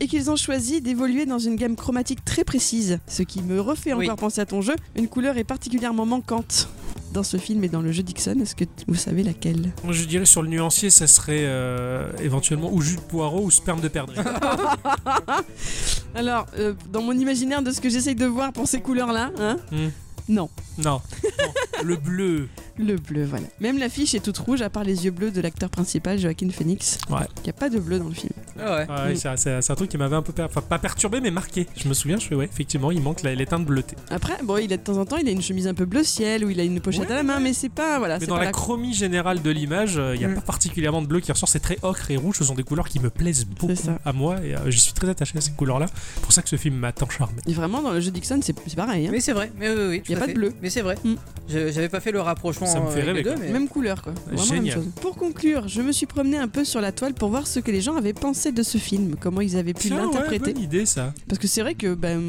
[SPEAKER 3] et qu'ils ont choisi d'évoluer dans une gamme chromatique très précise, ce qui me refait
[SPEAKER 1] Oui.
[SPEAKER 3] encore penser à ton jeu, une couleur est particulièrement manquante. Dans ce film et dans le jeu Dixon, est-ce que t- vous savez laquelle
[SPEAKER 2] Moi, je dirais sur le nuancier, ça serait euh, éventuellement ou jus de poireau ou sperme de perdrix.
[SPEAKER 3] Alors, euh, dans mon imaginaire de ce que j'essaye de voir pour ces couleurs-là, hein,
[SPEAKER 2] Hmm.
[SPEAKER 3] non,
[SPEAKER 2] non. Non. Le bleu.
[SPEAKER 3] le bleu, voilà. Même l'affiche est toute rouge, à part les yeux bleus de l'acteur principal, Joaquin Phoenix.
[SPEAKER 2] Ouais.
[SPEAKER 3] Il n'y a pas de bleu dans le film.
[SPEAKER 1] Ah ouais.
[SPEAKER 2] Ouais,
[SPEAKER 3] Mm.
[SPEAKER 2] c'est c'est- c'est un truc qui m'avait un peu per- enfin, pas perturbé mais marqué. Je me souviens, je fais ouais, effectivement, il manque la, les teintes bleutées.
[SPEAKER 3] Après, bon, il a de temps en temps, il a une chemise un peu bleu ciel ou il a une pochette à la main, mais c'est pas, voilà,
[SPEAKER 2] Mais
[SPEAKER 3] Ah, c'est
[SPEAKER 2] dans
[SPEAKER 3] pas
[SPEAKER 2] la
[SPEAKER 3] la-
[SPEAKER 2] chromie générale de l'image, euh, il n'y a
[SPEAKER 1] Mm.
[SPEAKER 2] pas particulièrement de bleu qui ressort. C'est très ocre et rouge. Ce sont des couleurs qui me plaisent beaucoup
[SPEAKER 3] ça.
[SPEAKER 2] à moi et euh, je suis très attaché à ces couleurs-là. C'est pour ça que ce film m'a tant charmé.
[SPEAKER 3] Et vraiment, dans le jeu Dixon, c'est c'est pareil. hein.
[SPEAKER 1] Mais c'est vrai, mais oui, oui, oui, tout
[SPEAKER 3] Y a
[SPEAKER 1] à
[SPEAKER 3] pas de
[SPEAKER 1] fait.
[SPEAKER 3] bleu.
[SPEAKER 1] Mais c'est vrai.
[SPEAKER 3] Mm.
[SPEAKER 1] Je- J'avais pas fait le rapprochement
[SPEAKER 2] Ça me fait
[SPEAKER 1] avec
[SPEAKER 2] rêver,
[SPEAKER 1] les deux,
[SPEAKER 2] quoi.
[SPEAKER 1] mais
[SPEAKER 3] Même couleur, quoi. Vraiment la même
[SPEAKER 2] Génial.
[SPEAKER 3] chose. Pour conclure, je me suis promené un peu sur la toile pour voir ce que les gens avaient pensé de ce film, comment ils avaient pu
[SPEAKER 2] Tiens, ouais,
[SPEAKER 3] l'interpréter.
[SPEAKER 2] bonne idée ça.
[SPEAKER 3] Parce que c'est vrai que ben,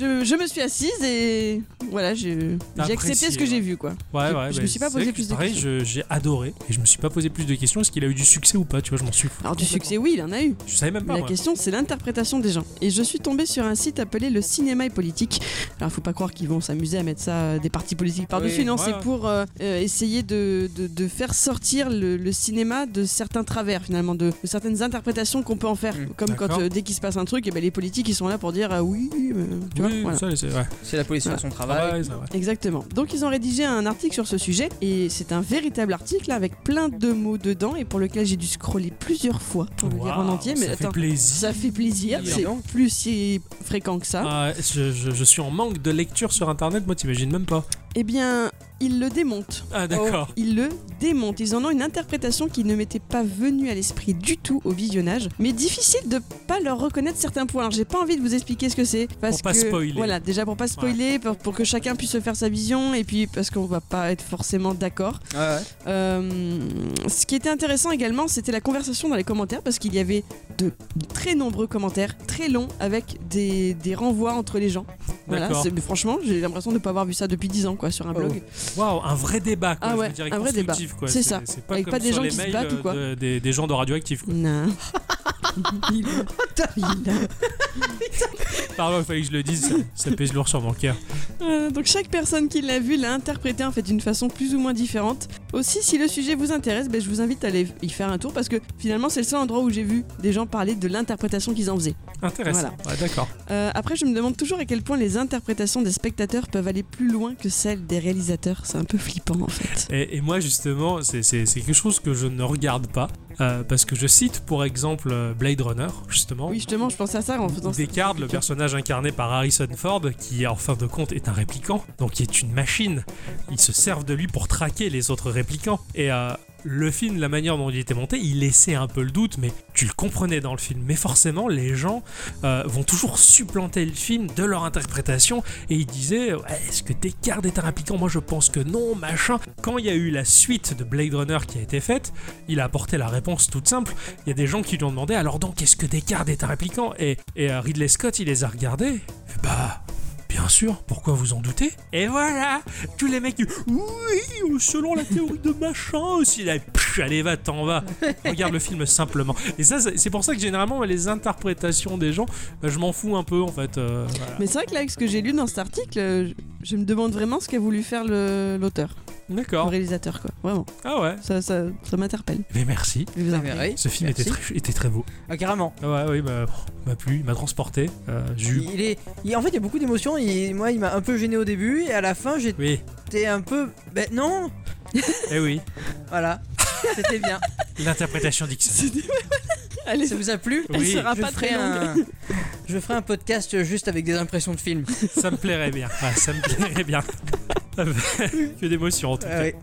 [SPEAKER 3] je, je me suis assise et voilà, je-
[SPEAKER 2] T'as
[SPEAKER 3] j'ai accepté
[SPEAKER 2] apprécié,
[SPEAKER 3] ce que
[SPEAKER 2] ouais.
[SPEAKER 3] j'ai vu, quoi.
[SPEAKER 2] Ouais,
[SPEAKER 3] Je-
[SPEAKER 2] ouais,
[SPEAKER 3] je
[SPEAKER 2] bah,
[SPEAKER 3] me suis pas
[SPEAKER 2] c'est
[SPEAKER 3] posé
[SPEAKER 2] vrai que
[SPEAKER 3] plus de
[SPEAKER 2] pareil, je- J'ai adoré et je me suis pas posé plus de questions. Est-ce qu'il a eu du succès ou pas Tu vois, je m'en suis.
[SPEAKER 3] Alors du succès, oui, il en a eu.
[SPEAKER 2] Je savais même pas.
[SPEAKER 3] La
[SPEAKER 2] moi.
[SPEAKER 3] question, c'est l'interprétation des gens. Et je suis tombée sur un site appelé le cinéma et politique. Alors, faut pas croire qu'ils vont s'amuser à mettre ça euh, des partis politiques par-dessus.
[SPEAKER 1] Oui,
[SPEAKER 3] non,
[SPEAKER 2] ouais.
[SPEAKER 3] c'est pour euh, euh, essayer de, de- de faire sortir le, le cinéma de certains travers, finalement, de, de certaines interprétations qu'on peut en faire.
[SPEAKER 1] Mm,
[SPEAKER 3] Comme quand
[SPEAKER 2] Hmm, d'accord.
[SPEAKER 3] euh, dès qu'il se passe un truc, et ben, les politiques ils sont là pour dire ah oui, euh, tu
[SPEAKER 2] Oui,
[SPEAKER 3] vois. voilà.
[SPEAKER 2] ça, c'est ouais.
[SPEAKER 1] c'est la police
[SPEAKER 3] Voilà.
[SPEAKER 1] fait son travail.
[SPEAKER 2] Travail, ça, ouais.
[SPEAKER 3] Exactement. Donc ils ont rédigé un article sur ce sujet et c'est un véritable article avec plein de mots dedans et pour lequel j'ai dû scroller plusieurs fois pour le lire en
[SPEAKER 2] Waouh,
[SPEAKER 3] entier. Mais
[SPEAKER 2] ça
[SPEAKER 3] attends,
[SPEAKER 2] fait plaisir.
[SPEAKER 3] ça fait plaisir.
[SPEAKER 1] Dis
[SPEAKER 3] C'est
[SPEAKER 1] donc.
[SPEAKER 3] plus si fréquent que ça. hein
[SPEAKER 2] Ah, je, je- je suis en manque de lecture sur internet, moi t'imagines même pas.
[SPEAKER 3] Eh bien, ils le démontent. Oh,
[SPEAKER 2] Ah d'accord.
[SPEAKER 3] Ils le démontent. Ils en ont une interprétation qui ne m'était pas venue à l'esprit du tout au visionnage. Mais difficile de pas leur reconnaître certains points. Alors, j'ai pas envie de vous expliquer ce que c'est. Parce
[SPEAKER 2] Pour pas
[SPEAKER 3] que,
[SPEAKER 2] spoiler.
[SPEAKER 3] Voilà, déjà pour pas spoiler, pour, pour que chacun puisse se faire sa vision. Et puis, parce qu'on va pas être forcément d'accord.
[SPEAKER 1] Ouais, ouais.
[SPEAKER 3] Euh, ce qui était intéressant également, c'était la conversation dans les commentaires parce qu'il y avait de très nombreux commentaires, très longs, avec des, des renvois entre les gens. Voilà,
[SPEAKER 2] D'accord.
[SPEAKER 3] c'est- mais franchement, j'ai l'impression de ne pas avoir vu ça depuis dix ans quoi, sur un
[SPEAKER 1] Oh.
[SPEAKER 3] blog.
[SPEAKER 2] Waouh, un vrai débat quoi.
[SPEAKER 3] Ah ouais,
[SPEAKER 2] je dirais
[SPEAKER 3] un vrai débat.
[SPEAKER 2] constructif, quoi.
[SPEAKER 3] C'est ça.
[SPEAKER 2] C'est pas
[SPEAKER 3] Avec
[SPEAKER 2] comme
[SPEAKER 3] pas des
[SPEAKER 2] sur
[SPEAKER 3] gens
[SPEAKER 2] les
[SPEAKER 3] qui se
[SPEAKER 2] mails,
[SPEAKER 3] battent ou quoi.
[SPEAKER 2] euh, de- des, des gens de radioactifs. quoi.
[SPEAKER 3] Non. Il- il-
[SPEAKER 2] Pardon, il fallait que je le dise. Ça, ça pèse lourd sur mon cœur.
[SPEAKER 3] Euh, donc chaque personne qui l'a vu l'a interprété en fait d'une façon plus ou moins différente. Aussi, si le sujet vous intéresse, ben, je vous invite à aller y faire un tour parce que finalement c'est le seul endroit où j'ai vu des gens parler de l'interprétation qu'ils en faisaient.
[SPEAKER 2] Intéressant. Ouais, d'accord.
[SPEAKER 3] Euh, après, je me demande toujours à quel point les interprétations des spectateurs peuvent aller plus loin que celles des réalisateurs. C'est un peu flippant en fait.
[SPEAKER 2] Et, et moi, justement, c'est c'est- c'est quelque chose que je ne regarde pas. euh, parce que je cite, pour exemple, euh, Blade Runner, justement.
[SPEAKER 3] Oui, justement, je pense à ça en faisant ça.
[SPEAKER 2] Descartes, le personnage incarné par Harrison Ford, qui en fin de compte est un réplicant, donc qui est une machine. Ils se servent de lui pour traquer les autres réplicants. Et euh, le film, la manière dont il était monté, il laissait un peu le doute, mais tu le comprenais dans le film. Mais forcément, les gens euh, vont toujours supplanter le film de leur interprétation. Et ils disaient Ouais, Est-ce que Descartes est un réplicant Moi, je pense que non, machin. Quand il y a eu la suite de Blade Runner qui a été faite, il a apporté la réponse toute simple. Il y a des gens qui lui ont demandé alors donc est-ce que Descartes est un répliquant et, et euh, Ridley Scott il les a regardés. Il fait, bah bien sûr, pourquoi vous en doutez Et voilà, tous les mecs oui, selon la théorie de machin, aussi là, pff, allez va t'en va. Regarde le film simplement. Et ça c'est c'est pour ça que généralement les interprétations des gens, bah, je m'en fous un peu en fait. euh, voilà.
[SPEAKER 3] Mais c'est vrai que là, avec ce que j'ai lu dans cet article, euh, je je me demande vraiment ce qu'a voulu faire le- l'auteur. le
[SPEAKER 2] D'accord.
[SPEAKER 3] réalisateur, quoi. Vraiment,
[SPEAKER 2] Ah ouais.
[SPEAKER 3] ça, ça, ça m'interpelle.
[SPEAKER 2] Mais Eh ben, merci.
[SPEAKER 3] Je vous en prie.
[SPEAKER 1] Ouais,
[SPEAKER 2] Ce film était
[SPEAKER 1] merci.
[SPEAKER 2] très, était très beau.
[SPEAKER 1] Ah, carrément.
[SPEAKER 2] Ouais, oui, bah, pff, il m'a plu, il m'a transporté. Euh, j'ai eu-
[SPEAKER 1] Il est, il- en fait, il y a beaucoup d'émotions. Il- Moi, il m'a un peu gêné au début et à la fin,
[SPEAKER 2] Oui,
[SPEAKER 1] j'étais un peu. Ben non,
[SPEAKER 2] eh oui.
[SPEAKER 1] voilà. C'était bien.
[SPEAKER 2] L'interprétation d'Ixon.
[SPEAKER 3] Allez,
[SPEAKER 1] Ça vous a plu
[SPEAKER 3] elle
[SPEAKER 2] Oui,
[SPEAKER 3] sera
[SPEAKER 1] je
[SPEAKER 3] pas
[SPEAKER 1] ferai
[SPEAKER 3] très longue.
[SPEAKER 1] un, je ferai un podcast juste avec des impressions de films.
[SPEAKER 2] Ça me plairait bien. Ah, ça me plairait bien. que d'émotion en tout
[SPEAKER 1] Ah
[SPEAKER 2] cas.
[SPEAKER 1] ouais.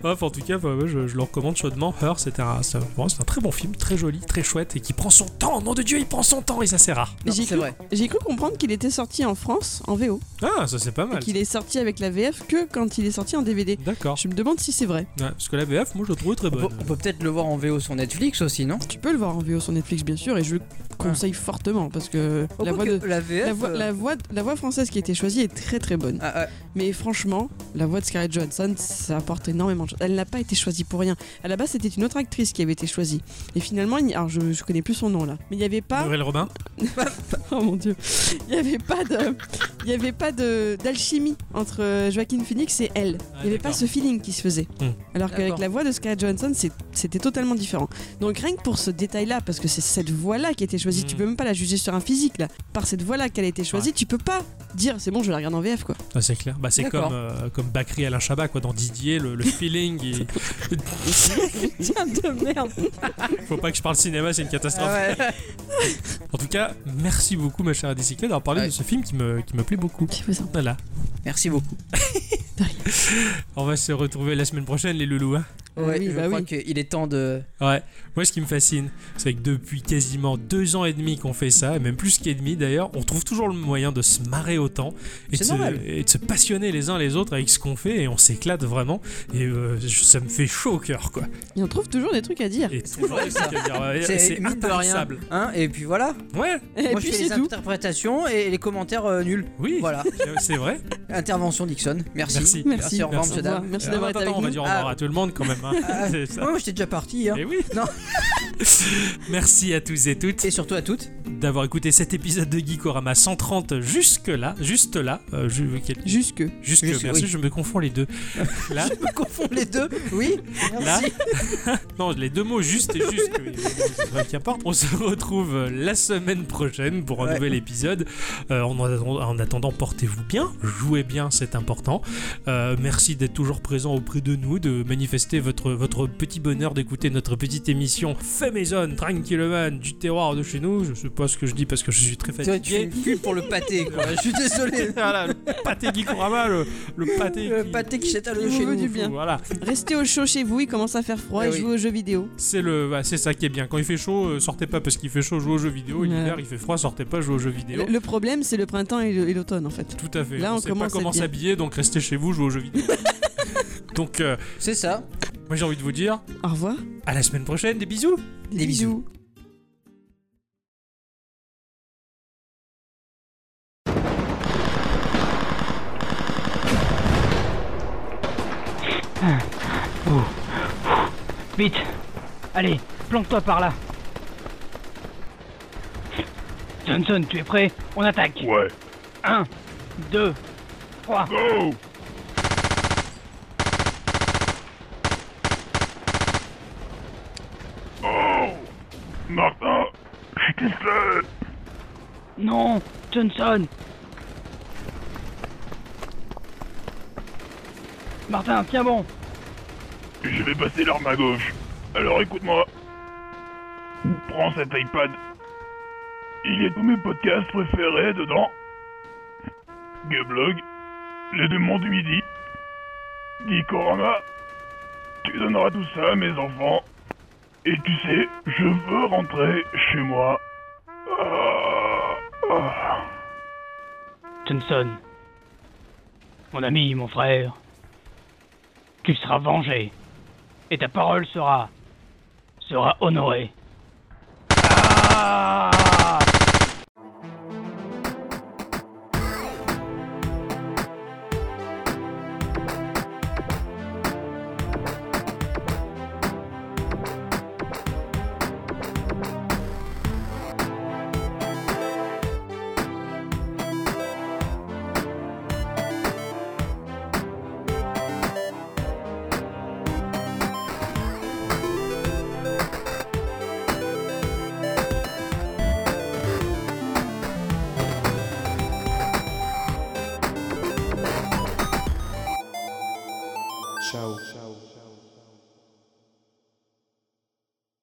[SPEAKER 2] Bref, en tout cas, bah, ouais, je, je le recommande chaudement. Her, c'est un, c'est un- vraiment, c'est un très bon film, très joli, très chouette et qui prend son temps. Nom de Dieu, il prend son temps et ça c'est rare.
[SPEAKER 1] Non,
[SPEAKER 3] J'ai
[SPEAKER 1] c'est
[SPEAKER 3] cru-
[SPEAKER 1] vrai.
[SPEAKER 3] J'ai cru comprendre qu'il était sorti en France en VO
[SPEAKER 2] Ah, ça c'est pas
[SPEAKER 3] et
[SPEAKER 2] mal.
[SPEAKER 3] qu'il est sorti avec la VF que quand il est sorti en DVD.
[SPEAKER 2] D'accord.
[SPEAKER 3] Je me demande si c'est vrai.
[SPEAKER 2] Ouais, parce que la VF, moi je la trouvais très
[SPEAKER 1] On
[SPEAKER 2] bonne.
[SPEAKER 1] peut, on peut peut-être le voir en VO sur Netflix aussi, non
[SPEAKER 3] Tu peux le voir en VO sur Netflix bien sûr et je le conseille fortement parce Oh, que la voix, de,
[SPEAKER 1] Quoique, la VF.
[SPEAKER 3] la, voix,
[SPEAKER 1] euh,
[SPEAKER 3] la, voix, la voix française qui a été choisie est très très bonne.
[SPEAKER 1] ah, ah,
[SPEAKER 3] Mais franchement, la voix de Scarlett Johansson, ça apporte énormément de choses. Elle n'a pas été choisie pour rien. À la base, c'était une autre actrice qui avait été choisie. Et finalement, il- alors je, je connais plus son nom là, mais il n'y avait pas.
[SPEAKER 2] Noël Robin.
[SPEAKER 3] Oh mon dieu, il n'y avait pas de, il y avait pas de d'alchimie entre euh, Joaquin Phoenix et elle. Il n'y avait
[SPEAKER 2] Ah, d'accord.
[SPEAKER 3] pas ce feeling qui se faisait.
[SPEAKER 2] Hmm.
[SPEAKER 3] Alors qu'avec
[SPEAKER 1] D'accord.
[SPEAKER 3] la voix de Scarlett Johansson, c'est- c'était totalement différent. Donc rien que pour ce détail-là, parce que c'est cette voix-là qui a été choisie,
[SPEAKER 2] Hmm.
[SPEAKER 3] tu peux même pas la juger sur un physique là. Par cette voix-là qu'elle a été choisie, tu peux pas dire c'est bon, je la regarde en VF quoi.
[SPEAKER 2] Ah, c'est clair. Bah, c'est
[SPEAKER 1] D'accord.
[SPEAKER 2] comme, euh, comme Bakri Alain Chabat, quoi, dans Didier, le, le feeling. il-
[SPEAKER 3] Putain de merde.
[SPEAKER 2] Faut pas que je parle cinéma, c'est une catastrophe.
[SPEAKER 1] ah ouais.
[SPEAKER 2] En tout cas, merci beaucoup, ma chère Adicyclette, d'avoir parlé
[SPEAKER 1] Ouais.
[SPEAKER 2] de ce film qui me, qui me plaît beaucoup.
[SPEAKER 3] Je vous en
[SPEAKER 2] Voilà.
[SPEAKER 1] Merci beaucoup.
[SPEAKER 2] On va se retrouver la semaine prochaine, les loulous. hein.
[SPEAKER 3] Ah
[SPEAKER 1] Ouais,
[SPEAKER 3] oui,
[SPEAKER 1] je
[SPEAKER 3] bah
[SPEAKER 1] crois
[SPEAKER 3] oui.
[SPEAKER 1] qu'il est temps de.
[SPEAKER 2] Ouais, moi ce qui me fascine, c'est que depuis quasiment deux ans et demi qu'on fait ça, et même plus qu'ennemi d'ailleurs, on trouve toujours le moyen de se marrer autant et
[SPEAKER 1] C'est
[SPEAKER 2] de se,
[SPEAKER 1] normal.
[SPEAKER 2] et de se passionner les uns les autres avec ce qu'on fait et on s'éclate vraiment. Et euh, je- ça me fait chaud au cœur quoi.
[SPEAKER 3] Et on trouve toujours des trucs à dire.
[SPEAKER 2] Et toujours,
[SPEAKER 1] vrai,
[SPEAKER 2] des trucs à dire. Ouais, c'est
[SPEAKER 1] mine de rien,
[SPEAKER 2] intarissable.
[SPEAKER 1] Hein et puis voilà.
[SPEAKER 2] Ouais,
[SPEAKER 3] Et
[SPEAKER 1] Moi,
[SPEAKER 3] puis
[SPEAKER 1] je fais les
[SPEAKER 3] c'est tout.
[SPEAKER 1] interprétations et les commentaires euh, nuls.
[SPEAKER 2] oui,
[SPEAKER 1] Voilà.
[SPEAKER 2] c'est vrai.
[SPEAKER 1] Intervention Dixon. Merci.
[SPEAKER 2] Merci.
[SPEAKER 3] Merci.
[SPEAKER 1] au revoir,
[SPEAKER 2] Merci.
[SPEAKER 1] monsieur
[SPEAKER 3] Au revoir.
[SPEAKER 1] dame.
[SPEAKER 3] Merci
[SPEAKER 2] Euh,
[SPEAKER 3] d'avoir été
[SPEAKER 2] attends,
[SPEAKER 3] avec
[SPEAKER 2] on va
[SPEAKER 3] nous.
[SPEAKER 2] dire au revoir
[SPEAKER 1] Ah.
[SPEAKER 2] à tout le monde quand même. hein.
[SPEAKER 1] Ah.
[SPEAKER 2] C'est ça.
[SPEAKER 1] Moi, j'étais déjà parti. Hein.
[SPEAKER 2] Et oui.
[SPEAKER 1] Non.
[SPEAKER 2] Merci à tous et toutes.
[SPEAKER 1] Et surtout à toutes.
[SPEAKER 2] d'avoir écouté cet épisode de Geekorama 130 jusque là, juste là, euh, ju- quel-
[SPEAKER 3] Jusque.
[SPEAKER 2] jusque,
[SPEAKER 1] Juste-
[SPEAKER 2] merci,
[SPEAKER 1] oui.
[SPEAKER 2] je me confonds les deux. là,
[SPEAKER 1] Je me confonds les deux. Oui.
[SPEAKER 2] là,
[SPEAKER 1] Merci.
[SPEAKER 2] non, les deux mots juste et juste. oui, c'est vrai, qu'importe. On se retrouve euh, la semaine prochaine pour un
[SPEAKER 1] Ouais.
[SPEAKER 2] nouvel épisode. Euh, en, atten- en attendant, portez-vous bien, jouez bien, c'est important. Euh, merci d'être toujours présent auprès de nous, de manifester votre, votre petit bonheur d'écouter notre petite émission Fait Maison, tranquillement, du terroir de chez nous. Je sais pas ce que je dis parce que je suis très
[SPEAKER 1] Toi, tu
[SPEAKER 2] fatigué.
[SPEAKER 1] fais une pub pour le pâté. Quoi. Je suis désolé.
[SPEAKER 2] voilà, le pâté Gikorama, le, le pâté.
[SPEAKER 1] Le
[SPEAKER 2] qui-
[SPEAKER 1] pâté qui s'étale
[SPEAKER 3] Il
[SPEAKER 1] chez
[SPEAKER 3] vous veut
[SPEAKER 1] nous.
[SPEAKER 3] du bien.
[SPEAKER 2] Voilà,
[SPEAKER 3] Restez au chaud chez vous, il commence à faire froid
[SPEAKER 1] Eh
[SPEAKER 3] et
[SPEAKER 1] oui.
[SPEAKER 3] jouez aux jeux vidéo.
[SPEAKER 2] c'est le, bah, c'est ça qui est bien. Quand il fait chaud, euh, sortez pas parce qu'il fait chaud, jouez aux jeux vidéo.
[SPEAKER 3] Ouais.
[SPEAKER 2] L'hiver, il fait froid, sortez pas, jouez aux jeux
[SPEAKER 1] oh.
[SPEAKER 2] vidéo.
[SPEAKER 3] Le, le problème, c'est le printemps et le- et l'automne en fait.
[SPEAKER 2] Tout à fait.
[SPEAKER 3] Là,
[SPEAKER 2] on,
[SPEAKER 3] on
[SPEAKER 2] sait pas
[SPEAKER 3] commence à
[SPEAKER 2] comment
[SPEAKER 3] bien.
[SPEAKER 2] s'habiller, donc restez chez vous, jouez aux jeux vidéo. donc, euh,
[SPEAKER 1] C'est ça.
[SPEAKER 2] moi j'ai envie de vous dire,
[SPEAKER 3] Au revoir.
[SPEAKER 2] à la semaine prochaine, des bisous.
[SPEAKER 1] Des bisous.
[SPEAKER 7] Vite Allez, planque-toi par là Johnson, tu es prêt On attaque
[SPEAKER 5] Ouais.
[SPEAKER 7] 1, 2, 3.
[SPEAKER 5] Go Oh Martin Je suis
[SPEAKER 7] Non Johnson Martin, tiens bon
[SPEAKER 5] Je vais passer l'arme à gauche. Alors écoute-moi. Prends cet iPad. Il y a tous mes podcasts préférés dedans. Gablog, Les Demandes du Midi, Geekorama. Tu donneras tout ça à mes enfants. Et tu sais, je veux rentrer chez moi. Ah, ah.
[SPEAKER 7] Johnson. Mon ami, mon frère. Tu seras vengé. Et ta parole sera... sera honorée. Ah
[SPEAKER 8] Ciao. Ciao.